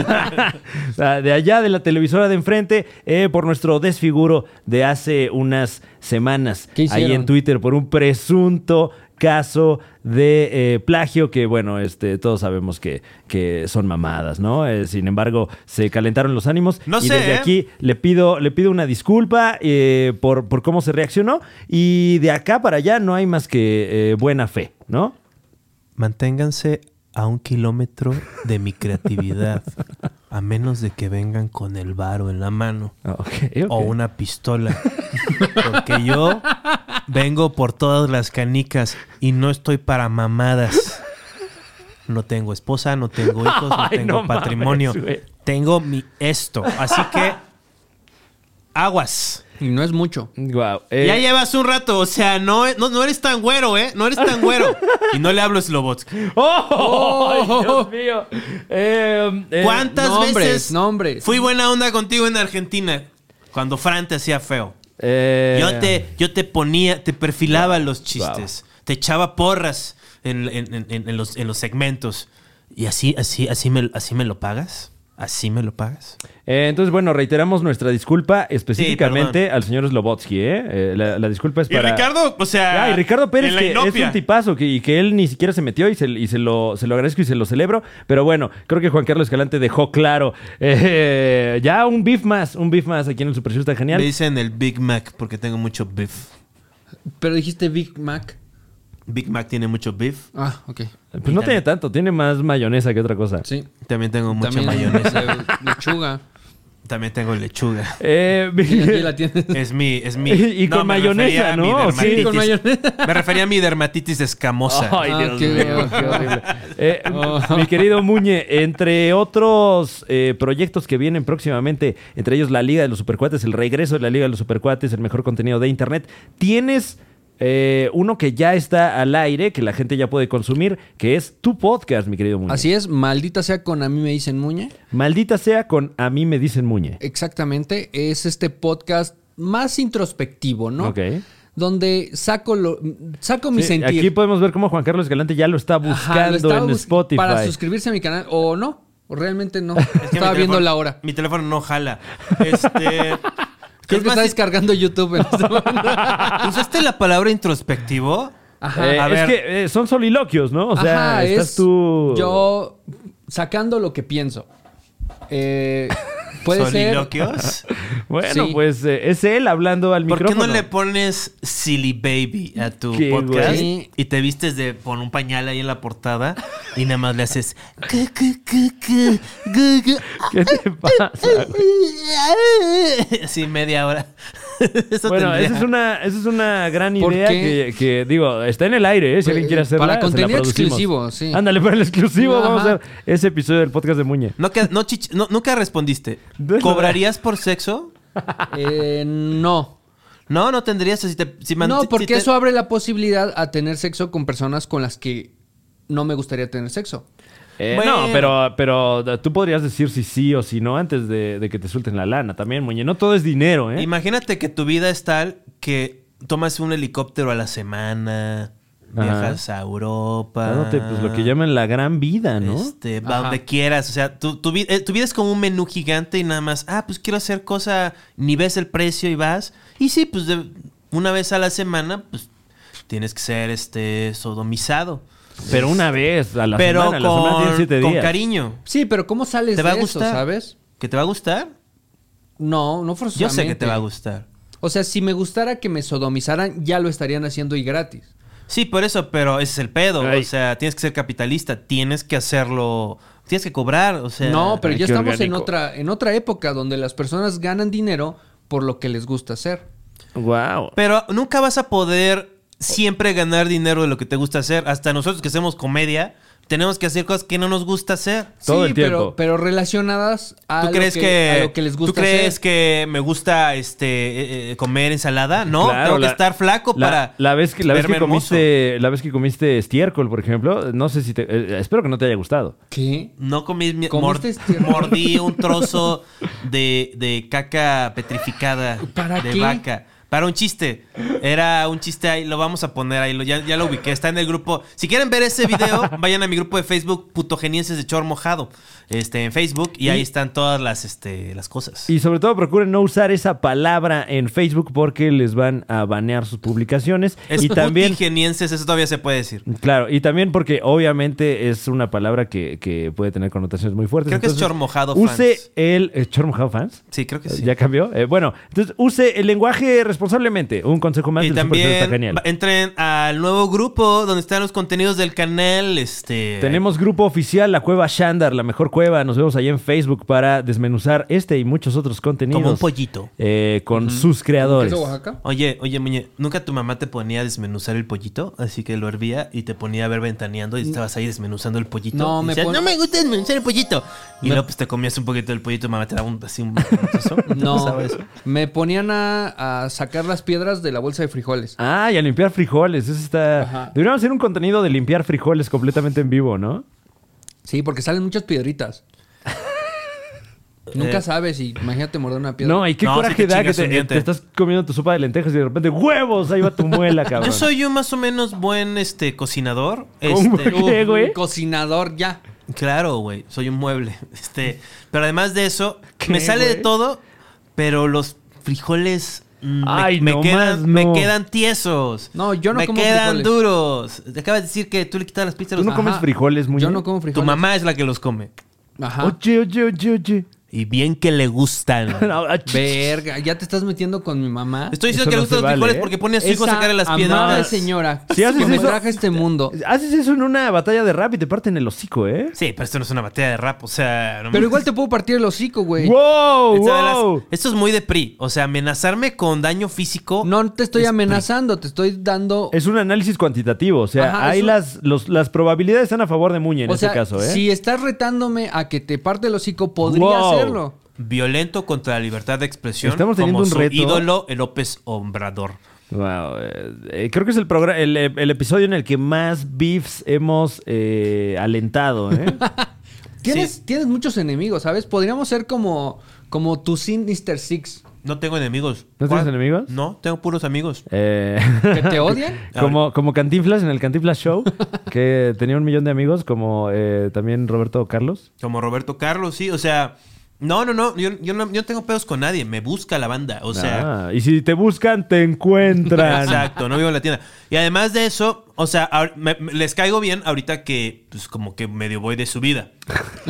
[SPEAKER 2] O sea, de allá de la televisora de enfrente, eh, por nuestro desfiguro de hace unas semanas
[SPEAKER 5] ¿Qué
[SPEAKER 2] ahí en
[SPEAKER 5] hicieron?
[SPEAKER 2] Twitter por un presunto caso de eh, plagio que bueno este todos sabemos que, que son mamadas no Eh, sin embargo se calentaron los ánimos
[SPEAKER 1] No
[SPEAKER 2] y
[SPEAKER 1] sé,
[SPEAKER 2] desde
[SPEAKER 1] ¿eh?
[SPEAKER 2] aquí le pido le pido una disculpa eh, por, por cómo se reaccionó y de acá para allá no hay más que eh, buena fe no
[SPEAKER 4] Manténganse a un kilómetro de mi creatividad. A menos de que vengan con el varo en la mano.
[SPEAKER 2] Ok, ok.
[SPEAKER 4] O una pistola. Porque yo vengo por todas las canicas y no estoy para mamadas. No tengo esposa, no tengo hijos, no
[SPEAKER 2] Ay,
[SPEAKER 4] tengo
[SPEAKER 2] no mames,
[SPEAKER 4] patrimonio.
[SPEAKER 2] güey.
[SPEAKER 4] tengo mi esto. Así que aguas.
[SPEAKER 5] Y no es mucho.
[SPEAKER 2] Guau, eh,
[SPEAKER 1] Ya llevas un rato, o sea, no, no, no eres tan güero, ¿eh? No eres tan güero. y no le hablo a Slobotsky.
[SPEAKER 2] ¡Oh! ¡Ay, Dios mío! Eh, eh,
[SPEAKER 1] ¿Cuántas
[SPEAKER 5] nombres,
[SPEAKER 1] veces
[SPEAKER 5] nombres.
[SPEAKER 1] fui buena onda contigo en Argentina? Cuando Fran te hacía feo.
[SPEAKER 2] eh,
[SPEAKER 1] Yo te, yo te ponía, te perfilaba los chistes. Te echaba porras en, en- en- en- en los, en los segmentos.
[SPEAKER 4] Y así, así, así me, así me lo pagas. Así me lo pagas.
[SPEAKER 2] eh, entonces, bueno, reiteramos nuestra disculpa específicamente al señor Slobotsky, ¿eh? Eh, la, la disculpa es
[SPEAKER 1] Y
[SPEAKER 2] para...
[SPEAKER 1] Ricardo, o sea.
[SPEAKER 2] Ah, y Ricardo Pérez,
[SPEAKER 1] en la
[SPEAKER 2] que es
[SPEAKER 1] inopia.
[SPEAKER 2] un tipazo que- y que él ni siquiera se metió y, se, y se lo, se lo agradezco y se lo celebro. Pero bueno, creo que Juan Carlos Escalante dejó claro. eh, ya un beef más, un beef más aquí en el Super Show está
[SPEAKER 1] Me
[SPEAKER 2] genial.
[SPEAKER 1] dicen el Big Mac porque tengo mucho beef.
[SPEAKER 5] Pero dijiste Big Mac.
[SPEAKER 1] Big Mac tiene mucho beef.
[SPEAKER 5] Ah, ok.
[SPEAKER 2] Pues no tiene tanto, tiene más mayonesa que otra cosa.
[SPEAKER 5] Sí.
[SPEAKER 1] También tengo mucha
[SPEAKER 5] También
[SPEAKER 1] mayonesa.
[SPEAKER 5] eh, lechuga.
[SPEAKER 1] También tengo lechuga.
[SPEAKER 2] Eh,
[SPEAKER 5] Y aquí la tienes.
[SPEAKER 1] Es mi, es mi.
[SPEAKER 2] Y con
[SPEAKER 1] me refería
[SPEAKER 2] mayonesa,
[SPEAKER 1] a mi
[SPEAKER 2] ¿no? Sí,
[SPEAKER 1] dermatitis.
[SPEAKER 5] con mayonesa.
[SPEAKER 1] Me refería a mi dermatitis escamosa.
[SPEAKER 2] Ay,
[SPEAKER 5] Ah,
[SPEAKER 2] Dios
[SPEAKER 5] qué
[SPEAKER 2] mío,
[SPEAKER 5] horror.
[SPEAKER 2] qué horrible. Eh, Mi querido Muñe, entre otros eh, proyectos que vienen próximamente, entre ellos la Liga de los Supercuates, el regreso de la Liga de los Supercuates, el mejor contenido de Internet, tienes eh, uno que ya está al aire, que la gente ya puede consumir, que es tu podcast, mi querido Muñe.
[SPEAKER 5] Así es, maldita sea con a mí me dicen Muñe.
[SPEAKER 2] Maldita sea con A mí me dicen Muñe.
[SPEAKER 5] Exactamente, es este podcast más introspectivo, ¿no?
[SPEAKER 2] Ok.
[SPEAKER 5] Donde saco lo saco mi
[SPEAKER 2] Sí,
[SPEAKER 5] sentir.
[SPEAKER 2] aquí podemos ver cómo Juan Carlos Escalante ya lo está buscando
[SPEAKER 5] Ajá, lo estaba
[SPEAKER 2] en
[SPEAKER 5] bus-
[SPEAKER 2] Spotify.
[SPEAKER 5] Para suscribirse a mi canal o no, o realmente no.
[SPEAKER 1] que mi
[SPEAKER 5] Estaba viendo
[SPEAKER 1] teléfono-
[SPEAKER 5] la hora.
[SPEAKER 1] Mi teléfono no jala. Este.
[SPEAKER 5] Creo que
[SPEAKER 1] más,
[SPEAKER 5] está
[SPEAKER 1] si-
[SPEAKER 5] descargando YouTube en este momento.
[SPEAKER 1] ¿Usaste la palabra introspectivo?
[SPEAKER 5] Ajá.
[SPEAKER 2] Eh,
[SPEAKER 1] A ver.
[SPEAKER 2] Es que eh, son soliloquios, ¿no? O sea,
[SPEAKER 5] Ajá,
[SPEAKER 2] estás
[SPEAKER 5] es
[SPEAKER 2] tú.
[SPEAKER 5] Yo sacando lo que pienso. Eh, puede ser.
[SPEAKER 1] ¿Soliloquios?
[SPEAKER 2] Bueno,
[SPEAKER 5] Sí.
[SPEAKER 2] pues eh, es él hablando al
[SPEAKER 1] ¿Por qué
[SPEAKER 2] micrófono.
[SPEAKER 1] no le pones Silly Baby a tu
[SPEAKER 2] Qué
[SPEAKER 1] podcast?
[SPEAKER 5] güey.
[SPEAKER 1] Y te vistes de pon un pañal ahí en la portada y nada más le haces. "Cu, cu, cu, cu, gu, gu".
[SPEAKER 2] ¿Qué te pasa?
[SPEAKER 1] Así media hora. Eso
[SPEAKER 2] Bueno,
[SPEAKER 1] tendría-
[SPEAKER 2] esa es, una, esa es una gran
[SPEAKER 5] ¿Por
[SPEAKER 2] idea
[SPEAKER 5] qué?
[SPEAKER 2] que, que, digo, está en el aire, ¿eh? si
[SPEAKER 5] Pues,
[SPEAKER 2] alguien quiere hacerla.
[SPEAKER 5] para
[SPEAKER 2] se la
[SPEAKER 5] contenido
[SPEAKER 2] producimos.
[SPEAKER 5] exclusivo, sí.
[SPEAKER 2] Ándale, para el exclusivo
[SPEAKER 5] Ajá.
[SPEAKER 2] vamos a ver ese episodio del podcast de Muñe.
[SPEAKER 1] No, que- no, chich- no- nunca respondiste.
[SPEAKER 2] De nada.
[SPEAKER 1] ¿Cobrarías por sexo?
[SPEAKER 5] eh, no.
[SPEAKER 1] No, no tendrías. Si te, si man- si
[SPEAKER 5] No, porque
[SPEAKER 1] te-
[SPEAKER 5] eso abre la posibilidad a tener sexo con personas con las que no me gustaría tener sexo.
[SPEAKER 2] Eh,
[SPEAKER 1] Bueno.
[SPEAKER 2] No, pero, pero tú podrías decir si sí o si no antes de, de que te suelten la lana también, Muñe. No todo es dinero, ¿eh?
[SPEAKER 1] Imagínate que tu vida es tal que tomas un helicóptero a la semana,
[SPEAKER 2] Ajá.
[SPEAKER 1] viajas a Europa.
[SPEAKER 2] Dándote, pues, lo que llaman la gran vida, ¿no?
[SPEAKER 1] Ah. Este, va
[SPEAKER 5] Ajá.
[SPEAKER 1] donde quieras. O sea, tu, tu vi- eh, tu vida es como un menú gigante y nada más, ah, pues quiero hacer cosa, ni ves el precio y vas. Y sí, pues de- una vez a la semana, pues tienes que ser este sodomizado.
[SPEAKER 2] Pero una vez a la
[SPEAKER 1] Pero
[SPEAKER 2] semana, la semana tiene
[SPEAKER 1] con,
[SPEAKER 2] siete
[SPEAKER 1] con
[SPEAKER 2] días.
[SPEAKER 1] cariño.
[SPEAKER 5] Sí, pero ¿cómo sales
[SPEAKER 1] ¿Te va a
[SPEAKER 5] de
[SPEAKER 1] gustar?
[SPEAKER 5] eso, sabes?
[SPEAKER 1] ¿Que te va a gustar?
[SPEAKER 5] No, no
[SPEAKER 1] Yo
[SPEAKER 5] forzosamente.
[SPEAKER 1] sé que te va a gustar.
[SPEAKER 5] O sea, si me gustara que me sodomizaran, ya lo estarían haciendo y gratis.
[SPEAKER 1] Sí, por eso, pero ese es el pedo.
[SPEAKER 2] Ay.
[SPEAKER 1] O sea, tienes que ser capitalista, tienes que hacerlo, tienes que cobrar, o sea.
[SPEAKER 5] no, pero
[SPEAKER 2] ay,
[SPEAKER 5] ya
[SPEAKER 2] qué
[SPEAKER 5] estamos en
[SPEAKER 2] orgánico.
[SPEAKER 5] otra, en otra época donde las personas ganan dinero por lo que les gusta hacer.
[SPEAKER 2] Wow.
[SPEAKER 1] Pero nunca vas a poder siempre ganar dinero de lo que te gusta hacer. Hasta nosotros que hacemos comedia, tenemos que hacer cosas que no nos gusta hacer.
[SPEAKER 2] Todo
[SPEAKER 5] sí,
[SPEAKER 2] el
[SPEAKER 5] pero,
[SPEAKER 2] tiempo.
[SPEAKER 5] pero relacionadas a,
[SPEAKER 1] ¿Tú
[SPEAKER 5] lo
[SPEAKER 1] crees que,
[SPEAKER 5] a lo que les gusta
[SPEAKER 1] ¿Tú crees
[SPEAKER 5] hacer.
[SPEAKER 1] que me gusta este eh, eh, comer ensalada? No,
[SPEAKER 2] Claro,
[SPEAKER 1] tengo
[SPEAKER 2] la-
[SPEAKER 1] que estar flaco
[SPEAKER 2] la-
[SPEAKER 1] para
[SPEAKER 2] la vez que la vez
[SPEAKER 1] verme
[SPEAKER 2] que
[SPEAKER 1] hermoso.
[SPEAKER 2] comiste la vez que comiste estiércol por ejemplo no sé si te eh, espero que no te haya gustado
[SPEAKER 5] ¿Qué?
[SPEAKER 1] No comí mi-
[SPEAKER 5] ¿Comiste
[SPEAKER 1] mord-
[SPEAKER 2] este-
[SPEAKER 5] estiércol?
[SPEAKER 1] mordí un trozo de, de caca petrificada
[SPEAKER 5] ¿Para
[SPEAKER 1] de
[SPEAKER 5] qué?
[SPEAKER 1] vaca. Para un chiste. Era un chiste ahí, lo vamos a poner ahí, lo, ya, ya lo ubiqué. Está en el grupo. Si quieren ver ese video, vayan a mi grupo de Facebook, Putogenienses de Chor Mojado. Este, en Facebook, y, ahí están todas las, este, las cosas.
[SPEAKER 2] y sobre todo procuren no usar esa palabra en Facebook porque les van a banear sus publicaciones
[SPEAKER 1] es
[SPEAKER 2] y también
[SPEAKER 1] Putogenienses, eso todavía se puede decir.
[SPEAKER 2] claro y también porque obviamente es una palabra que, que puede tener connotaciones muy fuertes
[SPEAKER 1] Creo que es
[SPEAKER 2] Entonces,
[SPEAKER 1] chormojado
[SPEAKER 2] use
[SPEAKER 1] fans.
[SPEAKER 2] el eh, chormojado fans
[SPEAKER 1] Sí, creo que sí.
[SPEAKER 2] ya cambió Eh, bueno entonces use el lenguaje responsablemente un consejo más
[SPEAKER 1] Y
[SPEAKER 2] del Superchat está
[SPEAKER 1] también
[SPEAKER 2] genial
[SPEAKER 1] va- entren al nuevo grupo donde están los contenidos del canal. Este,
[SPEAKER 2] Tenemos grupo oficial, la Cueva Shandar, la mejor cueva. Nos vemos allá en Facebook para desmenuzar este y muchos otros contenidos.
[SPEAKER 1] Como un pollito.
[SPEAKER 2] eh, con sus creadores.
[SPEAKER 5] ¿Es de Oaxaca?
[SPEAKER 1] Oye, oye, Muñe, ¿nunca tu mamá te ponía a desmenuzar el pollito? Así que lo hervía y te ponía a ver ventaneando y estabas ahí desmenuzando el pollito.
[SPEAKER 5] No,
[SPEAKER 1] Y
[SPEAKER 5] me
[SPEAKER 1] decías,
[SPEAKER 5] pon-
[SPEAKER 1] No me gusta desmenuzar el pollito. Y
[SPEAKER 5] Me-
[SPEAKER 1] luego pues te comías un poquito del pollito, mamá te daba un, así un... bazonazo. ¿No te
[SPEAKER 5] No,
[SPEAKER 1] pasaba eso?
[SPEAKER 5] me ponían a, a sacar las piedras de la bolsa de frijoles.
[SPEAKER 2] Ah, y a limpiar frijoles. Eso está.
[SPEAKER 5] Ajá.
[SPEAKER 2] Deberíamos hacer un contenido de limpiar frijoles completamente en vivo, ¿no?
[SPEAKER 5] Sí, porque salen muchas piedritas. Nunca
[SPEAKER 1] Eh.
[SPEAKER 5] sabes, y imagínate morder una piedra.
[SPEAKER 2] No, y qué
[SPEAKER 1] No, sí
[SPEAKER 2] coraje
[SPEAKER 1] te
[SPEAKER 2] da que
[SPEAKER 1] chingas
[SPEAKER 2] te,
[SPEAKER 1] un diente.
[SPEAKER 2] te estás comiendo tu sopa de lentejas y de repente, ¡huevos! Ahí va tu muela, cabrón.
[SPEAKER 1] Yo soy un más o menos buen este, cocinador.
[SPEAKER 2] ¿Cómo
[SPEAKER 1] Este,
[SPEAKER 2] que? ¿Qué, güey?
[SPEAKER 5] Cocinador, ya.
[SPEAKER 1] Claro, güey, soy un mueble. Este, pero además de eso,
[SPEAKER 2] ¿Qué,
[SPEAKER 1] me sale de
[SPEAKER 2] güey?
[SPEAKER 1] todo, pero los frijoles mm, me-
[SPEAKER 2] Ay,
[SPEAKER 1] me,
[SPEAKER 2] no
[SPEAKER 1] quedan,
[SPEAKER 2] más, no.
[SPEAKER 1] me quedan tiesos.
[SPEAKER 5] No, yo no
[SPEAKER 1] me
[SPEAKER 5] como
[SPEAKER 1] quedan
[SPEAKER 5] frijoles.
[SPEAKER 1] duros. Te acabas de decir que tú le quitas las pizzas a
[SPEAKER 2] ¿Tú
[SPEAKER 1] los
[SPEAKER 2] no comes frijoles, Muñe? Oh,
[SPEAKER 5] Yo no como
[SPEAKER 1] Tu
[SPEAKER 5] frijoles.
[SPEAKER 1] mamá es la que los come.
[SPEAKER 5] Ajá.
[SPEAKER 2] Oye, oye, oye, oye.
[SPEAKER 1] Y bien que le gustan.
[SPEAKER 2] No, ah, ch-
[SPEAKER 5] Verga, ya te estás metiendo con mi mamá.
[SPEAKER 1] Estoy
[SPEAKER 2] Eso
[SPEAKER 1] diciendo que le
[SPEAKER 2] no
[SPEAKER 1] gustan
[SPEAKER 2] se
[SPEAKER 1] los
[SPEAKER 2] vale,
[SPEAKER 1] frijoles
[SPEAKER 2] ¿eh?
[SPEAKER 1] porque pone a su hijo a
[SPEAKER 5] Esa
[SPEAKER 1] sacarle las
[SPEAKER 5] amada
[SPEAKER 1] piedras.
[SPEAKER 5] señora
[SPEAKER 2] Si haces
[SPEAKER 5] que me
[SPEAKER 2] eso-
[SPEAKER 5] traje a este mundo.
[SPEAKER 2] Haces eso en una batalla de rap y te parten el hocico, ¿eh?
[SPEAKER 1] Sí, pero esto no es una batalla de rap, o sea... no
[SPEAKER 5] Pero
[SPEAKER 1] mames.
[SPEAKER 5] igual te puedo partir el hocico, güey.
[SPEAKER 2] ¡Wow!
[SPEAKER 1] Esta de las-
[SPEAKER 2] ¡Wow!
[SPEAKER 1] Esto es muy de PRI. O sea, amenazarme con daño físico...
[SPEAKER 5] No te estoy
[SPEAKER 1] Es-
[SPEAKER 5] amenazando, te estoy dando.
[SPEAKER 2] Es un análisis cuantitativo, o sea,
[SPEAKER 5] Ajá,
[SPEAKER 2] hay
[SPEAKER 5] es un-
[SPEAKER 2] las, los- las probabilidades están a favor de Muñe en
[SPEAKER 5] o
[SPEAKER 2] este
[SPEAKER 5] sea,
[SPEAKER 2] caso, ¿eh?
[SPEAKER 5] si estás retándome a que te parte el hocico, podría
[SPEAKER 2] Wow.
[SPEAKER 5] hacerlo.
[SPEAKER 1] Violento contra la libertad de expresión.
[SPEAKER 2] Estamos teniendo
[SPEAKER 1] como
[SPEAKER 2] un
[SPEAKER 1] su
[SPEAKER 2] reto.
[SPEAKER 1] ídolo, el López Obrador.
[SPEAKER 2] Wow, eh, eh, creo que es el, progra- el, eh, el episodio en el que más beefs hemos eh, alentado, ¿eh?
[SPEAKER 5] Tienes,
[SPEAKER 1] Sí.
[SPEAKER 5] tienes muchos enemigos, ¿sabes? Podríamos ser como, como tu Sinister Six.
[SPEAKER 1] No tengo enemigos.
[SPEAKER 2] ¿No tienes
[SPEAKER 1] ¿Cuál?
[SPEAKER 2] enemigos?
[SPEAKER 1] No, tengo puros amigos.
[SPEAKER 2] Eh,
[SPEAKER 5] ¿Que te odian?
[SPEAKER 2] como, como Cantinflas en el Cantinflas Show, que tenía un millón de amigos, como eh, también Roberto Carlos.
[SPEAKER 1] Como Roberto Carlos, sí. O sea, no, no, no. Yo, yo no, yo no tengo pedos con nadie. Me busca la banda. O sea,
[SPEAKER 2] Ah, y si te buscan, te encuentran.
[SPEAKER 1] exacto. No vivo en la tienda. Y además de eso, o sea, ahor- me- me- les caigo bien ahorita que, pues, como que medio voy de subida.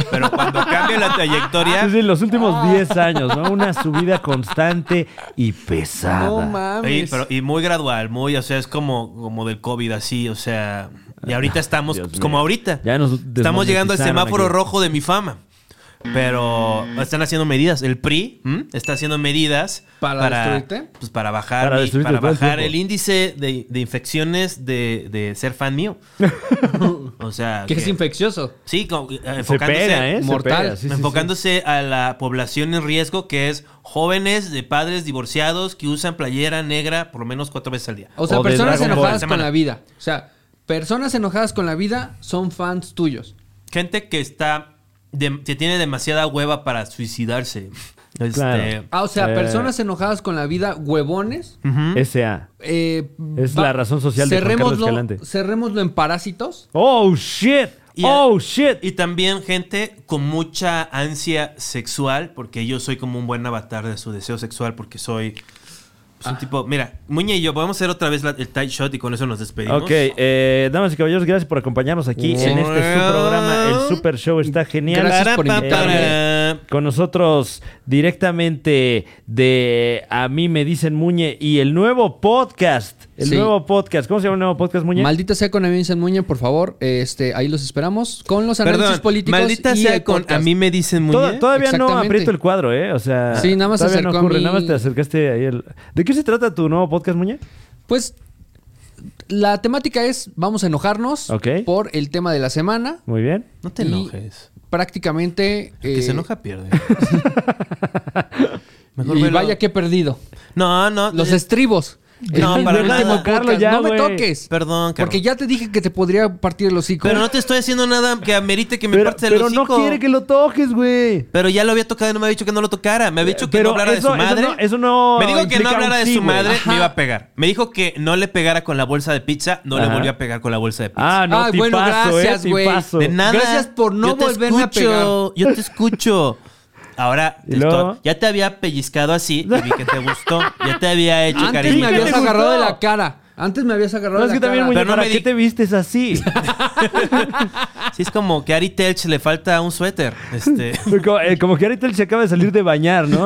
[SPEAKER 1] Pero cuando cambio la trayectoria.
[SPEAKER 2] Sí, sí, los últimos 10 años, ¿no? Una subida constante y pesada.
[SPEAKER 5] Ah. No mames.
[SPEAKER 1] Y, pero, y muy gradual, muy, o sea, es como, como del COVID, así, o sea. Y ahorita estamos,
[SPEAKER 2] Ah, Dios
[SPEAKER 1] pues,
[SPEAKER 2] mío.
[SPEAKER 1] como ahorita.
[SPEAKER 2] Ya nos
[SPEAKER 1] estamos llegando al
[SPEAKER 2] desmonetizaron
[SPEAKER 1] semáforo
[SPEAKER 2] aquí.
[SPEAKER 1] rojo de mi fama. Pero están haciendo medidas. El PRI ¿m? está haciendo medidas
[SPEAKER 5] ¿Para destruirte?
[SPEAKER 1] pues, para bajar,
[SPEAKER 2] Para
[SPEAKER 1] mi-
[SPEAKER 2] destruirte
[SPEAKER 1] para
[SPEAKER 2] todo el
[SPEAKER 1] bajar
[SPEAKER 2] tiempo.
[SPEAKER 1] el índice de, de infecciones de, de ser fan mío. o sea,
[SPEAKER 5] Que
[SPEAKER 1] que-
[SPEAKER 5] es infeccioso.
[SPEAKER 1] sí, como, eh,
[SPEAKER 2] Se
[SPEAKER 1] enfocándose,
[SPEAKER 2] pega, ¿eh? Se
[SPEAKER 5] mortal.
[SPEAKER 2] pega, sí, sí, sí.
[SPEAKER 1] enfocándose a la población en riesgo, que es jóvenes de padres divorciados que usan playera negra por lo menos cuatro veces al día.
[SPEAKER 5] O sea,
[SPEAKER 2] O de
[SPEAKER 5] personas
[SPEAKER 2] Dragon Ball.
[SPEAKER 5] enojadas con
[SPEAKER 1] Semana.
[SPEAKER 5] la vida. O sea, personas enojadas con la vida son fans tuyos.
[SPEAKER 1] Gente que está de- que tiene demasiada hueva para suicidarse. Este,
[SPEAKER 2] Claro.
[SPEAKER 5] Ah, o sea,
[SPEAKER 2] Eh.
[SPEAKER 5] personas enojadas con la vida, huevones.
[SPEAKER 1] Mm.
[SPEAKER 2] S.A.
[SPEAKER 5] eh,
[SPEAKER 2] Es
[SPEAKER 5] va-
[SPEAKER 2] la razón social de Juan Carlos
[SPEAKER 5] cerrémoslo-
[SPEAKER 2] Escalante.
[SPEAKER 5] Cerrémoslo en parásitos.
[SPEAKER 2] Oh shit.
[SPEAKER 1] Y-
[SPEAKER 2] oh shit.
[SPEAKER 1] Y también gente con mucha ansia sexual, porque yo soy como un buen avatar de su deseo sexual, porque soy pues,
[SPEAKER 5] Ah.
[SPEAKER 1] un tipo... Mira, Muñe y yo, podemos hacer otra vez la- el tight shot y con eso nos despedimos.
[SPEAKER 2] Ok, eh, damas y caballeros, gracias por acompañarnos aquí en este su programa. El Super Show está genial.
[SPEAKER 5] Gracias por
[SPEAKER 2] Eh,
[SPEAKER 5] invitarme.
[SPEAKER 2] con nosotros directamente de A mí me dicen Muñe y el nuevo podcast. El
[SPEAKER 5] Sí.
[SPEAKER 2] nuevo podcast. ¿Cómo se llama el nuevo podcast, Muñe?
[SPEAKER 5] Maldita sea con Amin Muña, por favor. Este, ahí los esperamos con los análisis
[SPEAKER 1] Perdón,
[SPEAKER 5] políticos.
[SPEAKER 1] maldita
[SPEAKER 5] y el
[SPEAKER 1] sea con... A
[SPEAKER 5] podcast.
[SPEAKER 1] mí me dicen Muñe.
[SPEAKER 2] Toda- todavía no
[SPEAKER 5] Exactamente.
[SPEAKER 2] aprieto el cuadro, ¿eh? O sea,
[SPEAKER 5] Sí, nada más se
[SPEAKER 2] todavía no
[SPEAKER 5] acercó a
[SPEAKER 2] ocurre.
[SPEAKER 5] mí.
[SPEAKER 2] Nada más te acercaste ahí. al- ¿De qué se trata tu nuevo podcast, Muñe?
[SPEAKER 5] Pues la temática es vamos a enojarnos
[SPEAKER 2] Ok.
[SPEAKER 5] por el tema de la semana.
[SPEAKER 2] Muy bien.
[SPEAKER 1] No te
[SPEAKER 5] Y
[SPEAKER 1] enojes.
[SPEAKER 5] Prácticamente.
[SPEAKER 1] El que
[SPEAKER 5] eh,
[SPEAKER 1] se enoja pierde. Mejor
[SPEAKER 5] Y
[SPEAKER 1] velo.
[SPEAKER 5] vaya que he perdido.
[SPEAKER 1] No, no.
[SPEAKER 5] Los
[SPEAKER 1] eh,
[SPEAKER 5] estribos.
[SPEAKER 1] No, para
[SPEAKER 5] último
[SPEAKER 1] nada.
[SPEAKER 5] podcast.
[SPEAKER 2] Carlos, ya,
[SPEAKER 5] no me
[SPEAKER 2] güey.
[SPEAKER 5] toques.
[SPEAKER 1] Perdón, Carlos.
[SPEAKER 5] Porque ya te dije que te podría partir el hocico.
[SPEAKER 1] Pero no te estoy haciendo nada que amerite que me
[SPEAKER 2] pero
[SPEAKER 1] partes el
[SPEAKER 2] pero no
[SPEAKER 1] hocico.
[SPEAKER 2] quiere que lo toques, güey.
[SPEAKER 1] Pero ya lo había tocado y no me había dicho que no lo tocara. Me había dicho que no
[SPEAKER 2] Pero
[SPEAKER 1] hablara
[SPEAKER 2] eso-
[SPEAKER 1] de su
[SPEAKER 2] eso
[SPEAKER 1] madre.
[SPEAKER 2] no- eso no
[SPEAKER 1] Me dijo que no
[SPEAKER 2] implica
[SPEAKER 1] hablara
[SPEAKER 2] un
[SPEAKER 1] de
[SPEAKER 2] sí,
[SPEAKER 1] su
[SPEAKER 2] güey.
[SPEAKER 1] madre,
[SPEAKER 5] Ajá.
[SPEAKER 1] me iba a pegar. Me dijo que no le pegara con la bolsa de pizza, no
[SPEAKER 2] Ajá.
[SPEAKER 1] le volvió a pegar con la bolsa de pizza.
[SPEAKER 2] Ah, no,
[SPEAKER 5] Ay,
[SPEAKER 2] tipazo,
[SPEAKER 5] bueno, gracias,
[SPEAKER 2] eh,
[SPEAKER 5] güey.
[SPEAKER 2] tipazo.
[SPEAKER 1] de nada.
[SPEAKER 5] Gracias por no
[SPEAKER 1] Yo te
[SPEAKER 5] volverme a
[SPEAKER 1] escucho, Yo te escucho. Ahora,
[SPEAKER 2] ¿Y luego?
[SPEAKER 1] esto- ya te había pellizcado así y vi que te gustó. Ya te había hecho
[SPEAKER 5] Antes
[SPEAKER 1] cariño.
[SPEAKER 5] me
[SPEAKER 2] ¿Qué
[SPEAKER 5] habías
[SPEAKER 2] te
[SPEAKER 5] agarrado de
[SPEAKER 2] gustó?
[SPEAKER 5] la cara. Antes me habías agarrado
[SPEAKER 2] No, es
[SPEAKER 5] de la
[SPEAKER 2] que también,
[SPEAKER 5] cara.
[SPEAKER 2] Muñe,
[SPEAKER 1] Pero no
[SPEAKER 2] ¿para
[SPEAKER 1] me
[SPEAKER 2] qué
[SPEAKER 1] di-
[SPEAKER 2] te vistes así?
[SPEAKER 1] Sí, es como que a Ari Telch le falta un suéter. Este,
[SPEAKER 2] como, eh, como que ahorita él se acaba de salir de bañar, ¿no?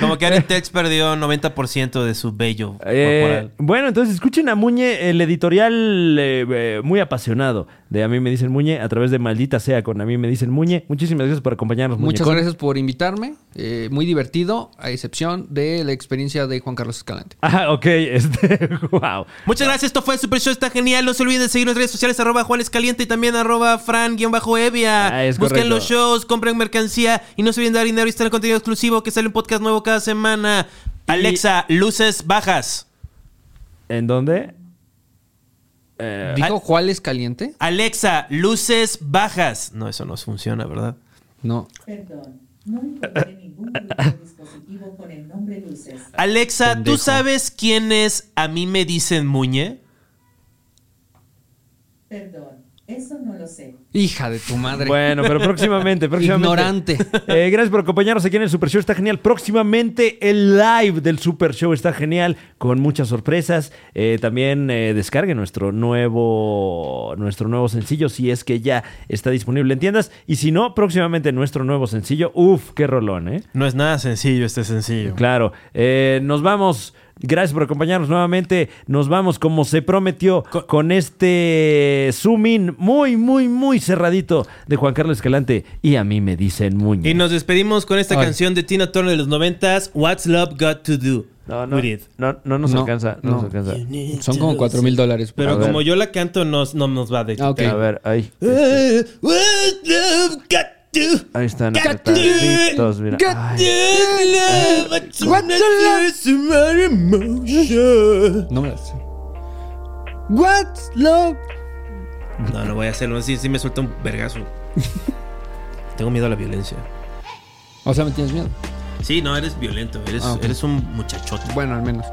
[SPEAKER 1] como que Ari Telch perdió 90% de su bello
[SPEAKER 2] Eh,
[SPEAKER 1] corporal.
[SPEAKER 2] bueno, entonces escuchen a Muñe, el editorial eh, eh, muy apasionado de A mí me dicen Muñe, a través de Maldita sea con A mí me dicen Muñe. Muchísimas gracias por acompañarnos, Muñe.
[SPEAKER 5] Muchas
[SPEAKER 2] Con-
[SPEAKER 5] gracias por invitarme. eh, muy divertido, a excepción de la experiencia de Juan Carlos Escalante.
[SPEAKER 2] Ah, ok, este, wow.
[SPEAKER 1] Muchas gracias, esto fue el Super Show, está genial. No se olviden de seguir en redes sociales, arroba Juan Caliente y también arroba Fran-Evia.
[SPEAKER 2] Ah, es
[SPEAKER 1] Busquen
[SPEAKER 2] correcto.
[SPEAKER 1] los shows, compren mercancía y no se olviden de dar dinero y estar en contenido exclusivo que sale un podcast nuevo cada semana. Alexa, luces bajas.
[SPEAKER 2] ¿En dónde? Eh,
[SPEAKER 5] ¿Dijo cuál es caliente?
[SPEAKER 1] Alexa, luces bajas. No, eso no funciona, ¿verdad?
[SPEAKER 5] No.
[SPEAKER 9] Perdón, no encontré ningún grupo de dispositivo con el nombre Luces.
[SPEAKER 1] Alexa, ¿tú
[SPEAKER 5] Pendejo.
[SPEAKER 1] sabes quién es a mí me dicen Muñe?
[SPEAKER 9] Perdón, Eso no lo sé.
[SPEAKER 5] Hija de tu madre.
[SPEAKER 2] Bueno, pero próximamente, próximamente.
[SPEAKER 5] Ignorante.
[SPEAKER 2] Eh, gracias por acompañarnos aquí en el Super Show, está genial. Próximamente el live del Super Show está genial, con muchas sorpresas. Eh, también eh, descargue nuestro nuevo, nuestro nuevo sencillo, si es que ya está disponible en tiendas. Y si no, próximamente nuestro nuevo sencillo. Uf, qué rolón, ¿eh?
[SPEAKER 1] No es nada sencillo este sencillo.
[SPEAKER 2] Claro. Eh, nos vamos. Gracias por acompañarnos nuevamente. Nos vamos como se prometió con, este zoom in muy, muy, muy cerradito de Juan Carlos Escalante. Y a mí me dicen Muñoz.
[SPEAKER 1] Y nos despedimos con esta
[SPEAKER 5] Ay.
[SPEAKER 1] canción de Tina Turner de los noventas, What's Love Got to Do.
[SPEAKER 2] no, no,
[SPEAKER 1] With It.
[SPEAKER 2] no, no nos
[SPEAKER 5] No,
[SPEAKER 2] alcanza. No, nos
[SPEAKER 5] no.
[SPEAKER 2] alcanza.
[SPEAKER 5] Son como 4 mil dólares.
[SPEAKER 1] Pero
[SPEAKER 2] A ver.
[SPEAKER 1] como yo la canto, no, no nos va de
[SPEAKER 5] Ah, ok.
[SPEAKER 2] A ver, ahí. Este.
[SPEAKER 1] Eh, What's Love Got to
[SPEAKER 2] Ahí están.
[SPEAKER 1] Got
[SPEAKER 2] apretaditos, mira. Ay.
[SPEAKER 1] Do. What's
[SPEAKER 5] What's
[SPEAKER 1] the love? It's my emotion.
[SPEAKER 5] No me las sé. What's love?
[SPEAKER 1] No, no voy a hacerlo. Sí, sí me suelta un vergazo. Tengo miedo a la violencia.
[SPEAKER 5] O sea, ¿me tienes miedo?
[SPEAKER 1] Sí, no, eres violento. Eres,
[SPEAKER 5] Ah, ok.
[SPEAKER 1] eres un muchachote.
[SPEAKER 5] Bueno, al menos.